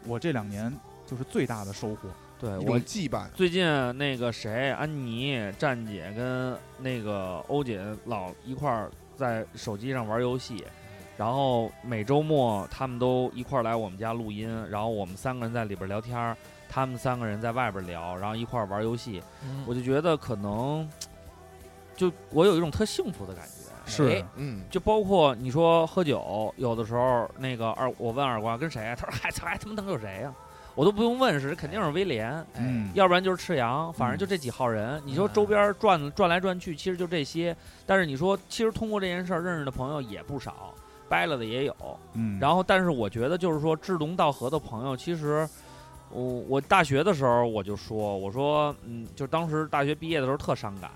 我这两年就是最大的收获。对一我种羁绊。最近那个谁，安妮、战姐跟那个欧姐老一块儿在手机上玩游戏，然后每周末他们都一块儿来我们家录音，然后我们三个人在里边聊天儿，他们三个人在外边聊，然后一块儿玩游戏，我就觉得可能就我有一种特幸福的感觉。哎是嗯，就包括你说喝酒，有的时候那个二，我问二瓜跟谁啊？他说嗨，操，还他妈能有谁呀、我都不用问是谁，肯定是威廉。嗯，要不然就是赤羊，反正就这几号人。你说周边转转来转去，其实就这些。但是你说，其实通过这件事儿认识的朋友也不少，掰了的也有。嗯，然后，但是我觉得就是说志同道合的朋友，其实我我大学的时候我就说，我说嗯，就当时大学毕业的时候特伤感，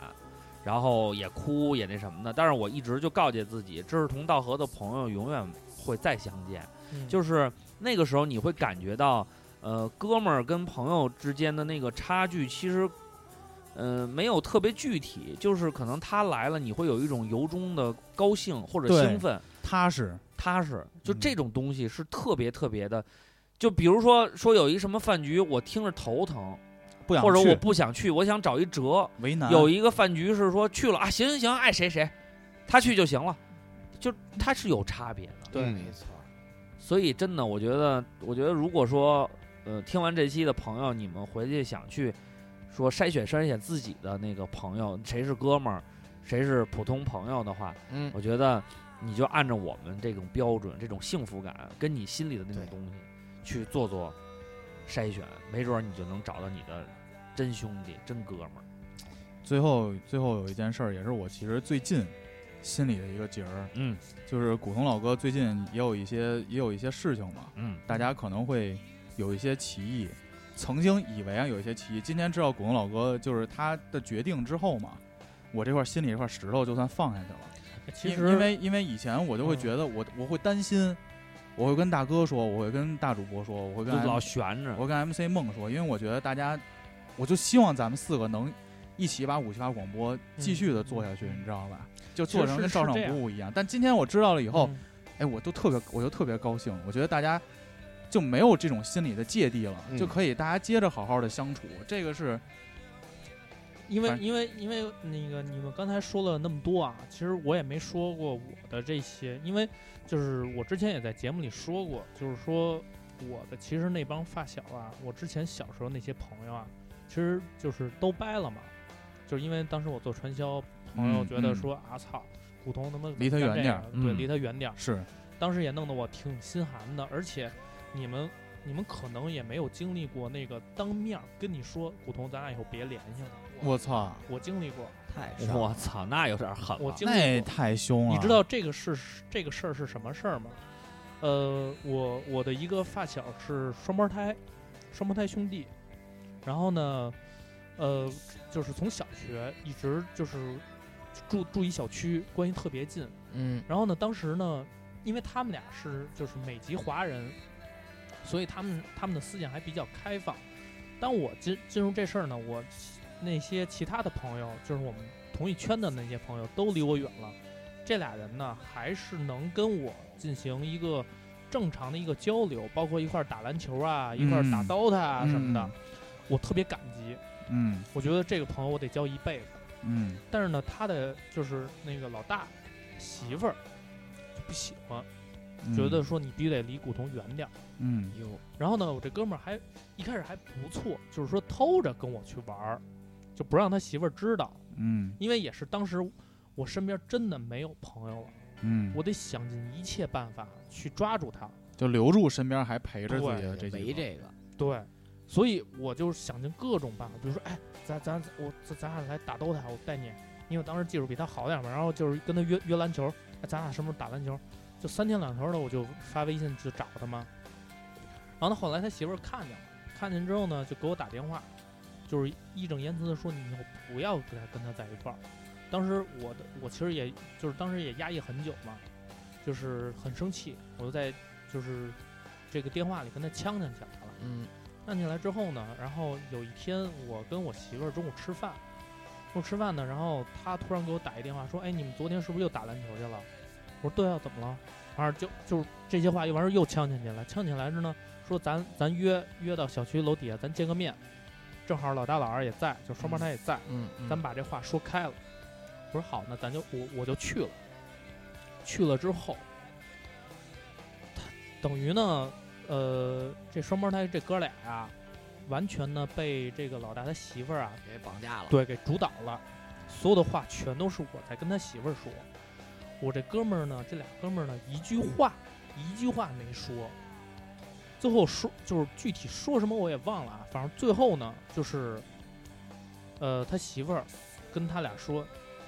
然后也哭也那什么的。但是我一直就告诫自己，志同道合的朋友永远会再相见。就是那个时候你会感觉到，呃，哥们儿跟朋友之间的那个差距，其实，呃，没有特别具体，就是可能他来了，你会有一种由衷的高兴或者对兴奋、踏实，踏实，就嗯这种东西是特别特别的。就比如说说有一什么饭局，我听着头疼，不想或者去我不想去，我想找一辙。为啊难，有一个饭局是说去了啊，行行行，爱谁谁，他去就行了，就他是有差别的。对没错，所以真的，我觉得，我觉得如果说，呃，听完这期的朋友，你们回去想去说筛选筛选自己的那个朋友，谁是哥们儿，谁是普通朋友的话，嗯，我觉得你就按照我们这种标准、这种幸福感跟你心里的那种对东西去做做筛选，没准儿你就能找到你的真兄弟、真哥们儿。最后最后有一件事儿，也是我其实最近心里的一个结儿，嗯就是古潼老哥最近也有一些也有一些事情嘛，嗯，大家可能会有一些歧义，曾经以为啊有一些歧义，今天知道古潼老哥就是他的决定之后嘛，我这块心里这块石头就算放下去了。其因实因为因为以前我就会嗯觉得我我会担心，我会跟大哥说，我会跟大主播说，我会就跟 M, 老悬嗯着。我会跟 MC 梦说，因为我觉得大家，我就希望咱们四个能一起把五七八广播继续嗯的做下去，你知道吧？就做成跟照常不误一样。但今天我知道了以后，嗯哎，我就特别我就特别高兴，我觉得大家就没有这种心理的芥蒂了，嗯就可以大家接着好好的相处，这个是因为反因为因为那个你们刚才说了那么多啊，其实我也没说过我的这些，因为就是我之前也在节目里说过，就是说我的其实那帮发小啊，我之前小时候那些朋友啊，其实就是都掰了嘛，就是因为当时我做传销，朋友嗯觉得嗯说、啊操，古潼他妈离他干远这点个儿对，嗯离他远点儿。是当时也弄得我挺心寒的，而且你们你们可能也没有经历过那个当面儿跟你说，古潼，咱俩以后别联系了。我操，我经历过，太我操，那有点狠我了。经那历过。太凶了，你知道这个事这个事儿是什么事儿吗？呃，我我的一个发小是双胞胎，双胞胎兄弟，然后呢，呃，就是从小学一直就是住住一小区，关系特别近。嗯然后呢，当时呢，因为他们俩是就是美籍华人，所以他们他们的思想还比较开放。当我进进入这事儿呢，我那些其他的朋友，就是我们同一圈的那些朋友，都离我远了。这俩人呢，还是能跟我进行一个正常的一个交流，包括一块儿打篮球啊，一块儿打嗯 DOTA 啊什么的，嗯我特别感激。嗯我觉得这个朋友我得交一辈子。嗯但是呢，他的就是那个老大媳妇儿就不喜欢，嗯觉得说你必须得离古潼远点儿。嗯有然后呢，我这哥们儿还一开始还不错，就是说偷着跟我去玩儿，就不让他媳妇儿知道，嗯因为也是当时我身边真的没有朋友了，嗯，我得想尽一切办法去抓住他。就留住身边还陪着自己的围这几个，这个，对，所以我就想尽各种办法，比如说，哎，咱咱我咱咱俩来打 DOTA，我带你，因为我当时技术比他好点嘛，然后就是跟他约约篮球，哎，咱俩什么时候打篮球？就三天两头的，我就发微信就找他嘛。然后他后来他媳妇儿看见了，看见之后呢，就给我打电话，就是义正言辞的说你以后不要跟他跟他在一块儿。当时我的我其实也就是当时也压抑很久嘛，就是很生气，我就在就是这个电话里跟他呛呛起来了。嗯站起来之后呢，然后有一天我跟我媳妇儿中午吃饭，中午吃饭呢，然后她突然给我打一电话说：“哎，你们昨天是不是又打篮球去了？”我说：“对啊，怎么了？”完事儿就就是这些话一完事儿又呛呛起来，呛起来之后呢，说咱咱约约到小区楼底下咱见个面，正好老大老二也在，就双胞胎也在，嗯，嗯咱把这话说开了。我说好，那咱就我我就去了。去了之后，他等于呢，呃，这双胞胎这哥俩呀、完全呢被这个老大他媳妇儿啊，给绑架了，对，给主导了。所有的话全都是我在跟他媳妇儿说。我这哥们儿呢，这俩哥们儿呢，一句话一句话没说。最后说就是具体说什么我也忘了啊，反正最后呢，就是，呃，他媳妇儿跟他俩说，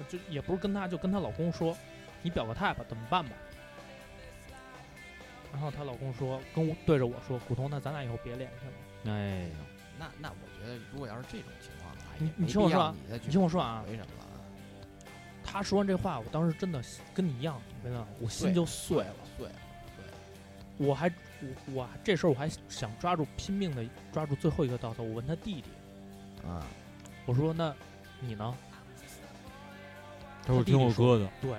就也不是跟他，就跟她老公说，你表个态吧，怎么办吧？然后她老公说，跟我对着我说，古潼，那咱俩以后别联系了。哎呦，那那我觉得如果要是这种情况的话，你也你没听我必要说啊你再去你听我说啊为什么了啊？他说完这话，我当时真的跟你一样，真的，我心对就碎了。对，我还我我这时候我还想抓住拼命的抓住最后一个稻草，我问他弟弟，啊，我说那你呢？他说听我哥的，对，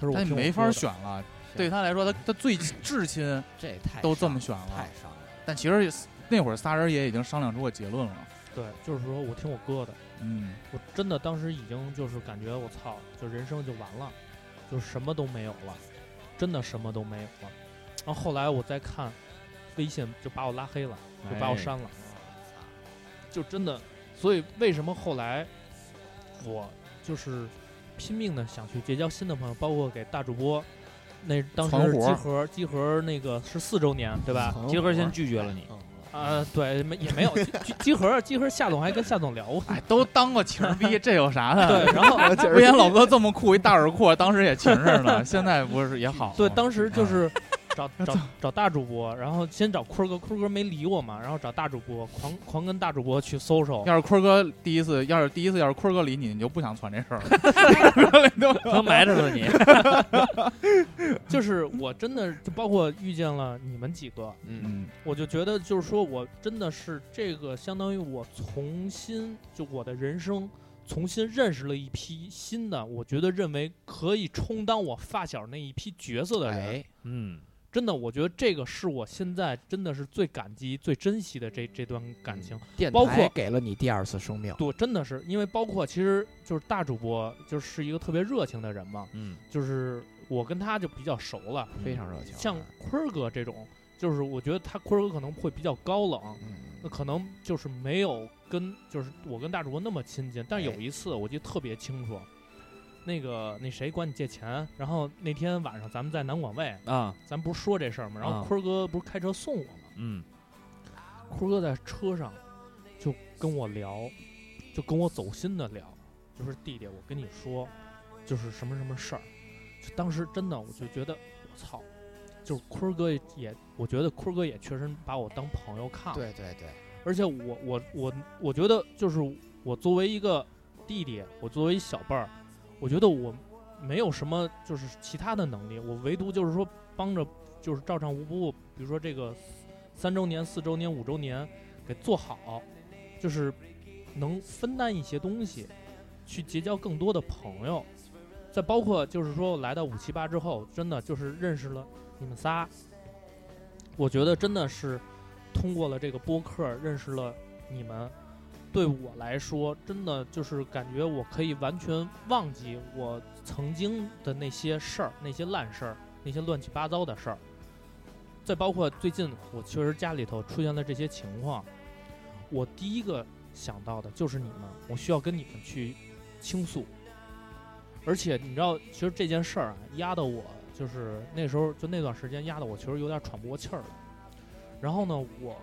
他说我但听我没哥法的选了。对他来说，他他最至亲这太都这伤么选了太，伤人了。但其实那会儿仨人也已经商量出过结论了，对，就是说我听我哥的，嗯，我真的当时已经就是感觉我操，就人生就完了，就什么都没有了，真的什么都没有了。然后后来我再看微信，就把我拉黑了，就把我哎删了，就真的。所以为什么后来我就是拼命的想去结交新的朋友，包括给大主播。那当团时伙集合集合那个是四周年对吧？集合先拒绝了你，啊、对，没也没有集集合集合，夏总还跟夏总聊过，哎，都当过情儿逼，这有啥的？ <laughs> 对， <laughs> 然后威严老哥这么酷一大耳廓，当时也情着呢，现在不是也好吗？嗯对，当时就是 <laughs> 找找找大主播，然后先找坤儿哥，坤儿哥没理我嘛，然后找大主播，狂狂跟大主播去搜搜，要是坤儿哥第一次，要是第一次，要是坤儿哥理你，你就不想传这事儿了。他埋汰 <laughs> 了你。就是我真的就包括遇见了你们几个，嗯，嗯，我就觉得就是说我真的是这个相当于我重新就我的人生。重新认识了一批新的，我觉得认为可以充当我发小那一批角色的人，哎，嗯，真的，我觉得这个是我现在真的是最感激、最珍惜的这这段感情。电包括台给了你第二次生命，对，真的是因为包括其实就是大主播就是一个特别热情的人嘛，嗯，就是我跟他就比较熟了，嗯非常热情。像坤儿哥这种，就是我觉得他坤儿哥可能会比较高冷，嗯那可能就是没有跟就是我跟大主播那么亲近，哎但是有一次我记得特别清楚，那个那谁管你借钱，然后那天晚上咱们在南广卫，啊，咱不是说这事儿吗？然后啊坤儿哥不是开车送我吗？嗯，坤哥在车上就跟我聊，就跟我走心的聊，就是弟弟，我跟你说，就是什么什么事儿。就当时真的我就觉得，我操，就是坤哥也，我觉得坤哥也确实把我当朋友看了。对对对，而且我我我我觉得就是我作为一个弟弟，我作为一小辈儿，我觉得我没有什么就是其他的能力，我唯独就是说帮着就是照常无不，比如说这个三周年、四周年、五周年给做好，就是能分担一些东西，去结交更多的朋友。再包括就是说来到五七八之后，真的就是认识了你们仨，我觉得真的是通过了这个播客认识了你们，对我来说真的就是感觉我可以完全忘记我曾经的那些事儿、那些烂事儿、那些乱七八糟的事儿。再包括最近我确实家里头出现了这些情况，我第一个想到的就是你们，我需要跟你们去倾诉。而且你知道，其实这件事儿啊，压得我就是那时候就那段时间压得我其实有点喘不过气儿了。然后呢，我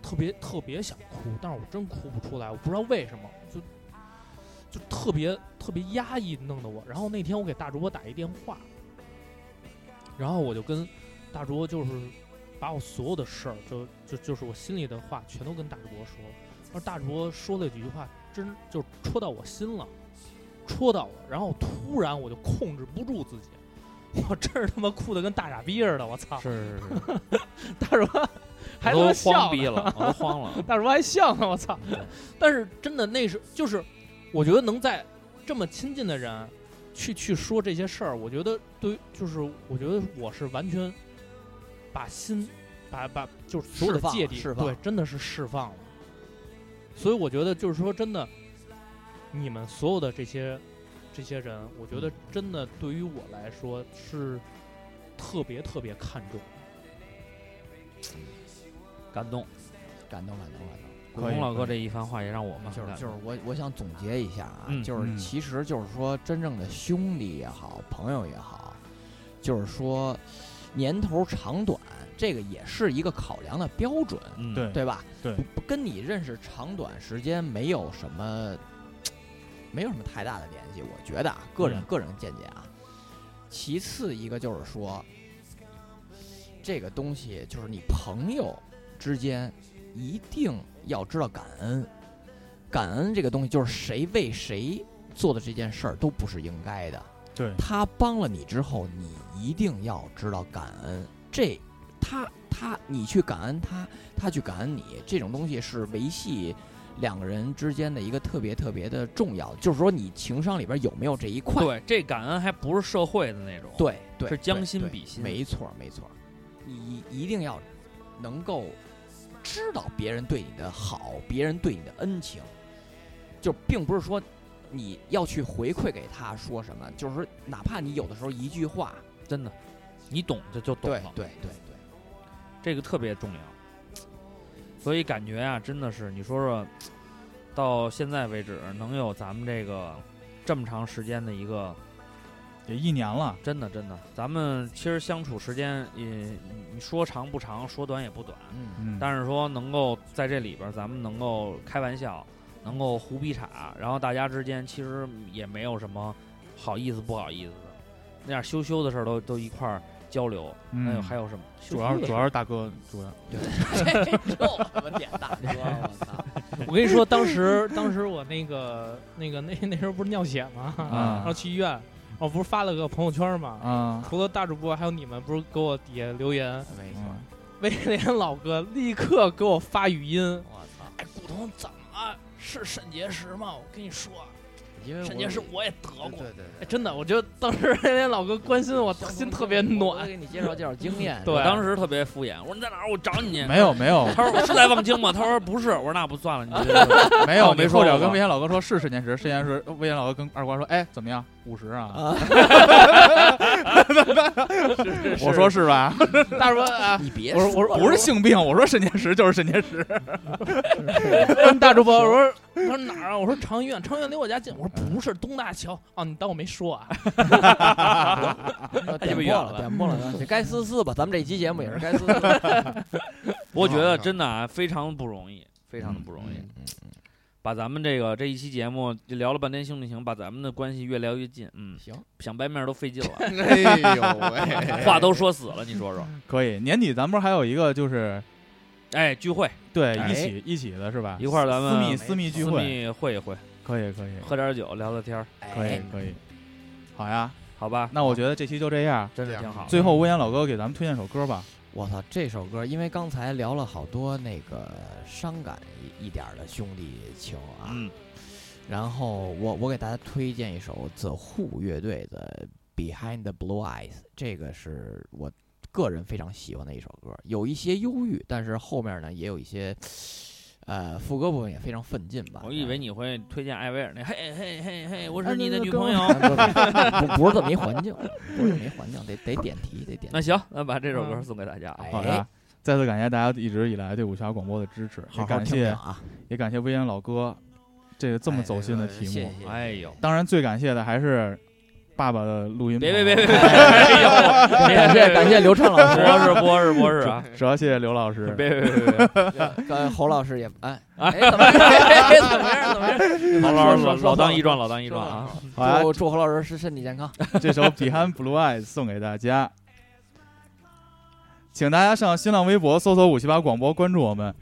特别特别想哭，但是我真哭不出来，我不知道为什么，就就特别特别压抑，弄得我。然后那天我给大主播打一电话，然后我就跟大主播就是把我所有的事儿，就就就是我心里的话，全都跟大主播说。而大主播说了几句话，真就戳到我心了，戳到我。然后突然我就控制不住自己，我真是他妈哭的跟大傻逼似的，我操！是是是， <laughs> 大主播还他我妈都笑慌呢逼了，我都慌 <laughs> 了。大主播还笑呢，我操！但是真的那是就是，我觉得能在这么亲近的人去去说这些事儿，我觉得对于，就是我觉得我是完全把心把把就是所有的释放芥蒂，释放对，真的是释放了。所以我觉得就是说，真的，你们所有的这些这些人，我觉得真的对于我来说是特别特别看重。感动，感动感动感动。古潼老哥这一番话也让我们就是很感就是动我我想总结一下啊，嗯就是嗯其实就是说真正的兄弟也好，朋友也好，就是说年头长短，这个也是一个考量的标准，嗯，对对吧？对不，不跟你认识长短时间没有什么没有什么太大的联系，我觉得啊，个人、嗯个人见解啊。其次一个就是说，这个东西就是你朋友之间一定要知道感恩。感恩这个东西，就是谁为谁做的这件事儿都不是应该的。对，他帮了你之后，你一定要知道感恩。这，他他你去感恩他，他去感恩你，这种东西是维系两个人之间的一个特别特别的重要。就是说，你情商里边有没有这一块？对，这感恩还不是社会的那种，，对对，是将对心对比心没错没错，你一定要能够知道别人对你的好，别人对你的恩情，就并不是说你要去回馈给他说什么，就是说哪怕你有的时候一句话，真的，你懂就就懂对了，对对这个特别重要。所以感觉啊，真的是你说说，到现在为止能有咱们这个这么长时间的一个，也一年了，真的真的，咱们其实相处时间也，你说长不长，说短也不短，嗯，嗯，但是说能够在这里边儿，咱们能够开玩笑，能够胡逼扯，然后大家之间其实也没有什么好意思不好意思的，那样羞羞的事儿都都一块儿交流，嗯那有还有什么？主要主要是大哥，主要 <laughs> 这文点大哥，我操，我跟你说，当时 <laughs> 当时我那个那个那那时候不是尿血吗？啊然后去医院，我不是发了个朋友圈吗？啊，除了大主播，还有你们，不是给我底下留言， <laughs> 没错，嗯威廉老哥立刻给我发语音。我操，哎，古潼怎么是肾结石吗？我跟你说，因为肾结石我也得对过。对对哎，真的，我觉得当时威廉老哥关心我，对，心特别暖。给你介绍介绍经验， <laughs> 哎对啊我当时特别敷衍，我说你在哪儿？我找你去。没有没有他说我是在望京吗？他说不是。我说那不算了，你这 <laughs> 个没有，我没你说后脚过跟魏延老哦哥说是肾结石，肾结石，魏延老哥跟二瓜说，哎，怎么样，五十啊？ <laughs> 我说是吧？大主播 <laughs> 啊，你别我说我说不是性病，我说肾结石就是肾结石。问大主播，我说我说哪儿啊？我说长医院，长医院离我家近。我说不是东大桥啊，你当我没说啊？点不破远了，了点破嗯了，这该撕撕吧，咱们这期节目也是该撕 <laughs> 撕。我觉得真的啊，非常不容易，非常的不容易。嗯把咱们这个这一期节目就聊了半天兄弟情，把咱们的关系越聊越近。嗯，行，想掰面都费劲了，哎呦喂，话都说死了，你说说。可以，年底咱们不是还有一个就是哎，聚会对哎一起一起的是吧一？块儿，咱私密们私密聚私会，密会一会，可以可以喝点酒，聊聊天儿，可以哎，可以，好呀，好吧？那我觉得这期就这样。真是这样挺好的。最后，魏延老哥给咱们推荐首歌吧。我操，这首歌，因为刚才聊了好多那个伤感一一点儿的兄弟情啊，嗯，然后我我给大家推荐一首 The Who 乐队的《Behind the Blue Eyes》，这个是我个人非常喜欢的一首歌，有一些忧郁，但是后面呢也有一些，呃，副歌部分也非常奋进吧。嗯我以为你会推荐艾薇儿那，嘿嘿嘿嘿，我是你的女朋啊友。不 <laughs> 不不是这么一环境，不是这么一环境，得得点题，得点那题。行，那把这首歌送给大家。哎好的，再次感谢大家一直以来对武侠广播的支持，也好好感听听谢啊！也感谢魏延老哥这个这么哎走心的题谢目。谢哎呦，当然，最感谢的还是爸爸的录音棚。别别别别别！感感谢感谢刘畅老师，博士博士博士啊！主要谢谢刘老师。别别别别！跟侯老师也哎哎怎么哎怎么样怎么样？老老老说老当益说壮，老当益壮啊！好呀，祝祝侯老师身身体健康。这首《Behind Blue Eyes》送给大家，请大家上新浪微博搜索“五七八广播”，关注我们。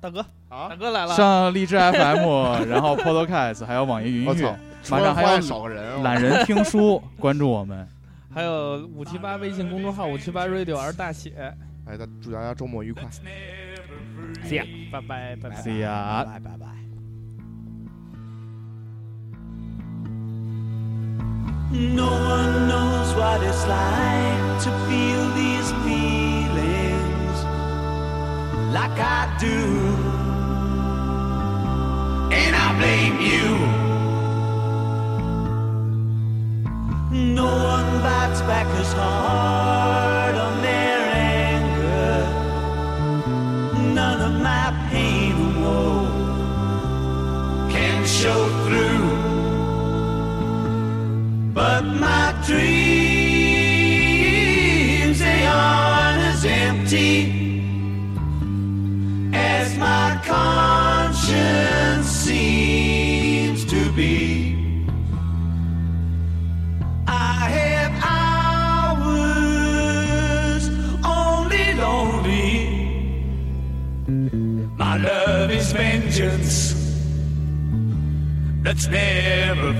大哥，啊大！哥来了。上荔枝 FM，然 <laughs> 后 Podcast，还有网易云我音操乐，，马上还有说话少个人，懒人听书，关注我们。 <laughs> 还有五七八微信公众号五七八 radio 而大写，哎，大祝大家周末愉快。拜拜拜拜。 See ya。拜拜拜。 No one knows what it's like to feel these feelings like I do. And I blame you. No one bites back as hard on their anger. None of my pain and woe can show through. But my dreams, they aren't as empty as my conscience seems to be. I have hours only lonely. My love is vengeance that's never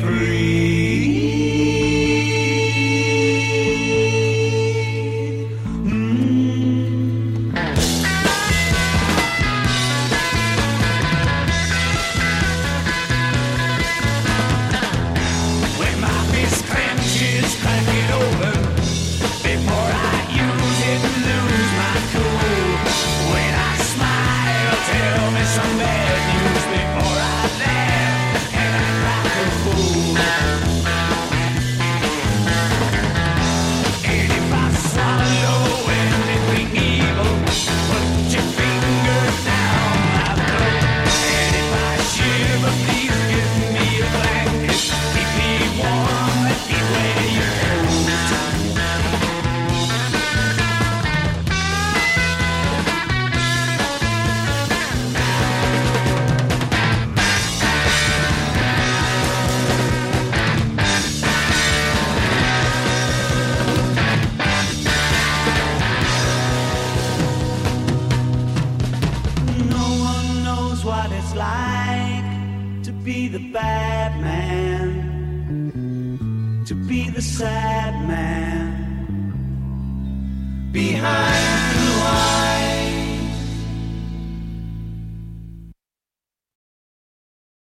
free. When my fist clenches, crack it open. Before I use it, lose my cool. When like to be the bad man, to be the sad man.